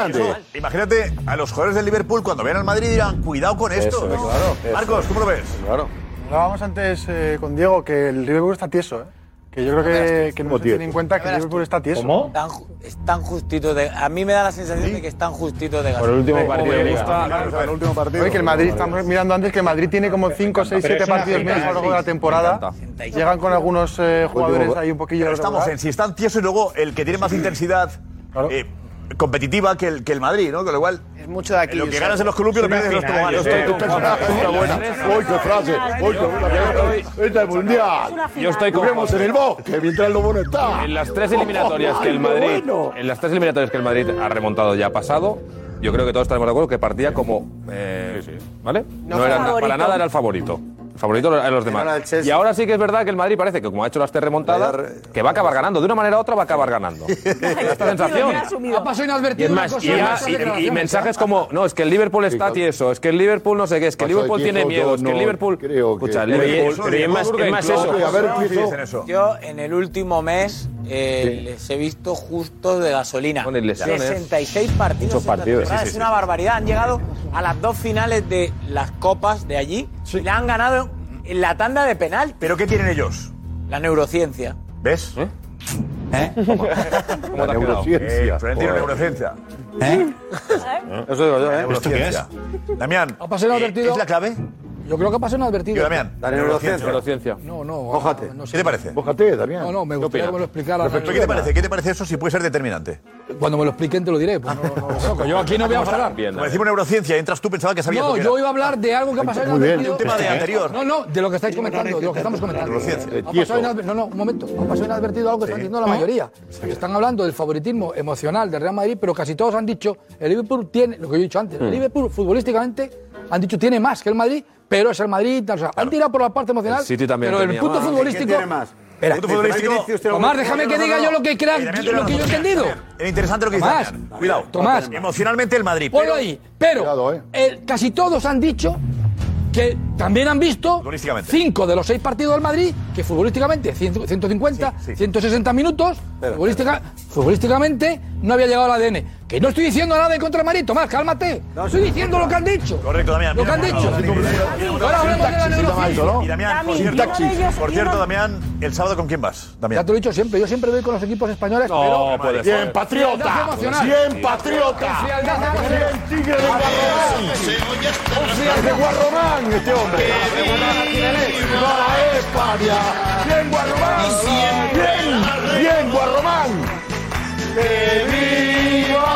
Imagínate a los jugadores del Liverpool cuando vean al Madrid dirán, cuidado con esto.
Eso es,
¿no?
claro,
eso
Marcos,
es.
¿cómo lo ves?
Claro. Hablábamos antes eh, con Diego que el Liverpool está tieso, ¿eh? Que yo creo que, que no se tiene en cuenta que el Liverpool está tieso.
Tan ju- es tan justito de. A mí me da la sensación de que es tan justito de gasolina.
Por el último partido de Liga.
el último partido.
Oye, que el Madrid, estamos mirando antes que el Madrid tiene como 5, 6,
Pero
7
es una
partidos
final,
menos a lo largo de la
sí.
temporada.
Me encanta.
Llegan con algunos eh, jugadores ahí un poquillo.
Pero estamos en si están tiesos y luego el que tiene más intensidad eh, competitiva que el, que el Madrid, ¿no? Con lo cual. Es
mucho de
aquí. Lo que ganas en los columpios lo pierdes en los toboganes. ¿eh?
Uy, qué frase. Uy, qué frase. Esta es mundial.
Yo estoy con
Juguemos
José.
en el bosque mientras el lobo no está.
En las tres eliminatorias que el Madrid, en las tres eliminatorias que el Madrid ha remontado ya ha pasado, yo creo que todos estamos de acuerdo que partía como, eh, ¿vale? No,
fue
era
favorito.
para nada era el favorito. El favorito eran los
Era
demás. Y ahora sí que es verdad que el Madrid parece que como ha hecho las tres remontadas, que va a acabar ganando. De una manera u otra va a acabar ganando. Esta sensación.
Ha pasado
Y,
inadvertido
es más,
una cosa
y,
de
ya-
esas
y- y
declaraciones,
mensajes como, no, es que el Liverpool está tieso, es que el Liverpool no sé qué, es que el
Pasado
Liverpool tiene
tieso,
miedo, es que el
no
Liverpool...
creo que-
Escucha, el
Pero y-
Liverpool...
pero y es más- es más eso. A ver, Fito.
Yo en el último mes eh, les he visto justos de gasolina.
Bueno, y lesiones.
66 partidos.
Muchos
esta
partidos.
temporada.
Sí, sí,
es
sí.
una barbaridad. Han llegado a las dos finales de las copas de allí y la han ganado en la tanda de penal.
¿Pero qué tienen ellos?
La neurociencia.
¿Ves? ¿Eh?
¿Cómo te has quedado?
Eh, Florentino,
Joder.
neurociencia.
Eso digo yo, ¿eh?
¿Eh? ¿Esto qué es? Damián,
¿Ha pasado inadvertido?
¿es la clave?
Yo creo que ha pasado inadvertido.
Yo, Damián.
Neurociencia.
No, no. no sé.
¿Qué te parece?
Bójate, Damián. No, no, me
¿Qué opinas?
gustaría que me lo explicara.
Perfecto. ¿Qué te parece? ¿Qué te parece eso si puede ser determinante?
Cuando me lo expliquen te lo diré. pues no, no, no, no, yo aquí no voy a hablar.
Como decimos neurociencia, entras tú pensaba que sabías lo
No,
que
yo
era.
iba a hablar de algo que ha pasado
Muy bien.
inadvertido.
De un tema de anterior.
No, no, de lo que estáis comentando, de lo que estamos comentando.
Neurociencia.
Ha
Eh,
pasado inadver- No, no, un momento. Ha pasado inadvertido algo que están diciendo la mayoría. Están hablando del favoritismo emocional del Real Madrid, pero casi todos han dicho, el Liverpool tiene, lo que yo he dicho antes, el
Mm.
Liverpool futbolísticamente han dicho tiene más que el Madrid, pero es el Madrid, o sea, han tirado por la parte emocional,
El City también
pero el
tenía
punto
más.
futbolístico...
¿Quién tiene más?
Espera,
El punto futbolístico-
Omar, déjame que diga yo lo que crea, lo que yo he entendido.
Era interesante lo que dice
Tomás.
Damián. Cuidado.
Tomás.
Emocionalmente el Madrid.
Ponlo ahí. Pero el- Eh, casi todos han dicho que también han visto cinco de los seis partidos del Madrid, que futbolísticamente, ciento- 150, 160 minutos, futbolística- futbolísticamente no había llegado al ADN. Que no estoy diciendo nada en contra del Madrid, Tomás, cálmate. estoy diciendo lo que han dicho.
Correcto, Damián.
Lo que han dicho. Ahora hablemos de la neurociencia.
Y Damián, por
Dami,
cierto,
uno de ellos
por
tiene-
cierto, Damián, el sábado con quién vas? Damián.
Ya te lo he dicho siempre, yo siempre voy con los equipos españoles,
No,
pero...
puede ser. Bien, patriota.
Frialdad emocional.
Bien, patriota.
Frialdad emocional.
Es de Guarromán este hombre. ¡Viva España! ¡Bien, Guarromán! ¡Bien! ¡Bien, Guarromán! ¡Que viva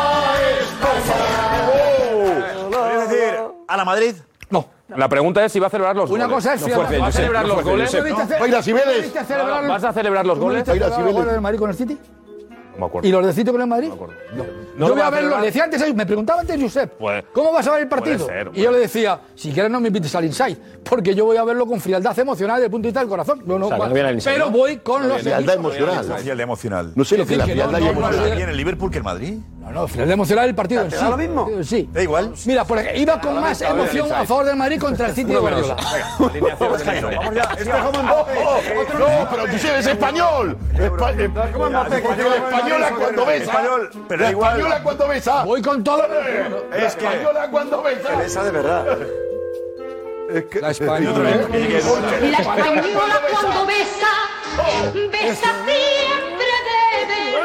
¿Quieres decir a la Madrid?
No.
La pregunta es si va a celebrar los
Una
goles.
cosa es
No
si
fuerce,
va a
Josep,
celebrar
no
los
fuerce,
goles.
Josep.
¿No viste-
Baila Cibeles.
¿No viste a celebrar-
¿Vas a celebrar los
¿No
goles?
viste a celebrar los goles del Madrid con el City?
No me acuerdo.
¿Y los de City con el Madrid?
No
yo
lo
voy
va
a
a
verlo.
celebrar.
Le decía antes, a él, me preguntaba antes Josep,
Puede-
¿cómo vas a ver el partido?
puede ser,
y yo le decía, si quieres no me invites al Inside, porque yo voy a verlo con frialdad emocional del punto de vista del corazón. No, no,
O sea, que no viene al Inside,
pero
¿no?
voy con los equipos.
Frialdad emocional.
No sé lo que es la Sí, que no, frialdad no, emocional. no, no.
¿Tiene el Liverpool que el Madrid?
No, no, frialdad emocional del partido.
¿Te
en
da
sí. Eh,
lo mismo?
Sí.
Da igual.
Mira, por ejemplo, iba con
Ahora
más
mismo, a ver,
emoción a
Inside.
favor del Madrid contra el City de
Una
Guardiola.
Vamos ya, vamos ya. Esto es como un-
Oh, No, pero tú eres español. Espa- eh, La española cuando besa.
Español, pero
La
igual.
española cuando besa.
Voy con todo.
La española cuando besa. Besa de verdad.
La española.
La española cuando besa, besa siempre de verdad.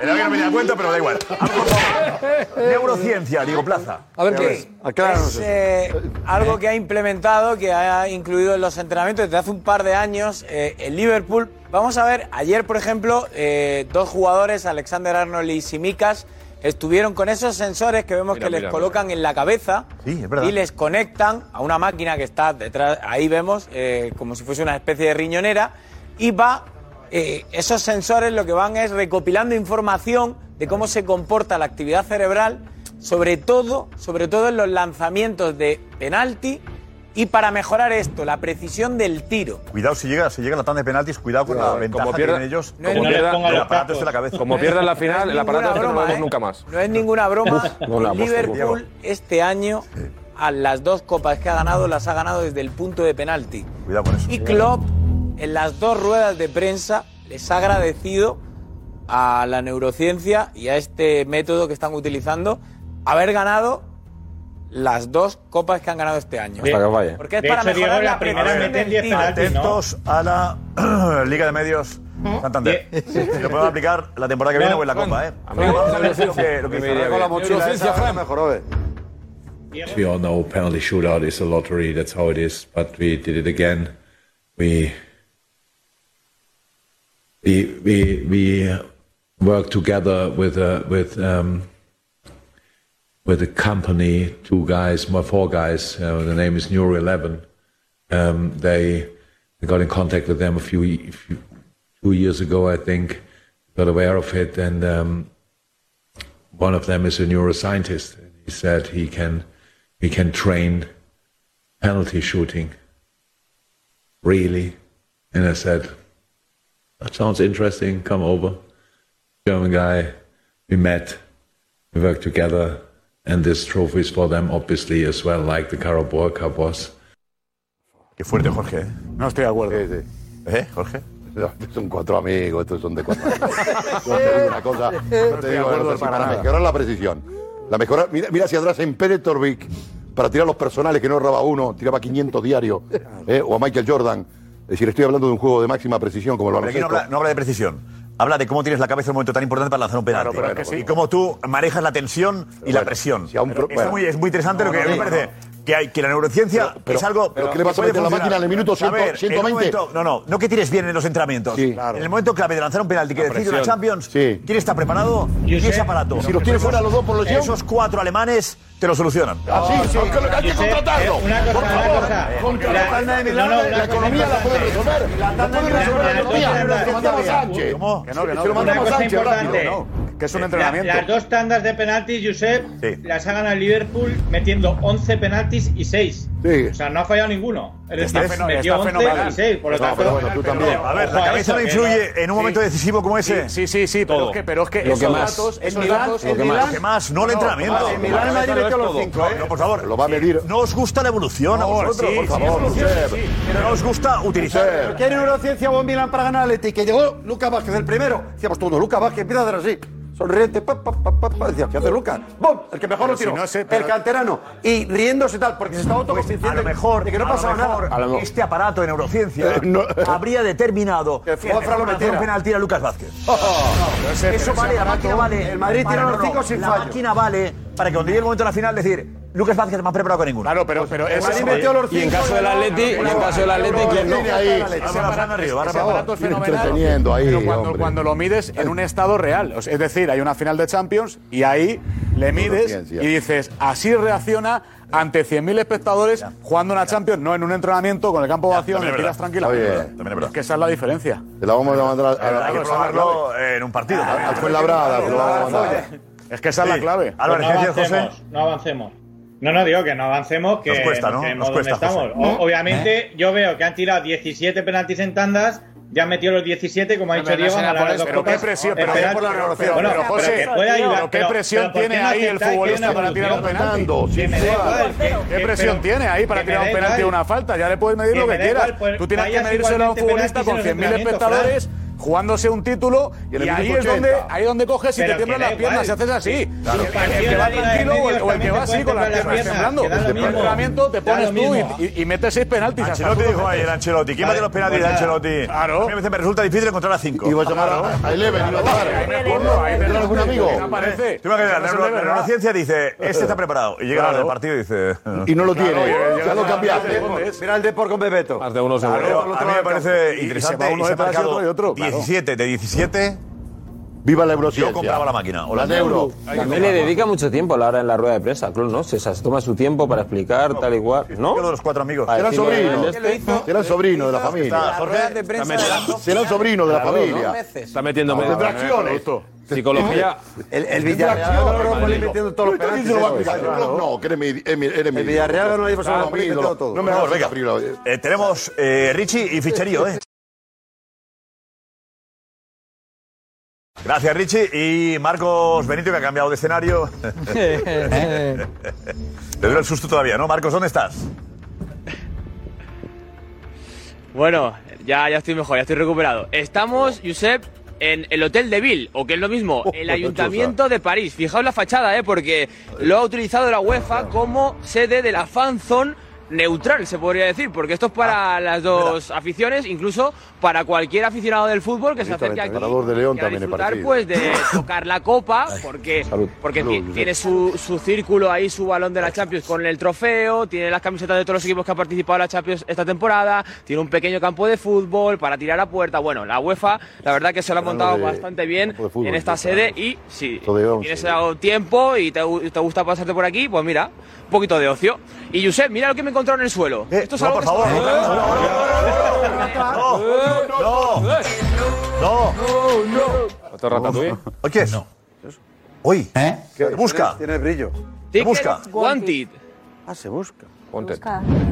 Era que no me di cuenta, pero da igual. Vamos, por favor.
[laughs]
Neurociencia, Diego Plaza.
A ver,
¿qué es? Es eh, algo que ha implementado, que ha incluido en los entrenamientos desde hace un par de años eh, el Liverpool. Vamos a ver, ayer, por ejemplo, eh, dos jugadores, Alexander Arnold y Simicas, estuvieron con esos sensores que vemos
Mira,
que les
mira,
colocan en la cabeza
Sí, es verdad.
y les conectan a una máquina que está detrás, ahí vemos, eh, como si fuese una especie de riñonera, y va eh, esos sensores lo que van es recopilando información de cómo se comporta la actividad cerebral, sobre todo, sobre todo en los lanzamientos de penalti y para mejorar esto, la precisión del tiro.
Cuidado si llega, si llega la tanda de penaltis, cuidado con la
Cuidado,
ventaja
como pierda-
que tienen ellos.
No, no le ponga
el
los
aparato
tacos.
en la cabeza.
Como pierdan la final,
el aparato este no lo vemos nunca
más.
No es ninguna broma.
No la apuesto,
Liverpool este año a las dos copas que ha ganado las ha ganado desde el punto de penalti.
Cuidado con eso.
Y Klopp en las dos ruedas de prensa les ha agradecido a la neurociencia y a este método que están utilizando haber ganado las dos copas que han ganado este año.
Hasta que vaya.
Porque es
De
para
hecho,
mejorar
Diego,
la,
la primera
precisión
meten
del
10
tiro.
penaltis, ¿no? ¿Mm? Atentos a la [clears throat] Liga de Medios Santander. [laughs] Lo podemos aplicar la temporada que viene o en la Copa, ¿eh? Vamos a ver lo que- lo que dice.
Con la mochila esa, ahora mejoró, eh.
We all know penalty shootout is a lottery. That's how it is. But we did it again. We we we we work together with a with um, with a company. Two guys, my four guys. Uh, the name is Neuro Eleven. Um, they I got in contact with them a few, a few two years ago, I think. Got aware of it, and um, one of them is a neuroscientist. And he said he can he can train penalty shooting. Really? And I said, that sounds interesting. Come over. German guy. We met. We worked together. And this trophy is for them, obviously, as well, like the Carabao Cup was.
Qué fuerte, Jorge. No estoy de acuerdo. ¿Eh, Jorge?
son cuatro amigos, estos son de
[laughs]
cuatro amigos. Yo
Eh,
te digo una cosa, no te
estoy de
digo
acuerdo
otra, sí,
para
para
nada.
mejorar la precisión. La mejora, mira, mira hacia atrás en Pérez Torvik, para tirar los personales que no erraba uno, tiraba 500 diarios, eh, o a Michael Jordan. Es decir, estoy hablando de un juego de máxima precisión como el
Pero aquí no
baloncesto.
habla, no habla de precisión. Habla de cómo tienes la cabeza en un momento tan importante para lanzar un penalti.
Claro, pero es que sí.
Y cómo tú manejas la tensión y la presión. Pero es,
bueno.
muy, es muy interesante
No,
lo que
no,
me
no,
parece. Que, hay, que la neurociencia
pero-
es algo.
pero ¿qué le vas a
que puede
meter a la
funcionar.
máquina en el minuto ciento-
A ver, en un
120?
momento- no, no, no que tires bien en los entrenamientos. En el momento clave de lanzar un penalti que
La
decide una
presión.
Champions, ¿quién está preparado?
Yo
¿Y
sé.
ese aparato?
Y si los tiene fuera los dos por lesión.
Esos cuatro alemanes te lo solucionan.
Así, aunque lo- hay que contratarlo.
Una cosa,
Por favor,
La tanda de Milán, la economía la puede resolver. La tanda de Milán, la economía la puede
mandamos
resolver.
Sánchez.
¿Cómo?
Que no, que no,
Se lo
que no.
mandamos
Una
a
cosa
Sánchez. ahora.
importante.
No, no, Que es un
La-
entrenamiento.
Las dos tandas de penaltis, Josep, las ha ganado el Liverpool metiendo 11 penaltis y 6. O sea, no ha fallado ninguno. Es
Está
decir,
fenomenal,
metió
está
11
fenomenal.
y 6. Por lo
No,
tanto,
pero bueno, tú también.
Ojo
A ver, la cabeza
eso,
no
que
influye en un momento decisivo como
Sí,
ese.
Sí, sí, sí, pero
Todo.
es que, pero es que
Lo
esos
que más.
datos,
El
esos
Milán-
datos,
el Milán- Lo que más, no el entrenamiento.
El Milán
Lo que
Madrid
más
metió
es
los
todo.
cinco, ¿eh?
No, por favor. Lo va a medir. No os gusta la evolución a
No,
vosotros,
sí,
por
sí,
favor.
sí,
Josep.
sí,
No os gusta utilizar.
¿Quiere neurociencia o Milan para ganar al Atleti? Que llegó Lucas Vázquez el primero. Decíamos todos, Lucas Vázquez empieza a hacer así. Sonriente, pa, pa, pa, pa, pa. Decía, ¿qué hace Lucas? ¡Bum! El que mejor
Pero
lo tiró.
si no sé, pero-
El canterano. Y riéndose tal, porque se estaba autoconsintiendo.
Pues, a lo mejor,
De que no pasaba
a lo mejor,
[laughs] nada.
este aparato de neurociencia
Eh, no.
habría determinado que
Juanfran
Ferran
lo
lanzó
metiera.
un penalti a Lucas Vázquez.
pero ese-
Eso
pero ese
vale, la
aparato-
máquina vale.
el Madrid
para-
tiene
no,
los
no,
cinco sin
La
fallo.
máquina vale para que cuando llegue el momento de la final decir, Lucas Vázquez más preparado que ninguno. Pues, Claro, pero, pero
el Madrid metió los
Y en
cinco
caso del
de la-
Atleti, y en caso del Atleti, ¿quién no?
Ese aparato es fenomenal,
entreteniendo ahí,
pero cuando,
hombre.
cuando lo mides en un estado real, o sea, es decir, hay una final de Champions y ahí le mides
Neurociencia.
y dices, así reacciona ante 100.000 espectadores jugando una Champions, no en un entrenamiento con el campo vacío,
también
le
es
tiras
verdad.
tranquila.
También es
Es
verdad, también es verdad.
que esa es la diferencia.
Te la vamos a mandar a, a,
Hay que probarlo eh, en un
Ah,
partido.
a Fuenlabrada, te lo vamos a mandar.
Es que esa es la
Sí.
clave.
Pues no avancemos, no avancemos. No, no, digo que no avancemos, que
Nos cuesta, ¿no?
quedemos
Nos cuesta,
donde
José.
estamos. O-
¿No?
Obviamente, yo veo que han tirado 17 penaltis en tandas, ya han metido los 17, como ha dicho
Pero no
Diego,
será
van a
por
las
eso,
dos
pero
copas.
qué presión,
El
pero
penalti-
por la relación.
bueno,
Pero, José,
que puede ayudar,
pero qué presión
¿por qué
tiene
no
ahí el
aceptáis que
futbolista
hay una
para tirar un
evolución?
penalti?
Que me da igual, que-
¿Qué
que-
presión
pero-
tiene ahí para
que me
tirar
da
un penalti o
igual.
una falta? Ya le puedes medir
Que
lo
me
que
da
quieras.
igual, pues,
Tú tienes que
vayas
medírselo a un
igualmente
futbolista con
penaltis en los
100.000
entrenamientos,
espectadores jugándose un título
Y
y,
en el
ahí
minuto
es donde
80.
ahí es donde coges y
Pero
te
que
tiemblan
da
las piernas y
igual.
haces así.
Sí,
El-
claro.
El, que va
La Liga de
tranquilo o el, o el que
Medios
va así
también
con las
te pueden
piernas
temblar las
temblando.
piernas, que da lo
En el
mismo.
entrenamiento te
Da lo
pones tú
mismo.
y- y y metes seis penaltis. hasta
Ancelotti
tú no
dijo
metes.
ayer, Ancelotti, ¿quién mete los penaltis de
Pues nada.
Ancelotti? Claro. A veces me resulta difícil encontrar a cinco.
Y voy a llamar a-
Claro.
a Eleven, y voy a llamar.
Ahí me
Ponlo,
acuerdo, ahí me
¿Tendrá algún
acuerdo.
amigo?
¿Qué aparece? Tú me acuerdas,
Eso
la
no es
neuro- la
verdad.
neurociencia dice, este está preparado. Y llega la hora del partido y dice...
Y no lo tiene. Ya lo
cambiaste. Mira el deporte con Bebeto.
Más de uno
seguro.
A mí me parece
Y- y se
interesante.
va uno
y se ha
detrás y
marcado
otro y otro, claro.
17 de 17
Viva la eurociencia.
Yo compraba la máquina. O la
Las euro.
También le dedica mucho tiempo a la hora en la rueda de prensa, Club, ¿no? Se, se toma su tiempo para explicar, tal y cual, ¿no? Uno
de los cuatro amigos.
Era sobrino. Era sobrino de la familia. Será un sobrino de la familia.
Está metiendo
No,
medio.
¿eh?
tendrá acciones.
Psicología.
El, el
Tendrá
Villarreal ganó la Europa League
acciones.
metiendo todos los
Pero
penaltis.
entonces lo va a
eso es,
aplicar.
claro.
No, que eres mi- eres mi- eres mi
El
ídolo.
Villarreal ganó la Europa League
Ah, mi
metiendo
ídolo.
todo.
No me
Vamos,
hagas
venga.
sufrir ahora.
Eh, tenemos eh, Richie y Ficherío, ¿eh? Gracias, Richie. Y Marcos Benito, que ha cambiado de escenario. Te duele el susto todavía, ¿no? Marcos, ¿dónde estás?
Bueno, ya, ya estoy mejor, ya estoy recuperado. Estamos, Josep, en el Hotel de Ville, o que es lo mismo,
Oh,
el
qué
Ayuntamiento de París. Fijaos la fachada, ¿eh? porque lo ha utilizado la UEFA como sede de la fanzone neutral, se podría decir, porque esto es
Ah,
para las dos aficiones, incluso para cualquier aficionado del fútbol que se acerque
El
aquí
parador de León
que a
también es
disfrutar
partido.
pues
[laughs]
de tocar la copa porque
Salud.
porque
Salud,
ti-
Josep.
tiene su, su círculo ahí su balón de la Champions con el trofeo tiene las camisetas de todos los equipos que han participado en la Champions esta temporada tiene un pequeño campo de fútbol para tirar a puerta bueno la UEFA la verdad que se lo ha
Hablando
montado
de
bastante bien
campo de fútbol,
en esta
sí,
sede y si
Lo de once.
tienes algo tiempo y te, gu- te gusta pasarte por aquí pues mira un poquito de ocio y Josep mira lo que me he encontrado en el suelo
Eh,
esto es
no,
algo
por
que se-
favor. No, no, no. No.
¿Otro ratatouille?
¿Oye, ¿Qué es? Uy.
¿Qué?
Busca.
Tiene brillo.
Tickets wanted.
Ah, se busca.
Wanted.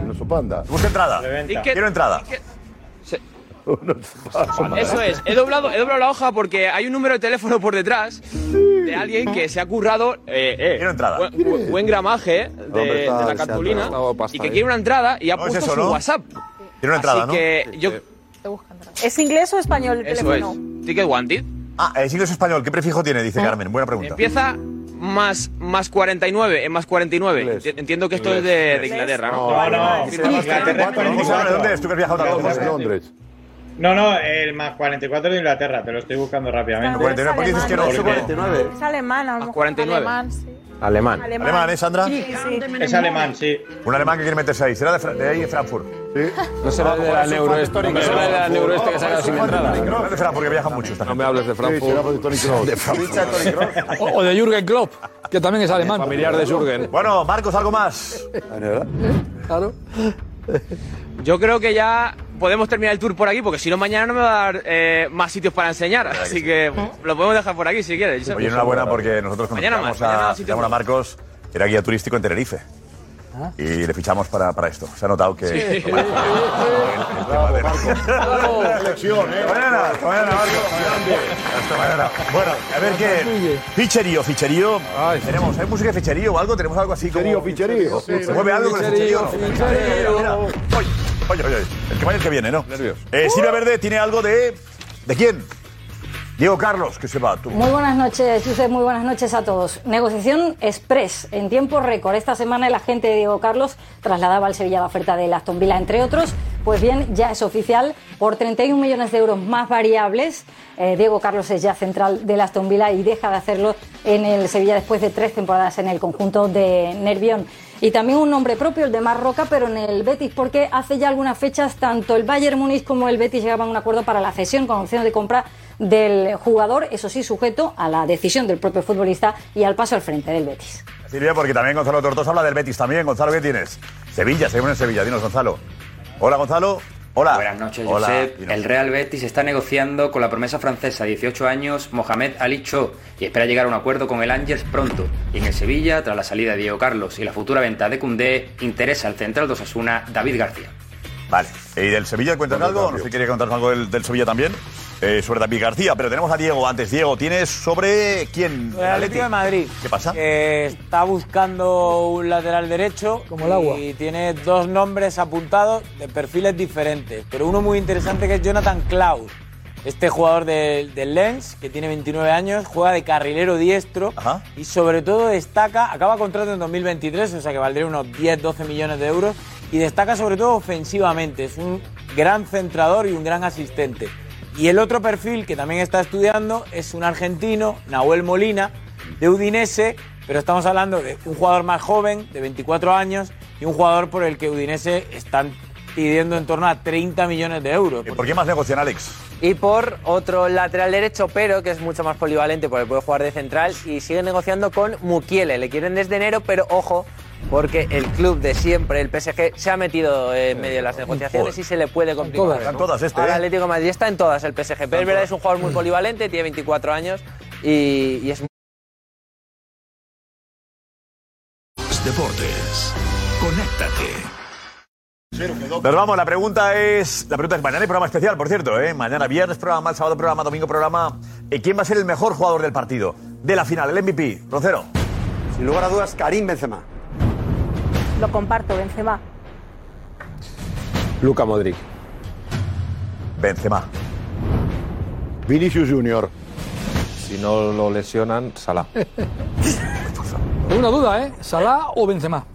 No su panda.
Busca entrada.
Ticket-
Quiero entrada.
Eso es, he doblado, he doblado la hoja porque hay un número de teléfono por detrás de alguien que se ha currado eh, eh, Buen, bu- buen gramaje eh,
hombre
de,
está
de la
deseando.
cartulina
Estaba pasta
y que
ahí.
quiere una entrada y ha
No, es
puesto
eso,
su
¿no?
WhatsApp.
Tiene una entrada,
Así
¿no?
que yo,
¿Es inglés o español el
eso es,
teléfono?
ticket wanted.
Ah, es inglés español. ¿Qué prefijo tiene? Dice Carmen. Buena pregunta.
Empieza más, más 49, en más 49. Enti- Entiendo que esto es de, de Inglaterra, ¿no?
No, no,
Sí,
no, no, Inglaterra es
¿De
44.
dónde es? ¿Tú que has viajado tanto?
Londres.
Londres.
No, no, el más 44 de Inglaterra, te lo estoy buscando rápidamente.
Claro, pero 49, ¿por qué dices que no?
Porque-
Es
49.
Es alemán, a lo mejor.
49.
Alemán, sí.
Alemán.
Alemán.
¿Alemán, eh, Sandra?
Sí, sí.
Es alemán, sí. Un alemán que quiere meterse ahí. ¿Será de, Fra- de ahí, de Frankfurt? Sí.
No será de la neuroeste. No será de la neuroeste que se ha quedado sin entrada.
No será porque viajan mucho.
No me hables de Frankfurt.
De
[laughs] O, o de Jürgen Klopp, que también es alemán.
Bueno, Marcos, algo más.
Claro.
Yo creo que ya podemos terminar el tour por aquí, porque si no, mañana no me va a dar eh, más sitios para enseñar. Así que lo podemos dejar por aquí si quieres.
Oye, enhorabuena porque nosotros
Mañana
conocemos
más, mañana
a,
más sitios
fichamos a Marcos, que era guía turístico en Tenerife. Y le fichamos para, para esto. Se ha notado que.
Sí.
Selección, ¿eh?
Mañana, mañana, Hasta mañana. Bueno, a ver qué. Ficherío, ficherío. Tenemos, ¿hay música de ficherío o algo? ¿Tenemos algo así como. Ficherío, ¿Se mueve algo con el ficherío? Mira, Oye, oye, oye. El que vaya el que viene, ¿no? Nervios. Eh, Silvia Verde tiene algo de. ¿De quién? Diego Carlos, que se va. Tú.
Muy buenas noches, Josep, muy buenas noches a todos. Negociación express en tiempo récord. Esta semana el agente de Diego Carlos trasladaba al Sevilla la oferta del Aston Villa, entre otros. Pues bien, ya es oficial, por 31 millones de euros más variables, eh, Diego Carlos es ya central del Aston Villa y deja de hacerlo en el Sevilla después de tres temporadas en el conjunto de Nervión. Y también un nombre propio, el de Marroca, pero en el Betis, porque hace ya algunas fechas tanto el Bayern Múnich como el Betis llegaban a un acuerdo para la cesión con opción de compra del jugador, eso sí, sujeto a la decisión del propio futbolista y al paso al frente del Betis.
Silvia, porque también Gonzalo Tortosa habla del Betis también. Gonzalo, ¿qué tienes? Sevilla, seguimos en Sevilla. Dinos, Gonzalo. Hola, Gonzalo. Hola. Buenas
noches,
Hola.
Josep. El Real Betis está negociando con la promesa francesa, 18 años, Mohamed Ali Cho, y espera llegar a un acuerdo con el Angers pronto. Y en el Sevilla, tras la salida de Diego Carlos y la futura venta de Cundé, interesa al central de Osasuna, David García.
Vale. ¿Y del Sevilla cuentas algo? No sé si quiere contarnos algo del, del Sevilla también. Eh, sobre David García, pero tenemos a Diego antes. Diego, ¿tienes sobre quién?
El Atlético de Madrid.
¿Qué pasa?
Que está buscando un lateral derecho.
el agua.
Y tiene dos nombres apuntados de perfiles diferentes. Pero uno muy interesante que es Jonathan Klaus. Este jugador del del Lens, que tiene 29 años, juega de carrilero diestro y sobre todo destaca, acaba contrato en 2023, o sea que valdría unos 10-12 millones de euros, y destaca sobre todo ofensivamente, es un gran centrador y un gran asistente. Y el otro perfil que también está estudiando es un argentino, Nahuel Molina, de Udinese, pero estamos hablando de un jugador más joven, de 24 años, y un jugador por el que Udinese están pidiendo en torno a 30 millones de euros.
¿Por qué más negocian, Alex?
Y por otro lateral derecho, pero que es mucho más polivalente porque puede jugar de central y sigue negociando con Mukiele. Le quieren desde enero, pero ojo, porque el club de siempre, el PSG, se ha metido en medio de las negociaciones
Joder.
y se le puede complicar.
todas, están todas este,
Al
¿eh? Mm.
Atlético de Madrid está en todas el PSG. Pero es verdad,
todas.
es un jugador muy polivalente, tiene 24 años y, y es
Deportes. Conéctate. Nos vamos, la pregunta es. La pregunta es mañana hay programa especial, por cierto, ¿eh? Mañana viernes programa, el sábado programa, domingo programa. ¿Y quién va a ser el mejor jugador del partido? De la final, el MVP, Rocero.
Sin lugar a dudas, Karim Benzema.
Lo comparto, Benzema.
Luca Modric.
Benzema.
Vinicius Junior.
Si no lo lesionan, Salah.
Tengo [laughs] una duda, ¿eh? ¿Salah o Benzema?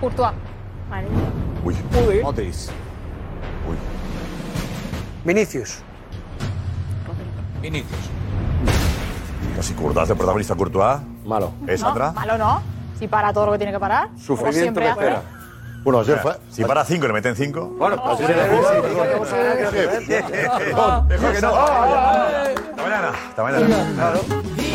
Courtois. Vale.
Uy.
Motis.
Vinicius.
Vinicius.
Casi Courtois, el protagonista Courtois.
Malo.
¿Es
No,
Sandra?
malo no. Si para todo lo que tiene que parar. como siempre ¿eh? hace.
Bueno,
ayer fue. Si para 5 le meten 5.
Bueno,
pues
sí, sí,
Mejor que no. Hasta mañana. Hasta mañana.